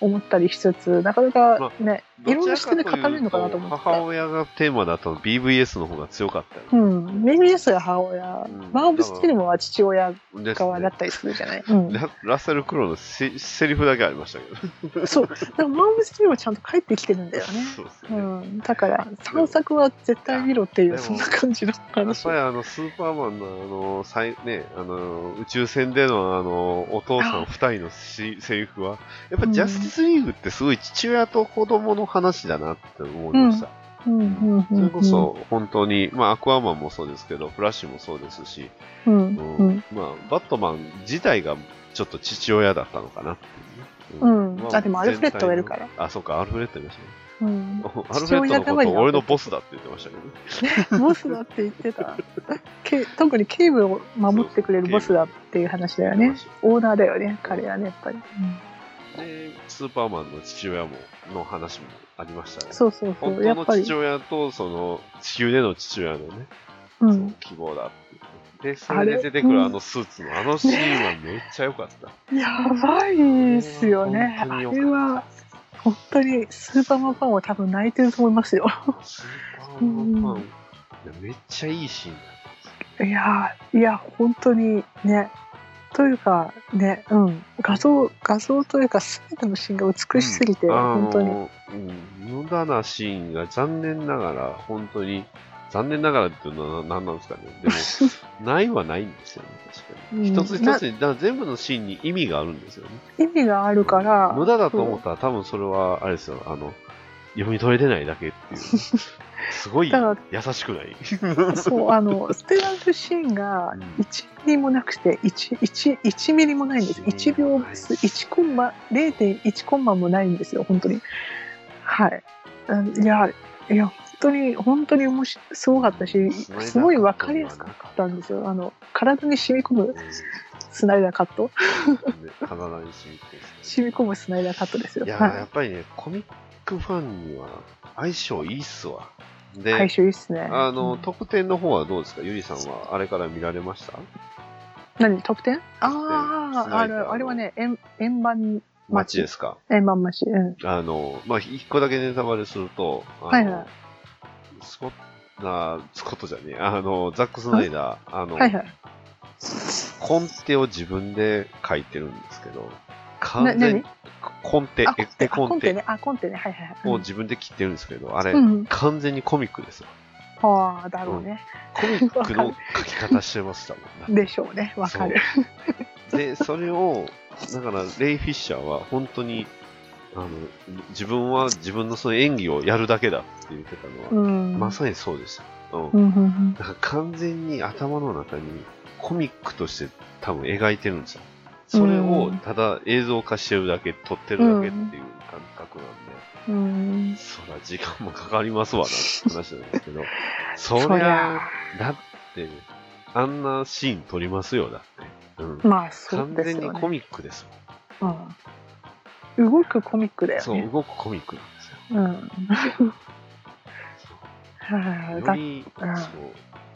[SPEAKER 5] 思ったりしつつ、なかなかね、
[SPEAKER 4] る
[SPEAKER 5] いろんな視点で語れるのかなと
[SPEAKER 4] ど
[SPEAKER 5] 思
[SPEAKER 4] ち
[SPEAKER 5] って
[SPEAKER 4] らかというと母親がテーマだと BVS の方が強かったよ
[SPEAKER 5] うん、BBS が母親、
[SPEAKER 4] うん
[SPEAKER 5] マーブ・スティルモは父親
[SPEAKER 4] です
[SPEAKER 5] 側だ
[SPEAKER 4] ね
[SPEAKER 5] ったりするじゃない、うん、
[SPEAKER 4] ララッセル・クロウのセセリフだけありましたけど。
[SPEAKER 5] そう。だからマーブスティルはちゃんと帰ってきてるんだよね。
[SPEAKER 4] そうです
[SPEAKER 5] う
[SPEAKER 4] ね。
[SPEAKER 5] ん。だから、散策は絶対見ろってい
[SPEAKER 4] で
[SPEAKER 5] う、
[SPEAKER 4] も
[SPEAKER 5] そんな感じの
[SPEAKER 4] やっ
[SPEAKER 5] 話
[SPEAKER 4] ぱ。りあの、スーパーマンのあの、最、ね、あの、宇宙船でのあの、お父さん
[SPEAKER 5] あ
[SPEAKER 4] 二人のしセリフは、やっぱ
[SPEAKER 5] うん
[SPEAKER 4] ジャスティスリーグってすごい父親と子供の話だなって思いました。
[SPEAKER 5] うん、うん、うん。
[SPEAKER 4] それこそ、本当に、まあ、アクアマンもそうですけど、フラッシュもそうですし、
[SPEAKER 5] うん、
[SPEAKER 4] うん
[SPEAKER 5] うん。
[SPEAKER 4] まあ、バットマン自体がちょっと父親だったのかなっていうね、
[SPEAKER 5] うん
[SPEAKER 4] ま
[SPEAKER 5] あでもアルフレッドがいるから。
[SPEAKER 4] あ、そうか、アルフレッドいましたね。
[SPEAKER 5] うん。
[SPEAKER 4] アルフレッドの
[SPEAKER 5] 父親
[SPEAKER 4] こ
[SPEAKER 5] 代わり
[SPEAKER 4] と
[SPEAKER 5] の
[SPEAKER 4] を俺のボスだって言ってましたけど。
[SPEAKER 5] ボスだって言ってた。 け特に警部を守ってくれるボスだっていう話だよね。オーナーだよね、彼はね、やっぱり。
[SPEAKER 4] で、スーパーマンの父親も、の話もありましたね。
[SPEAKER 5] そうそうそ
[SPEAKER 4] 本
[SPEAKER 5] う。
[SPEAKER 4] 当
[SPEAKER 5] やっ
[SPEAKER 4] の
[SPEAKER 5] ぱり
[SPEAKER 4] 父。親と、その、地球での父親のね、そ
[SPEAKER 5] う
[SPEAKER 4] の
[SPEAKER 5] ん。
[SPEAKER 4] 希望だっていう。で、それで出てく
[SPEAKER 5] あ
[SPEAKER 4] る
[SPEAKER 5] れ
[SPEAKER 4] あのスーツの、あのシーンはめっちゃ良かった。
[SPEAKER 5] やばいっすよね。
[SPEAKER 4] 本
[SPEAKER 5] あ
[SPEAKER 4] 当によかった
[SPEAKER 5] れは、本当にスーパーマンファンは多分泣いてると思いますよ。
[SPEAKER 4] スーパーマンファン、いやめっちゃいいシーンだったんですよ
[SPEAKER 5] いやーいや本当にねというかねうん画像画像というか全てのシーンが美しすぎて、本当に
[SPEAKER 4] 当に。うん、無駄なシーンが残念ながら、本当に、残念ながらっていうのは何なんですかね。で も、ないはないんですよね、確かに。
[SPEAKER 5] うん
[SPEAKER 4] 一つ一つに、だから全部のシーンに意味があるんですよね。
[SPEAKER 5] 意味があるから
[SPEAKER 4] 無駄だと思ったら、多分それは、あれですよ、あの、読み取れてないだけ っていう。すごい
[SPEAKER 5] だか
[SPEAKER 4] 優しくない。
[SPEAKER 5] らそうあの捨てられるシーンが1ミリもなくて 1, 1, 1ミリもないんです1秒1コンマ0.1コンマもないんですよ本当にはいうんいやいや本当に本当に面白いすごかったしすごい分かりやすかったんですよあの体に染み込むスナイダーカット
[SPEAKER 4] で体に染み てですね
[SPEAKER 5] 染み込むスナイダーカットですよ。
[SPEAKER 4] いやー、や
[SPEAKER 5] は
[SPEAKER 4] っぱりね、コミックファンには相性いいっすわ。
[SPEAKER 5] い。
[SPEAKER 4] で、
[SPEAKER 5] 回収いいっすね。
[SPEAKER 4] あの、
[SPEAKER 5] うん
[SPEAKER 4] 特典の方はどうですかゆりさんはあれから見られました
[SPEAKER 5] 何特典
[SPEAKER 4] ス
[SPEAKER 5] ああ、
[SPEAKER 4] ナ
[SPEAKER 5] あ
[SPEAKER 4] イダー
[SPEAKER 5] る、
[SPEAKER 4] の
[SPEAKER 5] あれはね、円円盤、
[SPEAKER 4] 街ですか
[SPEAKER 5] 円盤町。うん。
[SPEAKER 4] あの、まあ、一個だけネタバレすると、あの
[SPEAKER 5] はいはい
[SPEAKER 4] スコッあースコットじゃねえ、あの、ザック・スナイダー、あの、
[SPEAKER 5] はいはい。
[SPEAKER 4] コンテを自分で書いてるんですけど、完全に
[SPEAKER 5] な
[SPEAKER 4] コンテ
[SPEAKER 5] あ、、コ
[SPEAKER 4] エ
[SPEAKER 5] ン
[SPEAKER 4] ク
[SPEAKER 5] テ、
[SPEAKER 4] テ
[SPEAKER 5] あコ
[SPEAKER 4] コ
[SPEAKER 5] ン
[SPEAKER 4] ン
[SPEAKER 5] テ
[SPEAKER 4] テ
[SPEAKER 5] ね。あ、コンテね。はいはいはい。
[SPEAKER 4] を自分で切ってるんですけど、あれ、
[SPEAKER 5] うんうん。
[SPEAKER 4] 完全にコミックですよ。
[SPEAKER 5] はあ、だろうね。
[SPEAKER 4] コミックの書き方してましたもんね。
[SPEAKER 5] でしょうね。わかる。
[SPEAKER 4] そう。で、それを、だから、レイ・フィッシャーは本当に、あの、自分は自分のその演技をやるだけだって言ってたのは、
[SPEAKER 5] うん。
[SPEAKER 4] まさにそうですよ。う。
[SPEAKER 5] うんんうんうん。
[SPEAKER 4] だから完全に頭の中にコミックとして多分描いてるんですよ。それを
[SPEAKER 5] うん
[SPEAKER 4] ただ映像化してるだけ、撮ってるだけっていう感覚なんで、
[SPEAKER 5] うん。
[SPEAKER 4] そら時間もかかりますわなって話なんですけど、そ
[SPEAKER 5] そり
[SPEAKER 4] り
[SPEAKER 5] ゃ
[SPEAKER 4] ゃ、だって、あんなシーン撮りますよ、だって。うん。
[SPEAKER 5] まあ、そう
[SPEAKER 4] 完
[SPEAKER 5] で
[SPEAKER 4] 全
[SPEAKER 5] す
[SPEAKER 4] に
[SPEAKER 5] よ
[SPEAKER 4] コ
[SPEAKER 5] ね。
[SPEAKER 4] ミックですも
[SPEAKER 5] うん。動くコミックだ
[SPEAKER 4] ん。
[SPEAKER 5] よ
[SPEAKER 4] そう、
[SPEAKER 5] ね。
[SPEAKER 4] 動くコミックなんですよ。
[SPEAKER 5] うん。はい
[SPEAKER 4] よ
[SPEAKER 5] だ
[SPEAKER 4] り、
[SPEAKER 5] うん
[SPEAKER 4] そう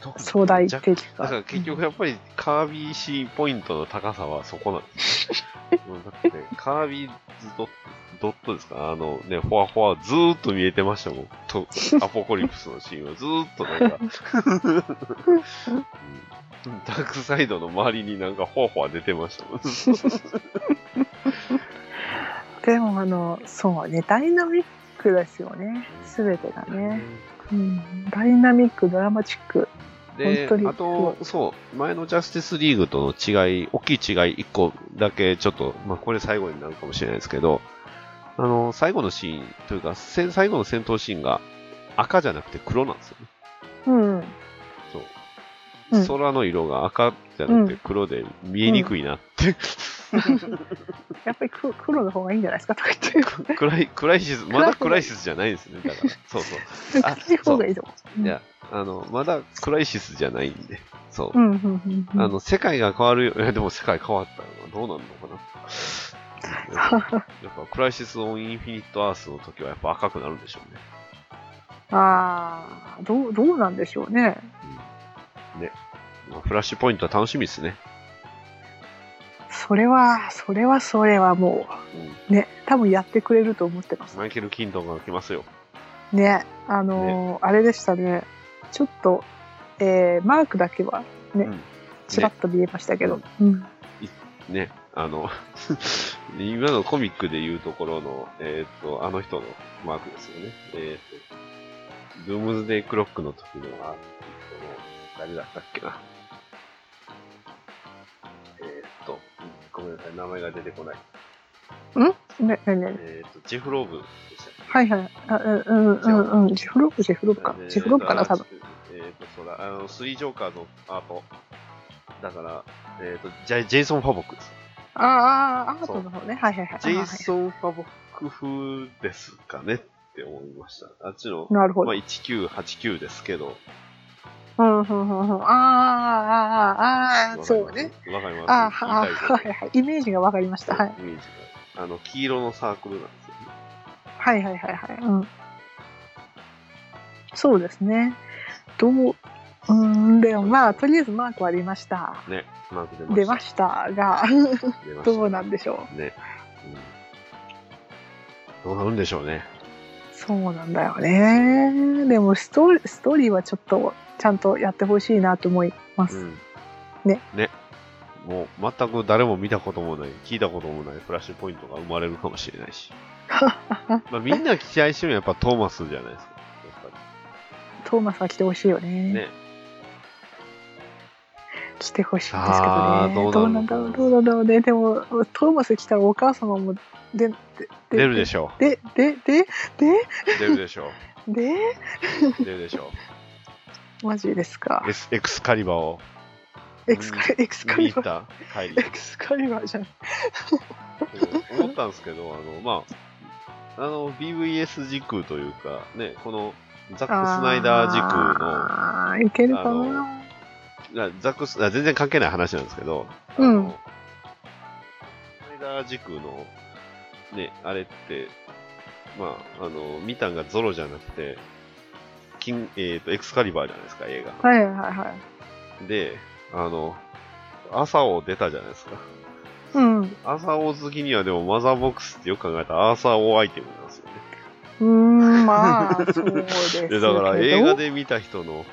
[SPEAKER 4] 特に
[SPEAKER 5] 壮大
[SPEAKER 4] 若
[SPEAKER 5] 的
[SPEAKER 4] だから結局やっぱりカービィ C ポイントの高さはそこなんです ね。うんだってカービィドットドットですかあのね、フォアフォアずーっと見えてましたもん。 とアポコリプスのシーンはずーっとなんか、 うんダークサイドの周りになんかフォアフォア出てましたもん。
[SPEAKER 5] でもあのそうねダイナミックですよね全てがね、うん、ダイナミックドラマチック
[SPEAKER 4] で
[SPEAKER 5] 本当に、
[SPEAKER 4] あと、そう、前のジャスティスリーグとの違い、大きい違い1個だけ、ちょっと、まあ、これ最後になるかもしれないですけど、あの、最後のシーンというか、せ最後の戦闘シーンが赤じゃなくて黒なんですよね。
[SPEAKER 5] うん。
[SPEAKER 4] そう。
[SPEAKER 5] うん
[SPEAKER 4] 空の色が赤じゃなくて黒で見えにくいなって、
[SPEAKER 5] やっぱり黒黒の方がいいんじゃないですかとか言っ て。
[SPEAKER 4] 暗い、暗いシス、まだ暗いシスじゃないですね。だから、そうそう。あ
[SPEAKER 5] 暗い 方がいいと思う。
[SPEAKER 4] いや、あの、まだ暗いシスじゃないんで、そう
[SPEAKER 5] う。んうんうんうん。
[SPEAKER 4] あの、世界が変わるよ、 いやでも世界変わったのどうなるのかな。 やっぱ、クライシス・オン・インフィニット・アースの時はやっぱ赤くなるんでしょうね。
[SPEAKER 5] ああ、どう、どうなんでしょうね。
[SPEAKER 4] まあフラッシュポイントは楽しみですね。
[SPEAKER 5] それは、それは、それはも
[SPEAKER 4] うん
[SPEAKER 5] う、ね、多分やってくれると思ってます。
[SPEAKER 4] マイケル・キントンが来ますよ。
[SPEAKER 5] ね、あのーあれでしたね。ちょっと、えーマークだけは、ね
[SPEAKER 4] うん、
[SPEAKER 5] ちらっと見えましたけど。うん。
[SPEAKER 4] ね、あの、 今のコミックでいうところの、えーっと、あの人のマークですよね。えーっと、ドゥームズデイ・クロックの時のあの誰だったっけな。えーっと、ごめんなさい、名前が出てこない。
[SPEAKER 5] ね、ね、ね。
[SPEAKER 4] えーっと、ジェフ・ローブでしたっけ
[SPEAKER 5] はいはい。あうんうんうんうん。ジェフロック、ジェフロックか
[SPEAKER 4] え。ー
[SPEAKER 5] ジェフロックかな、多分。。
[SPEAKER 4] えーっと、そうだ、あの、スリージョーカーのアート。だから、えーっと、ジャイジェイソン・ファボックです。
[SPEAKER 5] ああ、あーアー
[SPEAKER 4] そう
[SPEAKER 5] トの方ね。はいはいはい。
[SPEAKER 4] ジェイソン・ファボック風ですかねって思いました。あっちの、
[SPEAKER 5] なるほ
[SPEAKER 4] ま
[SPEAKER 5] ど。
[SPEAKER 4] あ、
[SPEAKER 5] うん
[SPEAKER 4] 1989ですけど。
[SPEAKER 5] うんうんうん。ああ、あ
[SPEAKER 4] わか
[SPEAKER 5] ーあー、あー
[SPEAKER 4] ります
[SPEAKER 5] そうね。。
[SPEAKER 4] わかります。
[SPEAKER 5] ああ、はい
[SPEAKER 4] 言い
[SPEAKER 5] はいはい。イメージがわかりました。
[SPEAKER 4] た
[SPEAKER 5] はいい。
[SPEAKER 4] ことイメージがあの、黄色のサークルなんですよね。
[SPEAKER 5] はいはいはいはい。うん。そうですね。どう、うーん、でもまあ、とりあえずマークは出ました。
[SPEAKER 4] ね、マーク出ました。
[SPEAKER 5] 出ましたが、
[SPEAKER 4] 出ました
[SPEAKER 5] どうなんでしょ
[SPEAKER 4] ね、うん。どうなるんでしょうね。
[SPEAKER 5] う。そうなんだよね。でもストーリー、ストーリーはちょっと、ちゃんとやってほしいなと思います。
[SPEAKER 4] うん。
[SPEAKER 5] ね。
[SPEAKER 4] ね。もう、全く誰も見たこともない、聞いたこともないフラッシュポイントが生まれるかもしれない し。まあ、みんな期待してるのはやっぱトーマスじゃないですか。やっぱり。
[SPEAKER 5] トーマスは来てほしいよね。
[SPEAKER 4] ね
[SPEAKER 5] 来てほしいんですけ
[SPEAKER 4] さ
[SPEAKER 5] ど
[SPEAKER 4] あ
[SPEAKER 5] ね。
[SPEAKER 4] ど
[SPEAKER 5] ど
[SPEAKER 4] う
[SPEAKER 5] う
[SPEAKER 4] な
[SPEAKER 5] な
[SPEAKER 4] る
[SPEAKER 5] ん
[SPEAKER 4] のかな
[SPEAKER 5] だろう、どうなんだろうね。でも、トーマス来たらお母様もで、で、
[SPEAKER 4] 出るで
[SPEAKER 5] し
[SPEAKER 4] しょ
[SPEAKER 5] ょ。で、で、で、
[SPEAKER 4] う。出るでしょ
[SPEAKER 5] で、
[SPEAKER 4] う。
[SPEAKER 5] で、
[SPEAKER 4] 出るでしょ
[SPEAKER 5] マジですか
[SPEAKER 4] う。エ。スエクスカリバーを
[SPEAKER 5] エクスカリ、エクスカ
[SPEAKER 4] 見に
[SPEAKER 5] リ
[SPEAKER 4] 行
[SPEAKER 5] バ
[SPEAKER 4] っ
[SPEAKER 5] ー。
[SPEAKER 4] た帰り
[SPEAKER 5] エ。クスカリバーじゃん。
[SPEAKER 4] うん思ったんですけど、あの、まあ、あの、BVS 時空というか、ね、このザック・スナイダー時空
[SPEAKER 5] あーいけるか
[SPEAKER 4] あ
[SPEAKER 5] な
[SPEAKER 4] の、ザックスあ全然関係ない話なんですけど、あ
[SPEAKER 5] うん
[SPEAKER 4] のスナイダー時空の、ね、あれって、まあ、あの、ミタンがゾロじゃなくて、キンえっ、と、エクスカリバーじゃないですか、映画。
[SPEAKER 5] はいはいはい。
[SPEAKER 4] で、あの、朝を出たじゃないですか。
[SPEAKER 5] うん。う
[SPEAKER 4] 朝を好きにはでもマザーボックスってよく考えたら朝をアイテムなんですよね。
[SPEAKER 5] ーん、まあ、そうですけ
[SPEAKER 4] で
[SPEAKER 5] ど。
[SPEAKER 4] だから映画で見た人の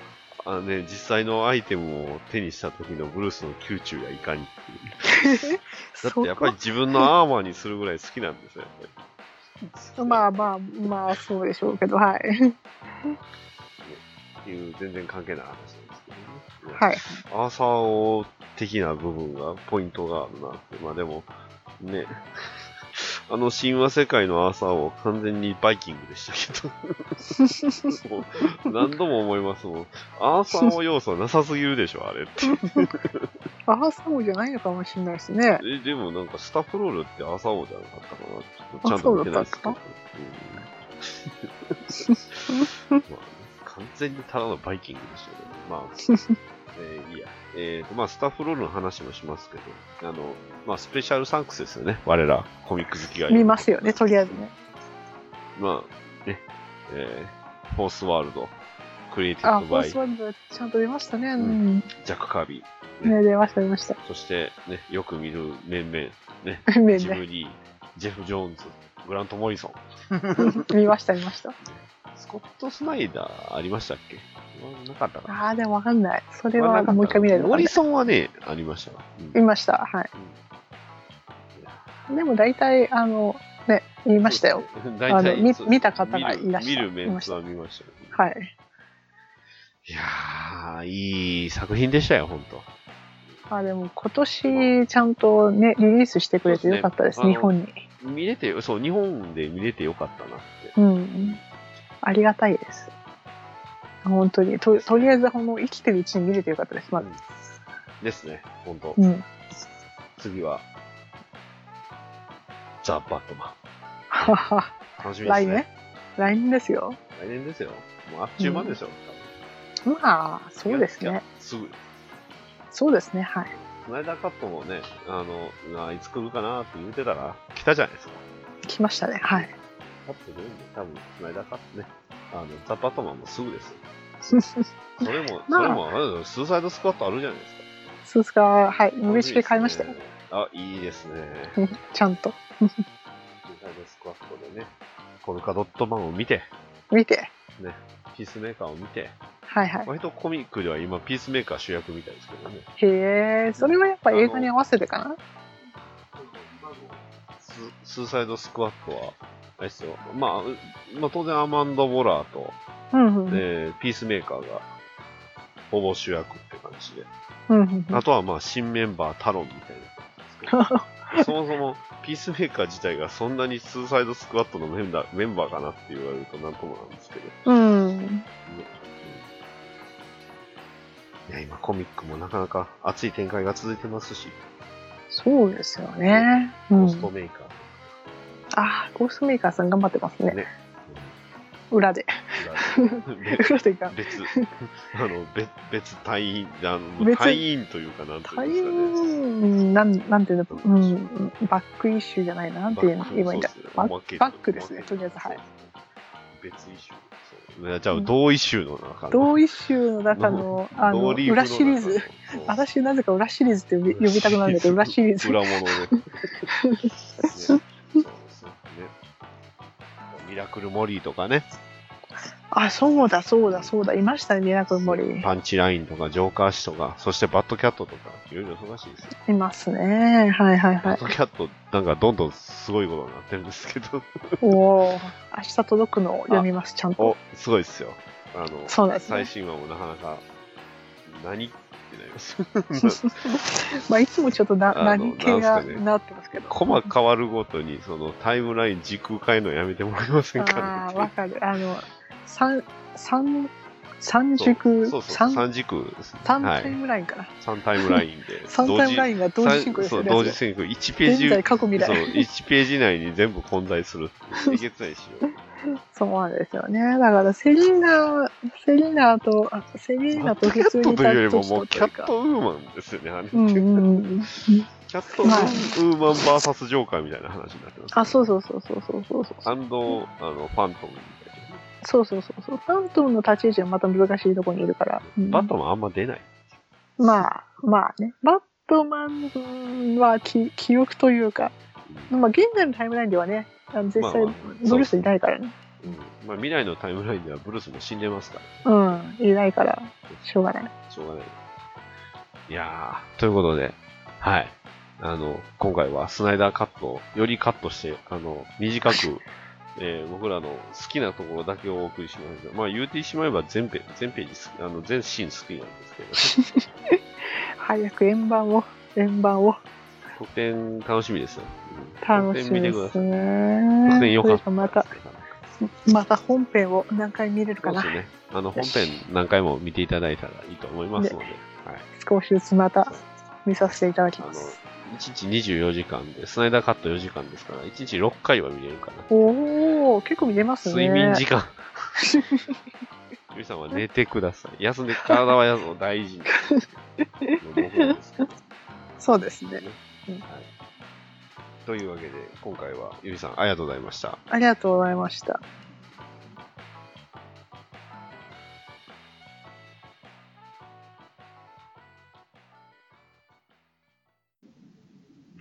[SPEAKER 4] あの、ね、実際のアイテムを手にした時のブルースの宮中やいかにっていうだってやっぱり自分のアーマーにするぐらい好きなんですよやっぱ
[SPEAKER 5] そ
[SPEAKER 4] り
[SPEAKER 5] こまあまあ、まあ、そうでしょうけど、は
[SPEAKER 4] っ
[SPEAKER 5] い。
[SPEAKER 4] ていう全然関係ない話なんですけどね、
[SPEAKER 5] はい。
[SPEAKER 4] アーサー王的な部分がポイントがあるなってまあでもね あの神話世界のアーサー王完全にバイキングでしたけどもう何度も思いますもんアーサー王要素はなさすぎるでしょあれって
[SPEAKER 5] アーサー王じゃないのかもしれないですね。
[SPEAKER 4] え、でもなんかスタッフロールって朝王じゃなかったかなちょっと
[SPEAKER 5] あ
[SPEAKER 4] ちゃんと見てないですけど。う
[SPEAKER 5] そう
[SPEAKER 4] ん
[SPEAKER 5] だ
[SPEAKER 4] まあね完全にただのバイキングでしたね。まあ、えーいいや。えーと、まあ、スタッフロールの話もしますけど、あの、まあ、スペシャルサンクスですよね。我ら、コミック好きが。
[SPEAKER 5] 見ますよね、とりあえずね。
[SPEAKER 4] まあ、ね、えーフォースワールド、クリエイティ
[SPEAKER 5] あ、
[SPEAKER 4] ブ
[SPEAKER 5] フォ
[SPEAKER 4] バ
[SPEAKER 5] ー
[SPEAKER 4] イ
[SPEAKER 5] ス、ワンズちゃんと出ましたね。うんん。
[SPEAKER 4] ジャック・カービ
[SPEAKER 5] ね、出ました、出ました。
[SPEAKER 4] ー、そして、ね、よく見る面々、ね、
[SPEAKER 5] 面
[SPEAKER 4] ジム
[SPEAKER 5] ね。
[SPEAKER 4] リー、ジェフ・ジョーンズ、グラント・モリソン、
[SPEAKER 5] 見ました、見ました。
[SPEAKER 4] スコット・スナイダーありましたっけなかったかな。
[SPEAKER 5] ああ、でもわかんない。それ
[SPEAKER 4] まあ
[SPEAKER 5] は
[SPEAKER 4] なかったかな
[SPEAKER 5] もう一回見ないとわ
[SPEAKER 4] モ
[SPEAKER 5] かん
[SPEAKER 4] リ
[SPEAKER 5] ない。
[SPEAKER 4] ソンはね、ありましたわ。うん
[SPEAKER 5] 見ました、は
[SPEAKER 4] うんいや
[SPEAKER 5] い。でも大体、あの、ね、言いましたよ。。
[SPEAKER 4] 大体
[SPEAKER 5] あのみ
[SPEAKER 4] そう
[SPEAKER 5] 見た方がいらっ
[SPEAKER 4] 見
[SPEAKER 5] しゃ
[SPEAKER 4] る
[SPEAKER 5] る
[SPEAKER 4] 見るメンツは見ましたよね
[SPEAKER 5] はい。
[SPEAKER 4] いやー、いい作品でしたよ、ほんと。
[SPEAKER 5] あ、でも今年、ちゃんとね、リリースしてくれてよかったです、
[SPEAKER 4] そうですね
[SPEAKER 5] 日本に。
[SPEAKER 4] 見れてよ、そう、日本で見れてよかったなって。
[SPEAKER 5] うん。ありがたいです。本当に。ととりあえず、この生きてるうちに見れてよかったです。まず。
[SPEAKER 4] ですね、本当
[SPEAKER 5] うん。
[SPEAKER 4] 次は、ザ・バットマ
[SPEAKER 5] はは。
[SPEAKER 4] ン。楽しみで
[SPEAKER 5] 来
[SPEAKER 4] す
[SPEAKER 5] 年
[SPEAKER 4] ね。
[SPEAKER 5] 来年ですよ。
[SPEAKER 4] 来年ですよ。もうあっちゅう間でしょ。
[SPEAKER 5] まあ、そうです
[SPEAKER 4] いや
[SPEAKER 5] ね。。
[SPEAKER 4] すぐ。
[SPEAKER 5] そうですね。はい。
[SPEAKER 4] スナイダーカットもね、あの、あいつ来るかなって言ってたら、来たじゃないですか。
[SPEAKER 5] 来ましたね。はい。
[SPEAKER 4] カット出るんで、多分、スナイダーカットね。あの、ザ・バットマンもすぐですよ。それも、
[SPEAKER 5] ま
[SPEAKER 4] そ
[SPEAKER 5] あ
[SPEAKER 4] れも、あれだよスーサイドスクワットあるじゃないですか。
[SPEAKER 5] スースカ、はい。無理しき買いましたよ。
[SPEAKER 4] あ、いいですね。
[SPEAKER 5] うんちゃんと。
[SPEAKER 4] スーサイドスクワットでね、コルカドットマンを見て、
[SPEAKER 5] 見て。
[SPEAKER 4] ピースメーカーを見て、
[SPEAKER 5] はいはい。
[SPEAKER 4] 割とコミックでは今、ピースメーカー主役みたいですけどね。
[SPEAKER 5] へえ、それはやっぱ映画に合わせてかな
[SPEAKER 4] ススーサイドスクワットは、あれですよ。まあう、まあ当然アマンド・ボラーと、
[SPEAKER 5] うんうん。うん
[SPEAKER 4] で、ピースメーカーが、ほぼ主役って感じで。
[SPEAKER 5] うんうん。
[SPEAKER 4] あとはまあ、新メンバー、タロンみたいな感じですけど。そもそも、ピースメーカー自体がそんなにスーサイドスクワットのメンバーメンバーかなって言われるとなんともなんですけど。
[SPEAKER 5] うん。
[SPEAKER 4] いや、今コミックもなかなか熱い展開が続いてますし、
[SPEAKER 5] そうですよね。う
[SPEAKER 4] ゴースト
[SPEAKER 5] ん。
[SPEAKER 4] メーカーとか
[SPEAKER 5] あーゴーストメーカーさん頑張ってますね。
[SPEAKER 4] ね。
[SPEAKER 5] 裏で。
[SPEAKER 4] うんで
[SPEAKER 5] 裏でが。
[SPEAKER 4] 別、あの、別、別隊員、あの、
[SPEAKER 5] 別
[SPEAKER 4] 隊員というか、なんてい
[SPEAKER 5] 大
[SPEAKER 4] うんですかね。
[SPEAKER 5] 変、なん、なんていうの、うん、バックイッシュじゃないな、なんていうの、今言いたい。バッ
[SPEAKER 4] ッ
[SPEAKER 5] バックですねとりあえずはい。
[SPEAKER 4] 別イシュー。そうねじゃあ、同イシューの中の。
[SPEAKER 5] 同一集の中の、あの、
[SPEAKER 4] 同リーフの
[SPEAKER 5] 裏シリーズ。
[SPEAKER 4] 中の。
[SPEAKER 5] 私なぜか裏シリーズって呼び呼びたくなるんだけど、裏シリーズ。
[SPEAKER 4] 裏物で。ねそうですね。ミラクルモリーとかね。
[SPEAKER 5] あ、そうだ、そうだ、そうだ、いましたね、ミラクル森。
[SPEAKER 4] パンチラインとか、ジョーカー氏とか、そしてバッドキャットとか、いろいろ忙しいですよ。
[SPEAKER 5] いますね。はいはいは
[SPEAKER 4] バッ
[SPEAKER 5] い。
[SPEAKER 4] ドキャット、なんかどんどんすごいことになってるんですけど。
[SPEAKER 5] おお、明日届くのを読みます、ちゃんと
[SPEAKER 4] お。、すごいですよ。あの、
[SPEAKER 5] そうなんです
[SPEAKER 4] 最
[SPEAKER 5] ね。
[SPEAKER 4] 新話もなかなか、何ってなります。
[SPEAKER 5] まあ、いつもちょっとな、
[SPEAKER 4] あの
[SPEAKER 5] 何系
[SPEAKER 4] な
[SPEAKER 5] が
[SPEAKER 4] んすかね
[SPEAKER 5] なってますけど。
[SPEAKER 4] コマ変わるごとに、そのタイムライン時空変えるのやめてもらえませんかねっ
[SPEAKER 5] ああ、
[SPEAKER 4] ていう
[SPEAKER 5] わかる。あの、三、三、三軸、
[SPEAKER 4] そうそう、
[SPEAKER 5] 三、
[SPEAKER 4] 3時空ですね。
[SPEAKER 5] 三
[SPEAKER 4] は
[SPEAKER 5] タイ
[SPEAKER 4] い。
[SPEAKER 5] ムラインかな。
[SPEAKER 4] 3タイムラインで。
[SPEAKER 5] 三タイムラ
[SPEAKER 4] イン
[SPEAKER 5] インが同時進行です
[SPEAKER 4] そ
[SPEAKER 5] よ
[SPEAKER 4] う、
[SPEAKER 5] ね。
[SPEAKER 4] 同時進行。1ペー
[SPEAKER 5] 現
[SPEAKER 4] ジ、
[SPEAKER 5] 在、過去、未
[SPEAKER 4] そう、
[SPEAKER 5] 来。
[SPEAKER 4] 1ページ内に全部混在するっていう。えげつないしよ。
[SPEAKER 5] そうなんですよね。だから、セリーナ、セリーナと、あセリーナと
[SPEAKER 4] キャ
[SPEAKER 5] 普通
[SPEAKER 4] ット
[SPEAKER 5] に
[SPEAKER 4] というより
[SPEAKER 5] 担当
[SPEAKER 4] も
[SPEAKER 5] した
[SPEAKER 4] も
[SPEAKER 5] というう
[SPEAKER 4] キャッ
[SPEAKER 5] か
[SPEAKER 4] トウーマンですよね、あれ
[SPEAKER 5] うんうんうん。
[SPEAKER 4] キャットウーマン VS ジョーカーみたいな話になってます。
[SPEAKER 5] あ、そうそうそうそうそうそうそう。
[SPEAKER 4] アンド、あの、ファントムみたいな。
[SPEAKER 5] そうそうそうそう。ファントムの立ち位置がまた難しいところにいるから。うん
[SPEAKER 4] バットマンあんま出ない。
[SPEAKER 5] まあ、まあね。バットマンはき記憶というか、まあ現在のタイムラインではね、あの実
[SPEAKER 4] まあ
[SPEAKER 5] 際
[SPEAKER 4] まあ
[SPEAKER 5] ブルースいないからね。
[SPEAKER 4] うんまあ、未来のタイムラインではブルースも死んでますから、
[SPEAKER 5] うん、いないから、しょうがない。
[SPEAKER 4] しょうがない。いやー、ということで、はい。あの、今回はスナイダーカットをよりカットして、あの、短く、 えー僕らの好きなところだけをお送りしました。まあ、言うてしまえば全ペ全ページ好き、あの、全シーン好きなんですけど、
[SPEAKER 5] 早く円盤を、円盤を
[SPEAKER 4] 特典楽しみですよ。うん
[SPEAKER 5] 楽
[SPEAKER 4] 特
[SPEAKER 5] し
[SPEAKER 4] 典
[SPEAKER 5] み
[SPEAKER 4] 見
[SPEAKER 5] で
[SPEAKER 4] てくだ
[SPEAKER 5] す
[SPEAKER 4] さい。
[SPEAKER 5] ね。
[SPEAKER 4] 特典良かったです
[SPEAKER 5] それかまた、また本編を何回見れ
[SPEAKER 4] そ
[SPEAKER 5] るか
[SPEAKER 4] うで
[SPEAKER 5] な
[SPEAKER 4] す。ね。あの、本編何回も見ていただいたらいいと思いますので、はい。
[SPEAKER 5] 少しずつまた見させていただき
[SPEAKER 4] あの
[SPEAKER 5] ます。、
[SPEAKER 4] 1日24時間で、スナイダーカット4時間ですから、1日6回は見れるかな。
[SPEAKER 5] おお、結構見れますね。
[SPEAKER 4] 睡眠時 間。ゆりさんは寝てください。休んで、体は休む大事に。僕なんですけど
[SPEAKER 5] そうですね。
[SPEAKER 4] はい というわけで、今回はゆりさん、ありがとうございました。
[SPEAKER 5] ありがとうございました。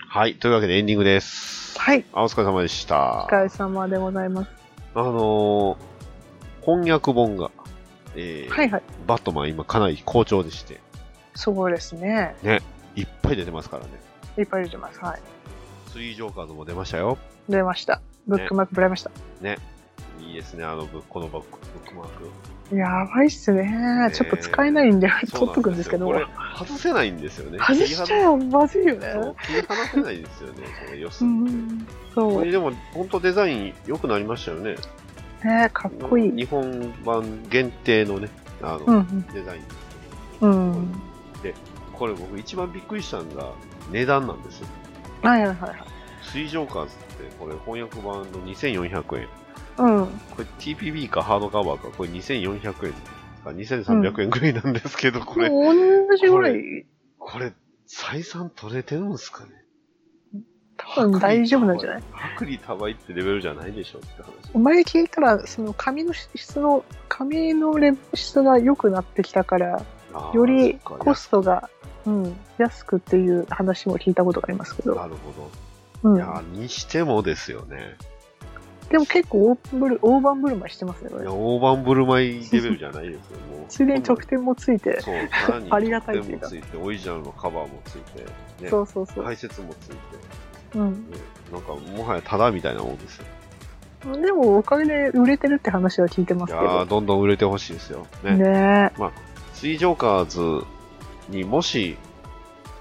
[SPEAKER 4] はい。というわけで、エンディングです。
[SPEAKER 5] はい、
[SPEAKER 4] あ、お疲れ様でし
[SPEAKER 5] お
[SPEAKER 4] た。
[SPEAKER 5] 疲れ様でございます。
[SPEAKER 4] あのー、翻訳本が、えー
[SPEAKER 5] はいはい、
[SPEAKER 4] バットマン今かなり好調でして、
[SPEAKER 5] すごいですね。
[SPEAKER 4] いっぱい出てますからね。
[SPEAKER 5] いっぱい出てます。はい、
[SPEAKER 4] スリージョーカーズも出ましたよ。
[SPEAKER 5] 出ました。ブックマークもらいました。
[SPEAKER 4] ね。いいですね、あのブッ、このバックブックマーク。
[SPEAKER 5] やばいっすね。ちょっと使えないんで、取っとくんですけど
[SPEAKER 4] そ。うなんですよこれ、外せないんですよね。
[SPEAKER 5] 外しちゃうまずいよ
[SPEAKER 4] 切り
[SPEAKER 5] ね
[SPEAKER 4] 離。そう切り離せないですよね、この四
[SPEAKER 5] う
[SPEAKER 4] 隅って。
[SPEAKER 5] ん。そ
[SPEAKER 4] こ
[SPEAKER 5] う。
[SPEAKER 4] れでも、本当デザイン良くなりましたよね。
[SPEAKER 5] ねかっこいい。
[SPEAKER 4] 日本版限定のね、あ
[SPEAKER 5] う
[SPEAKER 4] の、
[SPEAKER 5] ん。
[SPEAKER 4] デザインですけ
[SPEAKER 5] う
[SPEAKER 4] ど。
[SPEAKER 5] ん。
[SPEAKER 4] で、これ僕一番びっくりしたのが、値段なんですよ。
[SPEAKER 5] はいはいはい。
[SPEAKER 4] 水上館って、これ翻訳版の2400円。
[SPEAKER 5] うん。
[SPEAKER 4] これ TPB かハードカバーか、これ2400円か2300円ぐらいなんですけど、これ、
[SPEAKER 5] 同じぐらい、
[SPEAKER 4] これ、採算取れてるんですかね
[SPEAKER 5] 多分大丈夫なんじゃない
[SPEAKER 4] 薄利多売ってレベルじゃないでしょって話。
[SPEAKER 5] お前聞いたら、その紙の質の、紙のレ質が良くなってきたから、
[SPEAKER 4] あー
[SPEAKER 5] より
[SPEAKER 4] そっか
[SPEAKER 5] コストが、うん、安くっていう話も聞いたことがありますけど。
[SPEAKER 4] なるほど。
[SPEAKER 5] うん
[SPEAKER 4] い。やー、にしてもですよね。
[SPEAKER 5] でも結構大ぶる大盤振る舞いしてますね、こ
[SPEAKER 4] い
[SPEAKER 5] れ
[SPEAKER 4] や、。大盤振る舞いレベルじゃない ですよ。もう
[SPEAKER 5] ついでに特典もついて。
[SPEAKER 4] そう、さらに
[SPEAKER 5] ありがたいっていう
[SPEAKER 4] も
[SPEAKER 5] か
[SPEAKER 4] ついて、オリジナルのカバーもついて、ね
[SPEAKER 5] そうそうそう。
[SPEAKER 4] 解説もついて、ね、
[SPEAKER 5] うん。
[SPEAKER 4] なんかもはやタダみたいなもんですよ。
[SPEAKER 5] でもおかげで売れてるって話は聞いてま
[SPEAKER 4] い
[SPEAKER 5] す
[SPEAKER 4] や
[SPEAKER 5] け
[SPEAKER 4] ー
[SPEAKER 5] ど。
[SPEAKER 4] どんどん売れてほしいですよ。ね。
[SPEAKER 5] ね
[SPEAKER 4] 水上カーズにもし、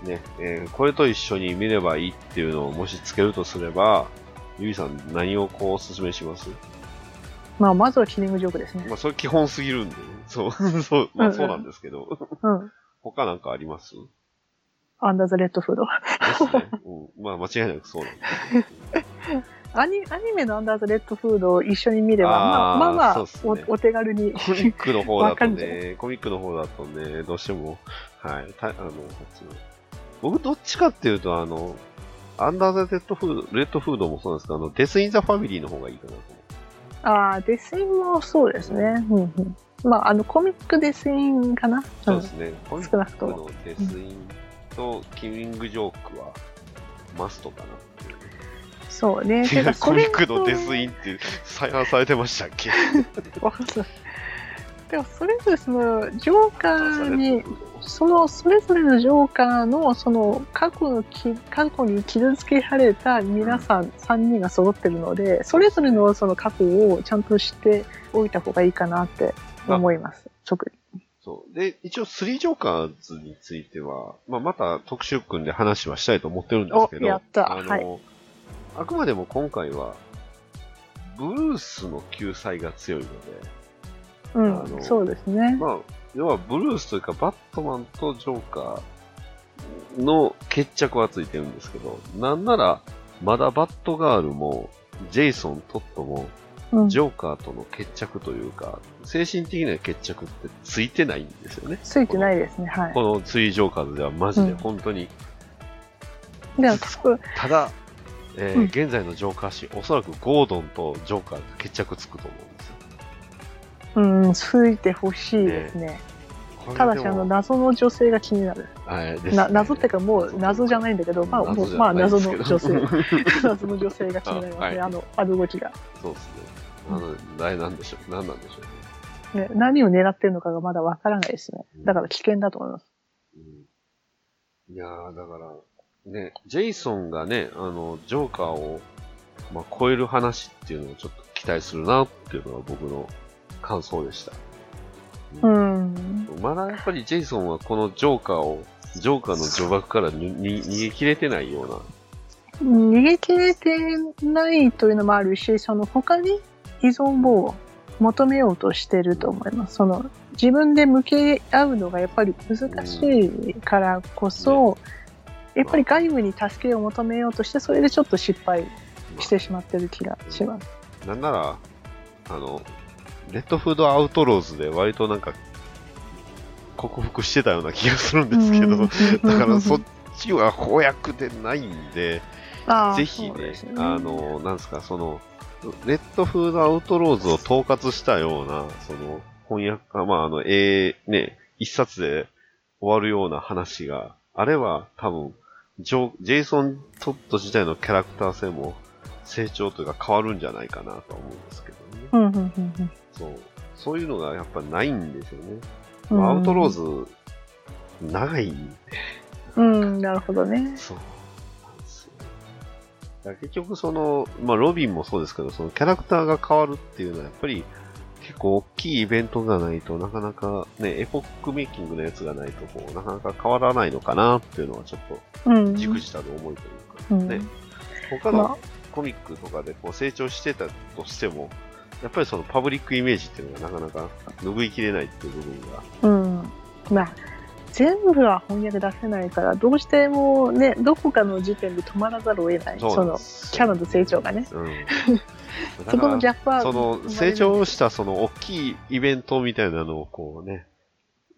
[SPEAKER 4] ね、えーこれと一緒に見ればいいっていうのをもしつけるとすれば、ゆいさん何をこうおすすめします
[SPEAKER 5] え。まあ、まずはキリングジョークですね。
[SPEAKER 4] まあ、それ基本すぎるんで、ね、そう、 そう、まあそうなんですけど、
[SPEAKER 5] うん。
[SPEAKER 4] 他なんかあります
[SPEAKER 5] アンダーザ・レッド・フード。
[SPEAKER 4] ですね。うん。まあ間違いなくそうなんです。
[SPEAKER 5] アニアニメのアンダーザ・レッド・フードを一緒に見れば、
[SPEAKER 4] あー
[SPEAKER 5] まあまあま
[SPEAKER 4] そう
[SPEAKER 5] あ
[SPEAKER 4] っす
[SPEAKER 5] お、
[SPEAKER 4] ね
[SPEAKER 5] お手軽に。
[SPEAKER 4] コミックの方だ
[SPEAKER 5] わ
[SPEAKER 4] と
[SPEAKER 5] かるんじゃな
[SPEAKER 4] ね、コミックの方だとね、どうしても、はい、たあの、こっちの僕どっちかっていうと、あの、アンダーザ・レッドフード、レッドフードもそうなんですけど、あの、デス・イン・ザ・ファミリーの方がいいかなと思う。
[SPEAKER 5] ああ、デスインもそうですね。うんうん。まあ、あの、コミックデスインかな。
[SPEAKER 4] そうですね。コミッ
[SPEAKER 5] 少なく
[SPEAKER 4] ク
[SPEAKER 5] とも
[SPEAKER 4] のデスインとキリングジョークはマストかなっていう。
[SPEAKER 5] うんそうね。
[SPEAKER 4] て
[SPEAKER 5] て
[SPEAKER 4] か
[SPEAKER 5] か
[SPEAKER 4] コミックの
[SPEAKER 5] そ
[SPEAKER 4] デ
[SPEAKER 5] れと
[SPEAKER 4] スインって採用されてましたっけ
[SPEAKER 5] わかんない でも、それぞれその、ジョーカーに、その、それぞれのジョーカーの、その、過去のき、過去に傷つけられた皆さん、3人が揃ってるので、それぞれのその過去をちゃんと知っておいた方がいいかなって思います。直に。
[SPEAKER 4] そう。で、一応、スリージョーカーズについては、まあ、また特集組んで話はしたいと思ってるんですけど、
[SPEAKER 5] おやった
[SPEAKER 4] あの、
[SPEAKER 5] はい
[SPEAKER 4] あくまでも今回は、ブルースの救済が強いの
[SPEAKER 5] う
[SPEAKER 4] あ
[SPEAKER 5] ん、
[SPEAKER 4] の
[SPEAKER 5] そうですね
[SPEAKER 4] で、。まあ、要はブルースというか、バットマンとジョーカーの決着はついてるんですけど、なんなら、まだバットガールも、ジェイソン、トットも、
[SPEAKER 5] うん、
[SPEAKER 4] ジョーカーとの決着というか、精神的な決着ってついてないんですよね。
[SPEAKER 5] ついてないですね。はい。
[SPEAKER 4] このツイジョーカーズではマジで
[SPEAKER 5] うん
[SPEAKER 4] 本当に、
[SPEAKER 5] でも多分、
[SPEAKER 4] ただ、えー
[SPEAKER 5] うん
[SPEAKER 4] 現在のジョーカー誌、おそらくゴードンとジョーカーが決着つくと思うんですよ。
[SPEAKER 5] うん、ついてほしいですね。
[SPEAKER 4] これ
[SPEAKER 5] ただし、
[SPEAKER 4] で
[SPEAKER 5] あ
[SPEAKER 4] も
[SPEAKER 5] の、謎の女性が気になる。
[SPEAKER 4] はいですね
[SPEAKER 5] な謎っていうか、もう謎じゃないんだけど、まあ、も
[SPEAKER 4] 謎
[SPEAKER 5] う
[SPEAKER 4] じ
[SPEAKER 5] ま
[SPEAKER 4] ゃ
[SPEAKER 5] あ、
[SPEAKER 4] ないで
[SPEAKER 5] 謎
[SPEAKER 4] す
[SPEAKER 5] の
[SPEAKER 4] けど。
[SPEAKER 5] 女性 謎の女性が気になりますね。
[SPEAKER 4] は
[SPEAKER 5] あの、あの動きが。
[SPEAKER 4] そうですね。あの、誰なんでしょう何なんでしょうね。
[SPEAKER 5] ね、何を狙ってるのかがまだわからないですね。だから危険だと思います。
[SPEAKER 4] うんいやー、だから、ね、ジェイソンがね、あの、ジョーカーを、まあ、超える話っていうのをちょっと期待するなっていうのが僕の感想でした。
[SPEAKER 5] うん。
[SPEAKER 4] まだやっぱりジェイソンはこのジョーカーを、ジョーカーの序幕からにに逃げ切れてないような。
[SPEAKER 5] 逃げ切れてないというのもあるし、その他に依存を求めようとしてると思います。その自分で向き合うのがやっぱり難しいからこそ、やっぱり外部に助けを求めようとして、それでちょっと失敗してしまってる気がします。
[SPEAKER 4] なんなら、あの、レッドフードアウトローズで割となんか、克服してたような気がするんですけど、だ
[SPEAKER 5] だ
[SPEAKER 4] からそっちは公約でないんで、ぜひね、あ、の、なんですか、その、レッドフードアウトローズを統括したような、その、翻訳家、まあ、あの、ええね、一冊で終わるような話があれば、多分、ジョー、ジェイソン・トット自体のキャラクター性も成長というか変わるんじゃないかなと思うんですけどね。
[SPEAKER 5] あーそうですねうんうんうんうん
[SPEAKER 4] そう。そういうのがやっぱないんですよね。
[SPEAKER 5] うん
[SPEAKER 4] まあアウトローズ、長いんで
[SPEAKER 5] うん、なるほどね。
[SPEAKER 4] そうなんですよ。から結局その、まあ、ロビンもそうですけど、そのキャラクターが変わるっていうのはやっぱり結構大きいイベントがないとなかなかね、エポックメイキングのやつがないとこう、なかなか変わらないのかなっていうのはちょっと
[SPEAKER 5] うん。
[SPEAKER 4] じくじたる思いという
[SPEAKER 5] う
[SPEAKER 4] か、
[SPEAKER 5] ん
[SPEAKER 4] ね、他
[SPEAKER 5] まあ
[SPEAKER 4] のコミックとかでこう成長してたとしても、やっぱりそのパブリックイメージっていうのがなかなか拭いきれないっていう部分が、
[SPEAKER 5] うん。まあ、全部は翻訳出せないから、どうしてもね、どこかの時点で止まらざるを得ない。そ
[SPEAKER 4] なん
[SPEAKER 5] の
[SPEAKER 4] で、す
[SPEAKER 5] キャラの成長がね。
[SPEAKER 4] うんだから
[SPEAKER 5] そこのギャップは。
[SPEAKER 4] その成長したその大きいイベントみたいなのをこうね、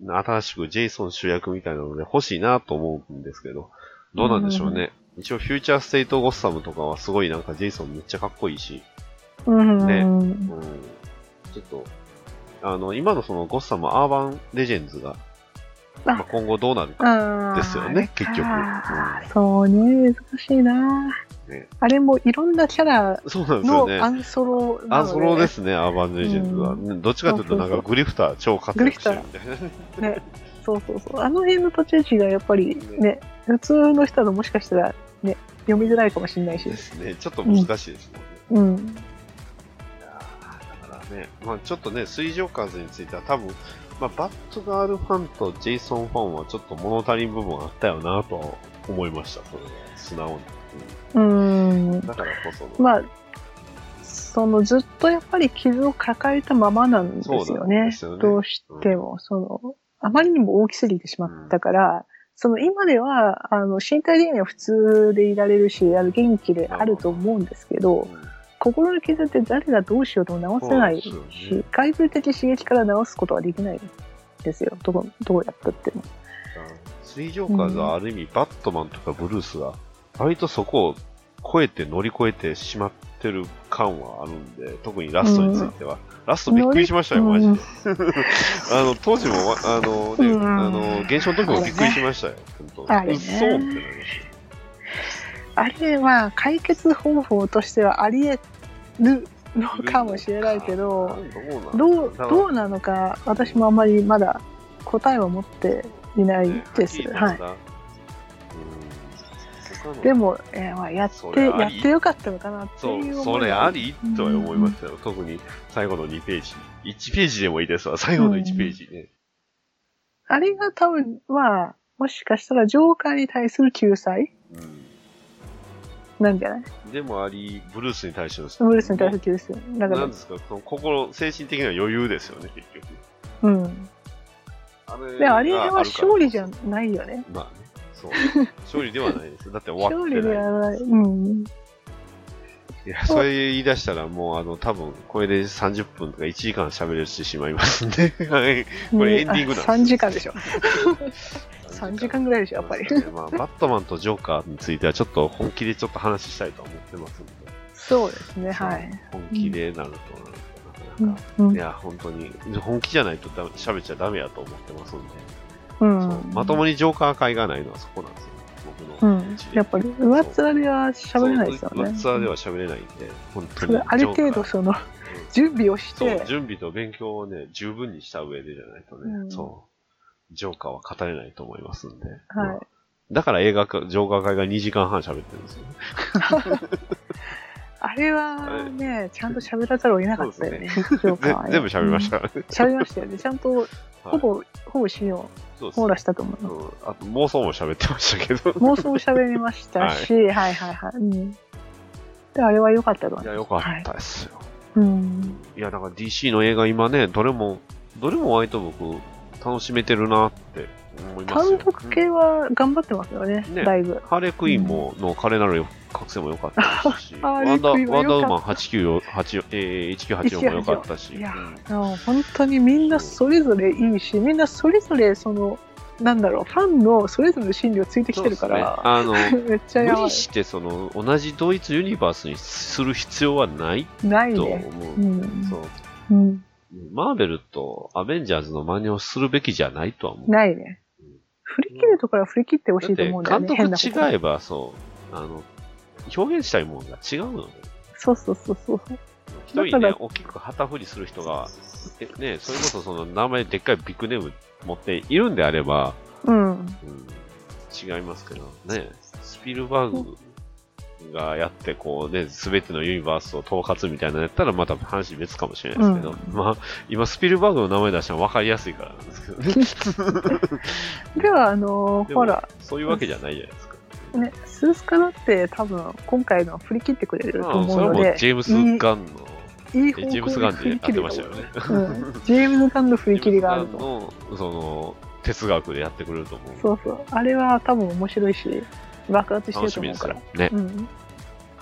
[SPEAKER 4] 新しくジェイソン主役みたいなので欲しいなと思うんですけど、どうなんでしょうね。一応フューチャーステイトゴッサムとかはすごいなんかジェイソンめっちゃかっこいいし、
[SPEAKER 5] うん。
[SPEAKER 4] ね
[SPEAKER 5] うん
[SPEAKER 4] うん、ちょっと、あの、今のそのゴッサムアーバンレジェンズが、
[SPEAKER 5] あ
[SPEAKER 4] まあ、今後どうなるか
[SPEAKER 5] あー
[SPEAKER 4] ですよね結局
[SPEAKER 5] あーそうね、難しいな。
[SPEAKER 4] ね。
[SPEAKER 5] あれもいろんなキャラ
[SPEAKER 4] そうなんですよ
[SPEAKER 5] の
[SPEAKER 4] ね
[SPEAKER 5] ア。ンソロなの
[SPEAKER 4] アンソロですね、アーバンレジェンズは。
[SPEAKER 5] う
[SPEAKER 4] うんどっちかというとなんかグリフター超活躍してるみたいな。
[SPEAKER 5] そうそうそう。あの辺の立ち位置がやっぱりね、普通の人だともしかしたらね、読みづらいかもしれないし
[SPEAKER 4] で。すね。ちょっと難しいですね。
[SPEAKER 5] うん。
[SPEAKER 4] だからね、まあ、ちょっとね、水上風については多分、まあ、バットガールファンとジェイソンファンはちょっと物足りん部分あったよなとは思いました、それは素直に。
[SPEAKER 5] うん
[SPEAKER 4] うん。だからこその、
[SPEAKER 5] まあ、そのずっとやっぱり傷を抱えたままなんです
[SPEAKER 4] そう
[SPEAKER 5] よ
[SPEAKER 4] なん
[SPEAKER 5] ね。
[SPEAKER 4] ですよね
[SPEAKER 5] どうしても、その、あまりにも大きすぎてしまったから、その今では、あの、身体的には普通でいられるし、あの元気であると思うんですけど、
[SPEAKER 4] うん
[SPEAKER 5] 心の傷って誰がどうしようとも治せないし、
[SPEAKER 4] そうですよね
[SPEAKER 5] 外部的刺激から治すことはできないですよ。どこどうやったっても。
[SPEAKER 4] 水上風はある意味、バットマンとかブルースが、割とそこを超えて乗り越えてしまってる感はあるんで、特にラストについては。ラストびっくりしましたよ、
[SPEAKER 5] 乗
[SPEAKER 4] マ
[SPEAKER 5] り
[SPEAKER 4] ジで。 あの、当時もわ、あの、ね、
[SPEAKER 5] うん
[SPEAKER 4] あの、現象の時もびっくりしましたよ、本当。
[SPEAKER 5] あれね
[SPEAKER 4] うっそーってなりましたよ。
[SPEAKER 5] あれは解決方法としてはあり得るのかもしれないけど、どう、ど
[SPEAKER 4] う
[SPEAKER 5] うなのか、私もあんまりまだ答えは持っていないです。はい。
[SPEAKER 4] い
[SPEAKER 5] で
[SPEAKER 4] も、
[SPEAKER 5] も、えーまあ、やって
[SPEAKER 4] そ、れあ
[SPEAKER 5] やっ
[SPEAKER 4] り
[SPEAKER 5] てよかったのかなって
[SPEAKER 4] そ
[SPEAKER 5] いう
[SPEAKER 4] う、
[SPEAKER 5] 思
[SPEAKER 4] そ
[SPEAKER 5] い
[SPEAKER 4] れ
[SPEAKER 5] は
[SPEAKER 4] ありとは思いましたよ。特に最後の2ページ。1ページでもいいですわ、最後の1ページね。
[SPEAKER 5] あれが多分は、もしかしたらジョーカーに対する救済なんじゃない
[SPEAKER 4] うんでもあり、ブルースに対しての、
[SPEAKER 5] ウイルスに対する救済。だか
[SPEAKER 4] な
[SPEAKER 5] ら
[SPEAKER 4] ん、ですか、その心、精神的な余裕ですよね、結局。
[SPEAKER 5] うん。
[SPEAKER 4] あれ
[SPEAKER 5] で、あれは
[SPEAKER 4] がるから
[SPEAKER 5] 勝利じゃないよね。
[SPEAKER 4] まあね、そう。勝利ではないです。だって終わ
[SPEAKER 5] 勝
[SPEAKER 4] っ
[SPEAKER 5] 利
[SPEAKER 4] て
[SPEAKER 5] で
[SPEAKER 4] ない。
[SPEAKER 5] はない。うん。
[SPEAKER 4] いや、それ言い出したらもう、あの、多分、これで30分とか1時間喋れてしまいますん で、はい。これエンディングなんですよ
[SPEAKER 5] 3時間で しょ。3時間ぐらいでしょ、やっぱり。
[SPEAKER 4] そう ですねまあ、バットマンとジョーカーについては、ちょっと本気でちょっと話したいと思ってますんで。
[SPEAKER 5] そうですね、はい。
[SPEAKER 4] 本気でなると、
[SPEAKER 5] う
[SPEAKER 4] なんんか、
[SPEAKER 5] う
[SPEAKER 4] い
[SPEAKER 5] ん
[SPEAKER 4] や、本当に、本気じゃないとダメ喋っちゃダメやと思ってますんで、
[SPEAKER 5] う。
[SPEAKER 4] そうんまともにジョーカー会がないのはそこなんですよ。僕
[SPEAKER 5] う
[SPEAKER 4] の
[SPEAKER 5] ん、やっぱり上っ面では喋れないですよ
[SPEAKER 4] そう
[SPEAKER 5] ね。
[SPEAKER 4] ツアーでは喋れないんで、本当
[SPEAKER 5] そ
[SPEAKER 4] に
[SPEAKER 5] れ。ある
[SPEAKER 4] ジョ
[SPEAKER 5] 程度
[SPEAKER 4] ーカー
[SPEAKER 5] そ
[SPEAKER 4] う
[SPEAKER 5] の
[SPEAKER 4] ん
[SPEAKER 5] 準備をし
[SPEAKER 4] そう
[SPEAKER 5] て、
[SPEAKER 4] 準備と勉強をね、十分にした上でじゃないとね、
[SPEAKER 5] うん
[SPEAKER 4] そう、ジョーカーは語れないと思いますんで。
[SPEAKER 5] はい
[SPEAKER 4] い。だから映画か、ジョーカー会が2時間半喋ってるんですよね。
[SPEAKER 5] あれはね、ちゃんと喋らざるを得なかったよね、全
[SPEAKER 4] ぜ全部喋りましたからね。
[SPEAKER 5] 喋りましたよね。ちゃんと、ほぼ、ほぼシーンを
[SPEAKER 4] そうです
[SPEAKER 5] 網羅したと思いま
[SPEAKER 4] うんあと妄想も喋ってましたけ ど。
[SPEAKER 5] す。妄想も喋りましたし、はい、はいはい。うん。で、あれは良かったと思
[SPEAKER 4] い
[SPEAKER 5] い
[SPEAKER 4] や、
[SPEAKER 5] ます。
[SPEAKER 4] よか
[SPEAKER 5] は
[SPEAKER 4] っ
[SPEAKER 5] い
[SPEAKER 4] たですよ。
[SPEAKER 5] うん。
[SPEAKER 4] いや、だから DC の映画今ね、どれも、どれも割と僕、楽しめてるなって思いますよ。
[SPEAKER 5] 単独系は頑張ってますよね、
[SPEAKER 4] ね
[SPEAKER 5] だいぶ。
[SPEAKER 4] ハーレクイーンも、の彼なる覚醒も良かったですし、
[SPEAKER 5] ハ
[SPEAKER 4] ワ
[SPEAKER 5] ーレ
[SPEAKER 4] ンダ
[SPEAKER 5] クイ
[SPEAKER 4] ー
[SPEAKER 5] ーン
[SPEAKER 4] ワ
[SPEAKER 5] は
[SPEAKER 4] ンダーウ
[SPEAKER 5] 良
[SPEAKER 4] ー
[SPEAKER 5] か
[SPEAKER 4] マン894 8えー1984も良かったし、
[SPEAKER 5] いや
[SPEAKER 4] うん
[SPEAKER 5] あの本当にみんなそれぞれいいし、みんなそれぞれその、なんだろう、ファンのそれぞれの心理をついてきてる
[SPEAKER 4] そ
[SPEAKER 5] か
[SPEAKER 4] うです
[SPEAKER 5] ら、
[SPEAKER 4] ね、あの
[SPEAKER 5] めっちゃ
[SPEAKER 4] 無
[SPEAKER 5] やば
[SPEAKER 4] 理してその同じ同一ユニバースにする必要はない
[SPEAKER 5] い。ない
[SPEAKER 4] と
[SPEAKER 5] ね。
[SPEAKER 4] 思う。
[SPEAKER 5] うん
[SPEAKER 4] そう
[SPEAKER 5] うん、
[SPEAKER 4] マーベルとアベンジャーズの真似をするべきじゃないとは思う。だ
[SPEAKER 5] ないね。振り切るところは振り切ってほ
[SPEAKER 4] っ
[SPEAKER 5] しいと
[SPEAKER 4] て
[SPEAKER 5] 思うんだよ
[SPEAKER 4] 監督
[SPEAKER 5] ね。変なこと
[SPEAKER 4] 違えばそう、あの、表現したいものが違うので、
[SPEAKER 5] そうそうそうそう。
[SPEAKER 4] 一人
[SPEAKER 5] だ
[SPEAKER 4] ね
[SPEAKER 5] か、
[SPEAKER 4] 大きく旗振りする人が、えね、それこそその名前でっかいビッグネーム持っているんであれば、
[SPEAKER 5] うん。
[SPEAKER 4] うん違いますけど、ね、スピルバーグがやって、こうね、すべてのユニバースを統括みたいなのやったら、また話別かもしれないですけど、
[SPEAKER 5] うん
[SPEAKER 4] まあ、今、スピルバーグの名前出したら分かりやすいからなんですけどね。
[SPEAKER 5] では、あのー
[SPEAKER 4] でも
[SPEAKER 5] ほら、
[SPEAKER 4] そういうわけじゃないじゃないですか。
[SPEAKER 5] ね、スースカだって多分今回のは振り切ってくれると
[SPEAKER 4] まあ、
[SPEAKER 5] 思
[SPEAKER 4] それ
[SPEAKER 5] う
[SPEAKER 4] は
[SPEAKER 5] の
[SPEAKER 4] もう
[SPEAKER 5] で、
[SPEAKER 4] ジェームス・ガンの、
[SPEAKER 5] いい
[SPEAKER 4] えジェームス・
[SPEAKER 5] 方
[SPEAKER 4] ガ
[SPEAKER 5] 向
[SPEAKER 4] ンで
[SPEAKER 5] に振り
[SPEAKER 4] やっ
[SPEAKER 5] 切
[SPEAKER 4] て
[SPEAKER 5] る
[SPEAKER 4] ま
[SPEAKER 5] ま
[SPEAKER 4] し
[SPEAKER 5] したた
[SPEAKER 4] よ
[SPEAKER 5] よ
[SPEAKER 4] ね。
[SPEAKER 5] うん、ジェームズ・ガンの振り切りがあると思う。
[SPEAKER 4] の、その、哲学でやってくれると思う。
[SPEAKER 5] そうそう。あれは多分面白いし、爆発して
[SPEAKER 4] 楽
[SPEAKER 5] る
[SPEAKER 4] し
[SPEAKER 5] と
[SPEAKER 4] みで
[SPEAKER 5] 思う
[SPEAKER 4] す
[SPEAKER 5] か
[SPEAKER 4] よ
[SPEAKER 5] ら。
[SPEAKER 4] ね。
[SPEAKER 5] うん。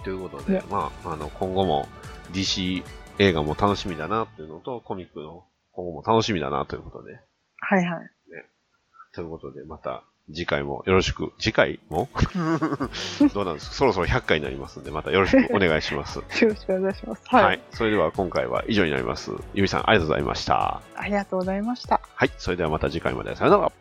[SPEAKER 4] ということで
[SPEAKER 5] ね、
[SPEAKER 4] まあ、あの、今後も DC 映画も楽しみだなっていうのと、コミックの今後も楽しみだなということで、
[SPEAKER 5] はいはい。
[SPEAKER 4] ということで、また次回もよろしく、次回 もどうなんですかそろそろ100回になりますんで、またよろしくお願いします。
[SPEAKER 5] よろしくお願いします。
[SPEAKER 4] はい、
[SPEAKER 5] はい。
[SPEAKER 4] それでは今回は以上になります。ゆみさん、ありがとうございました。
[SPEAKER 5] ありがとうございました。
[SPEAKER 4] はい。それではまた次回まで。さよなら。